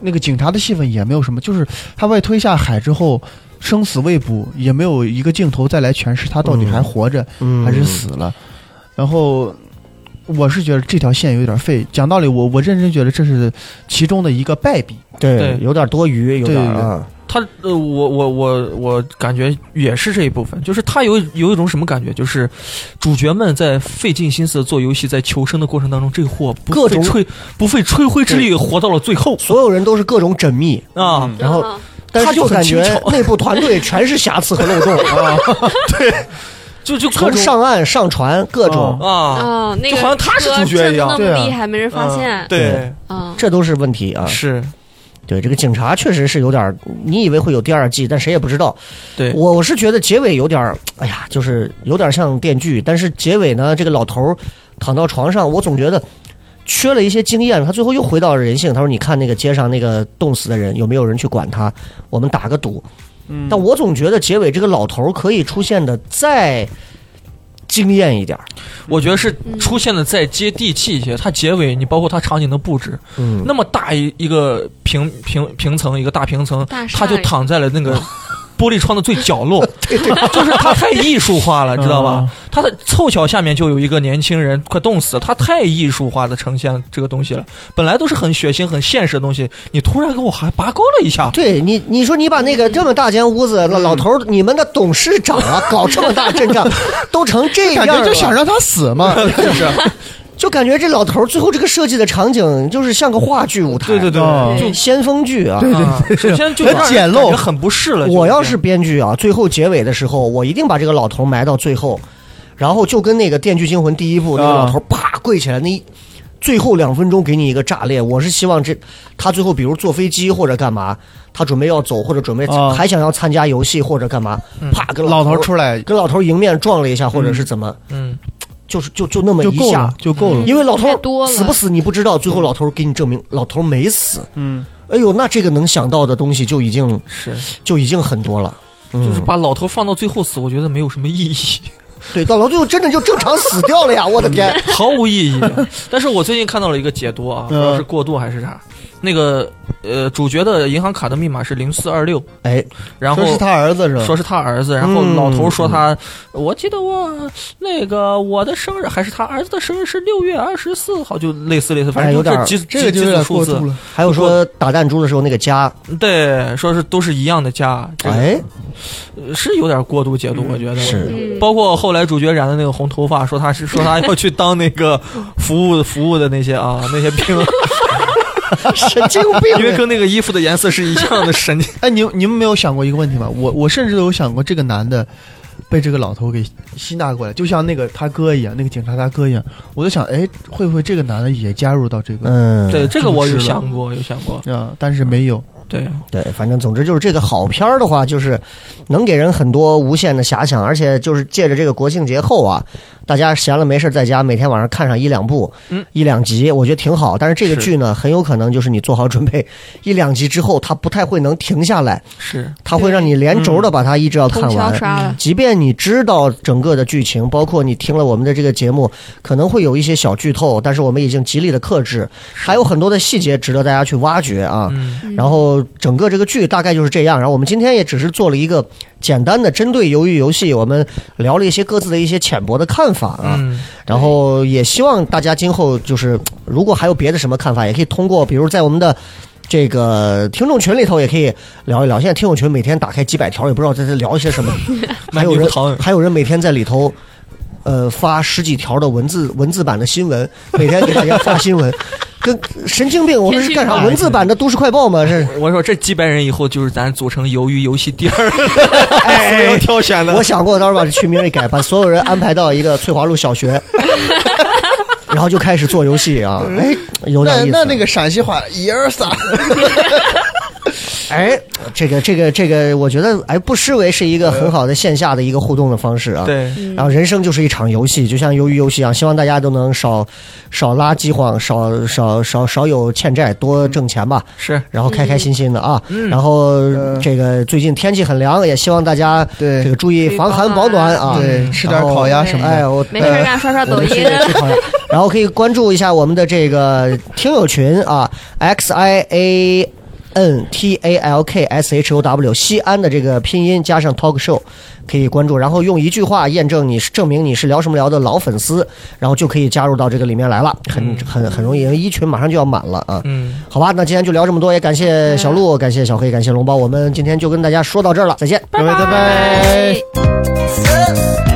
Speaker 6: 那个警察的戏份也没有什么，就是他被推下海之后。生死未卜，也没有一个镜头再来诠释他到底
Speaker 4: 嗯
Speaker 6: 还活着、
Speaker 4: 嗯
Speaker 6: 还是死了。然后，我是觉得这条线有点废。讲道理，我我认真觉得这是其中的一个败笔。
Speaker 4: 对
Speaker 5: 对
Speaker 4: 有点多余，有点啊，
Speaker 5: 它他呃，我我我我感觉也是这一部分，就是他有有一种什么感觉，就是主角们在费尽心思做游戏，在求生的过程当中，这货不
Speaker 4: 各
Speaker 5: 费
Speaker 4: 种
Speaker 5: 吹不费吹灰之力活到了最后
Speaker 4: 所有人都是各种缜密，
Speaker 5: 啊，
Speaker 4: 然后
Speaker 7: 嗯
Speaker 4: 但
Speaker 5: 他
Speaker 4: 是
Speaker 5: 就很
Speaker 4: 感觉
Speaker 5: 轻巧
Speaker 4: 内部团队全是瑕疵和漏 洞啊，
Speaker 5: 就就各
Speaker 4: 从
Speaker 5: 种
Speaker 4: 上岸上船各种，
Speaker 5: 啊，
Speaker 7: 啊，那
Speaker 5: 就
Speaker 7: 个
Speaker 5: 好像他是
Speaker 7: 歌
Speaker 5: 主角一样
Speaker 7: 真的那
Speaker 6: 对啊
Speaker 7: 么厉害，没人
Speaker 4: 嗯
Speaker 7: 发现。
Speaker 5: 对，
Speaker 7: 啊，
Speaker 4: 这都是问题啊。
Speaker 5: 是
Speaker 4: 对，这个警察确实是有点儿，你以为会有第二季，但谁也不知道。
Speaker 5: 对，
Speaker 4: 我我是觉得结尾有点儿，哎呀，就是有点像电锯，但是结尾呢，这个老头儿躺到床上，我总觉得缺了一些经验。他最后又回到了人性，他说：“你看那个街上那个冻死的人，有没有人去管他？我
Speaker 6: 嗯
Speaker 4: 们打个赌。”但我总觉得结尾这个老头儿可以出现的再惊艳一点儿。
Speaker 5: 我觉得是
Speaker 7: 嗯
Speaker 5: 出现的再接地气一些。它结尾你包括它场景的布置，
Speaker 4: 嗯，
Speaker 5: 那么大一一个平平平层，一个大平层
Speaker 7: 大，厦
Speaker 5: 他就躺在了那个玻璃窗的最角落，就是他太艺术化
Speaker 6: 嗯
Speaker 5: 了，知道吧？他的凑巧下面就有一个年轻人快冻死了，他太艺术化的呈现这个东西了。本来都是很血腥、很现实的东西，你突然给我还拔高了一下，
Speaker 4: 对你，你说你把那个这么大间屋子，
Speaker 6: 嗯
Speaker 4: 老老头儿，你们的董事长啊，搞这么大阵 仗，都成这样
Speaker 6: 感
Speaker 4: 了，
Speaker 6: 觉就想让他死嘛，就是
Speaker 5: 啊
Speaker 4: 就感觉这老头儿最后这个设计的场景就是像个话剧舞台，
Speaker 5: 对对对，
Speaker 6: 哦
Speaker 5: 就
Speaker 4: 就先锋剧啊。
Speaker 5: 啊首先就
Speaker 6: 很
Speaker 5: 让人
Speaker 6: 简陋
Speaker 5: 感觉很不适了。
Speaker 4: 我要
Speaker 5: 就是
Speaker 4: 编剧啊，最后结尾的时候，我一定把这个老头儿埋到最后，然后就跟那个《电锯惊魂》第一部那个
Speaker 6: 啊
Speaker 4: 老头儿啪跪起来那一。最后两分钟给你一个炸裂，我是希望这他最后比如坐飞机或者干嘛，他准备要走或者准备、
Speaker 6: 啊嗯
Speaker 4: 还想要参加游戏或者干嘛，啪跟
Speaker 6: 老头
Speaker 4: 头
Speaker 6: 儿出来
Speaker 4: 跟老头儿迎面撞了一下，或者是怎么，
Speaker 5: 嗯，
Speaker 4: 就是就就那么
Speaker 6: 就
Speaker 4: 一
Speaker 6: 够
Speaker 4: 下嗯
Speaker 6: 了，，就够了。
Speaker 4: 因为老头
Speaker 7: 嗯太多
Speaker 4: 儿
Speaker 7: 了
Speaker 4: 死不死你不知道，最后老头儿给你证明老头儿没死。
Speaker 6: 嗯，
Speaker 4: 哎呦，那这个能想到的东西就已经
Speaker 5: 是
Speaker 4: 就已经很多了。
Speaker 5: 就是把老头放到最后死，我觉得没有什么意义。
Speaker 4: 对，到老最后真的就正常死掉 了呀！我的天，
Speaker 5: 毫无意义。 但是我最近看到了一个解读啊，不知
Speaker 6: 嗯
Speaker 5: 道是过度还是啥。那个呃，主角的银行卡的密码是零四二六，
Speaker 4: 哎，
Speaker 5: 然后
Speaker 6: 说是他儿子是吧？
Speaker 5: 说是他儿子，然后
Speaker 4: 嗯
Speaker 5: 老头说他，我记得我那个我的生日还是他儿子的生日是六月二十四号，就类似类似，反
Speaker 4: 哎
Speaker 5: 正
Speaker 4: 有
Speaker 5: 就是
Speaker 4: 点
Speaker 5: 几
Speaker 6: 这个
Speaker 5: 几几
Speaker 6: 就有
Speaker 5: 组
Speaker 6: 点
Speaker 5: 数
Speaker 6: 过
Speaker 5: 字
Speaker 6: 度，了。
Speaker 4: 还有说打弹珠的时候那个 家，
Speaker 5: 对，说是都是一样的家，这个
Speaker 4: 哎，
Speaker 5: 呃是有点过度解读，我觉得
Speaker 4: 是
Speaker 7: 嗯
Speaker 5: 包括后来主角染的那个红头发，说他是说他要去当那个服务服务的那些啊那些兵，
Speaker 4: 哎神经病！啊
Speaker 5: 因为跟那个衣服的颜色是一样的神经。
Speaker 6: 哎，你你们没有想过一个问题吗？我我甚至都有想过，这个男的被这个老头给吸纳过来，就像那个他哥一样，那个警察他哥一样。我就想，哎，会不会这个男的也加入到这个？
Speaker 4: 嗯，
Speaker 5: 对， 这个我有想过，有想过。
Speaker 6: 啊，但是没有，
Speaker 5: 对，
Speaker 4: 对，反正总之就是这个好片儿的话，就是能给人很多无限的遐想，而且就是借着这个国庆节后啊，大家闲了没事儿在家每天晚上看上一两部，
Speaker 5: 嗯
Speaker 4: 一两集，我觉得挺好。但是这个
Speaker 5: 是
Speaker 4: 剧呢，很有可能就是你做好准备，一两集之后它不太会能停下来，
Speaker 5: 是
Speaker 4: 它会让你连轴的把它一直要看
Speaker 7: 通宵
Speaker 4: 完。
Speaker 7: 刷了。
Speaker 4: 即便你知道整个的剧情，包括你听了我们的这个节目，可能会有一些小剧透，但是我们已经极力的克制，还有很多的细节值得大家去挖掘啊。
Speaker 5: 嗯
Speaker 4: 然后整个这个剧大概就是这样。然后我们今天也只是做了一个简单的针对鱿鱼游戏，我们聊了一些各自的一些浅薄的看法啊。
Speaker 5: 嗯，
Speaker 4: 然后也希望大家今后就是如果还有别的什么看法，也可以通过比如在我们的。这个听众群里头也可以聊一聊，现在听众群每天打开几百条，也不知道在这聊一些什么。还
Speaker 5: 卖
Speaker 4: 有
Speaker 5: 牛
Speaker 4: 人
Speaker 5: 糖，
Speaker 4: 还有人每天在里头，呃，发十几条的文字文字版的新闻，每天给大家发新闻， 跟神经病！我们是干啥？文字版的都市快报吗？是？
Speaker 5: 我说这几百人以后就是咱组成鱿鱼游戏第二， 所 要挑选的
Speaker 4: 我。想过，到时候把这群名一改，把所有人安排到一个翠华路小学，然后就开始做游戏啊！哎，有
Speaker 6: 那
Speaker 4: 点意思。
Speaker 6: 那那个陕西话一二三，
Speaker 4: 哎，这个这个这个，我觉得哎，不失为是一个很好的线下的一个互动的方式啊。。
Speaker 5: 对，
Speaker 4: 然后人生就是一场游戏，就像鱿鱼游戏一样，希望大家都能少少拉饥荒，少少少少有欠债，多挣钱吧。
Speaker 5: 是
Speaker 4: 然后开开心心的啊，
Speaker 6: 嗯
Speaker 4: 然后这个最近天气很凉，也希望大家
Speaker 6: 对
Speaker 4: 这个注意防寒
Speaker 7: 注意
Speaker 4: 保
Speaker 7: 保
Speaker 4: 暖啊，
Speaker 6: 暖 对吃点烤鸭什么的
Speaker 4: 哎，我
Speaker 7: 没事儿干，刷刷
Speaker 4: 我
Speaker 7: 抖
Speaker 4: 们去
Speaker 7: 音。
Speaker 4: 去考察然后可以关注一下我们的这个听友群啊，X I 啊 A N T A L K S H O W 西安的这个拼音加上 talk show，可以关注，然后用一句话验证你是证明你是聊什么聊的老粉丝，然后就可以加入到这个里面来了，
Speaker 7: 嗯
Speaker 4: 很很很容易，因为一群马上就要满了啊。
Speaker 5: 嗯，
Speaker 4: 好吧，那今天就聊这么多，也感谢小鹿，
Speaker 7: 嗯
Speaker 4: 感谢小黑，感谢龙包，我们今天就跟大家说到这儿了，再见。
Speaker 6: 各位拜拜。
Speaker 7: 拜。
Speaker 1: Yeah.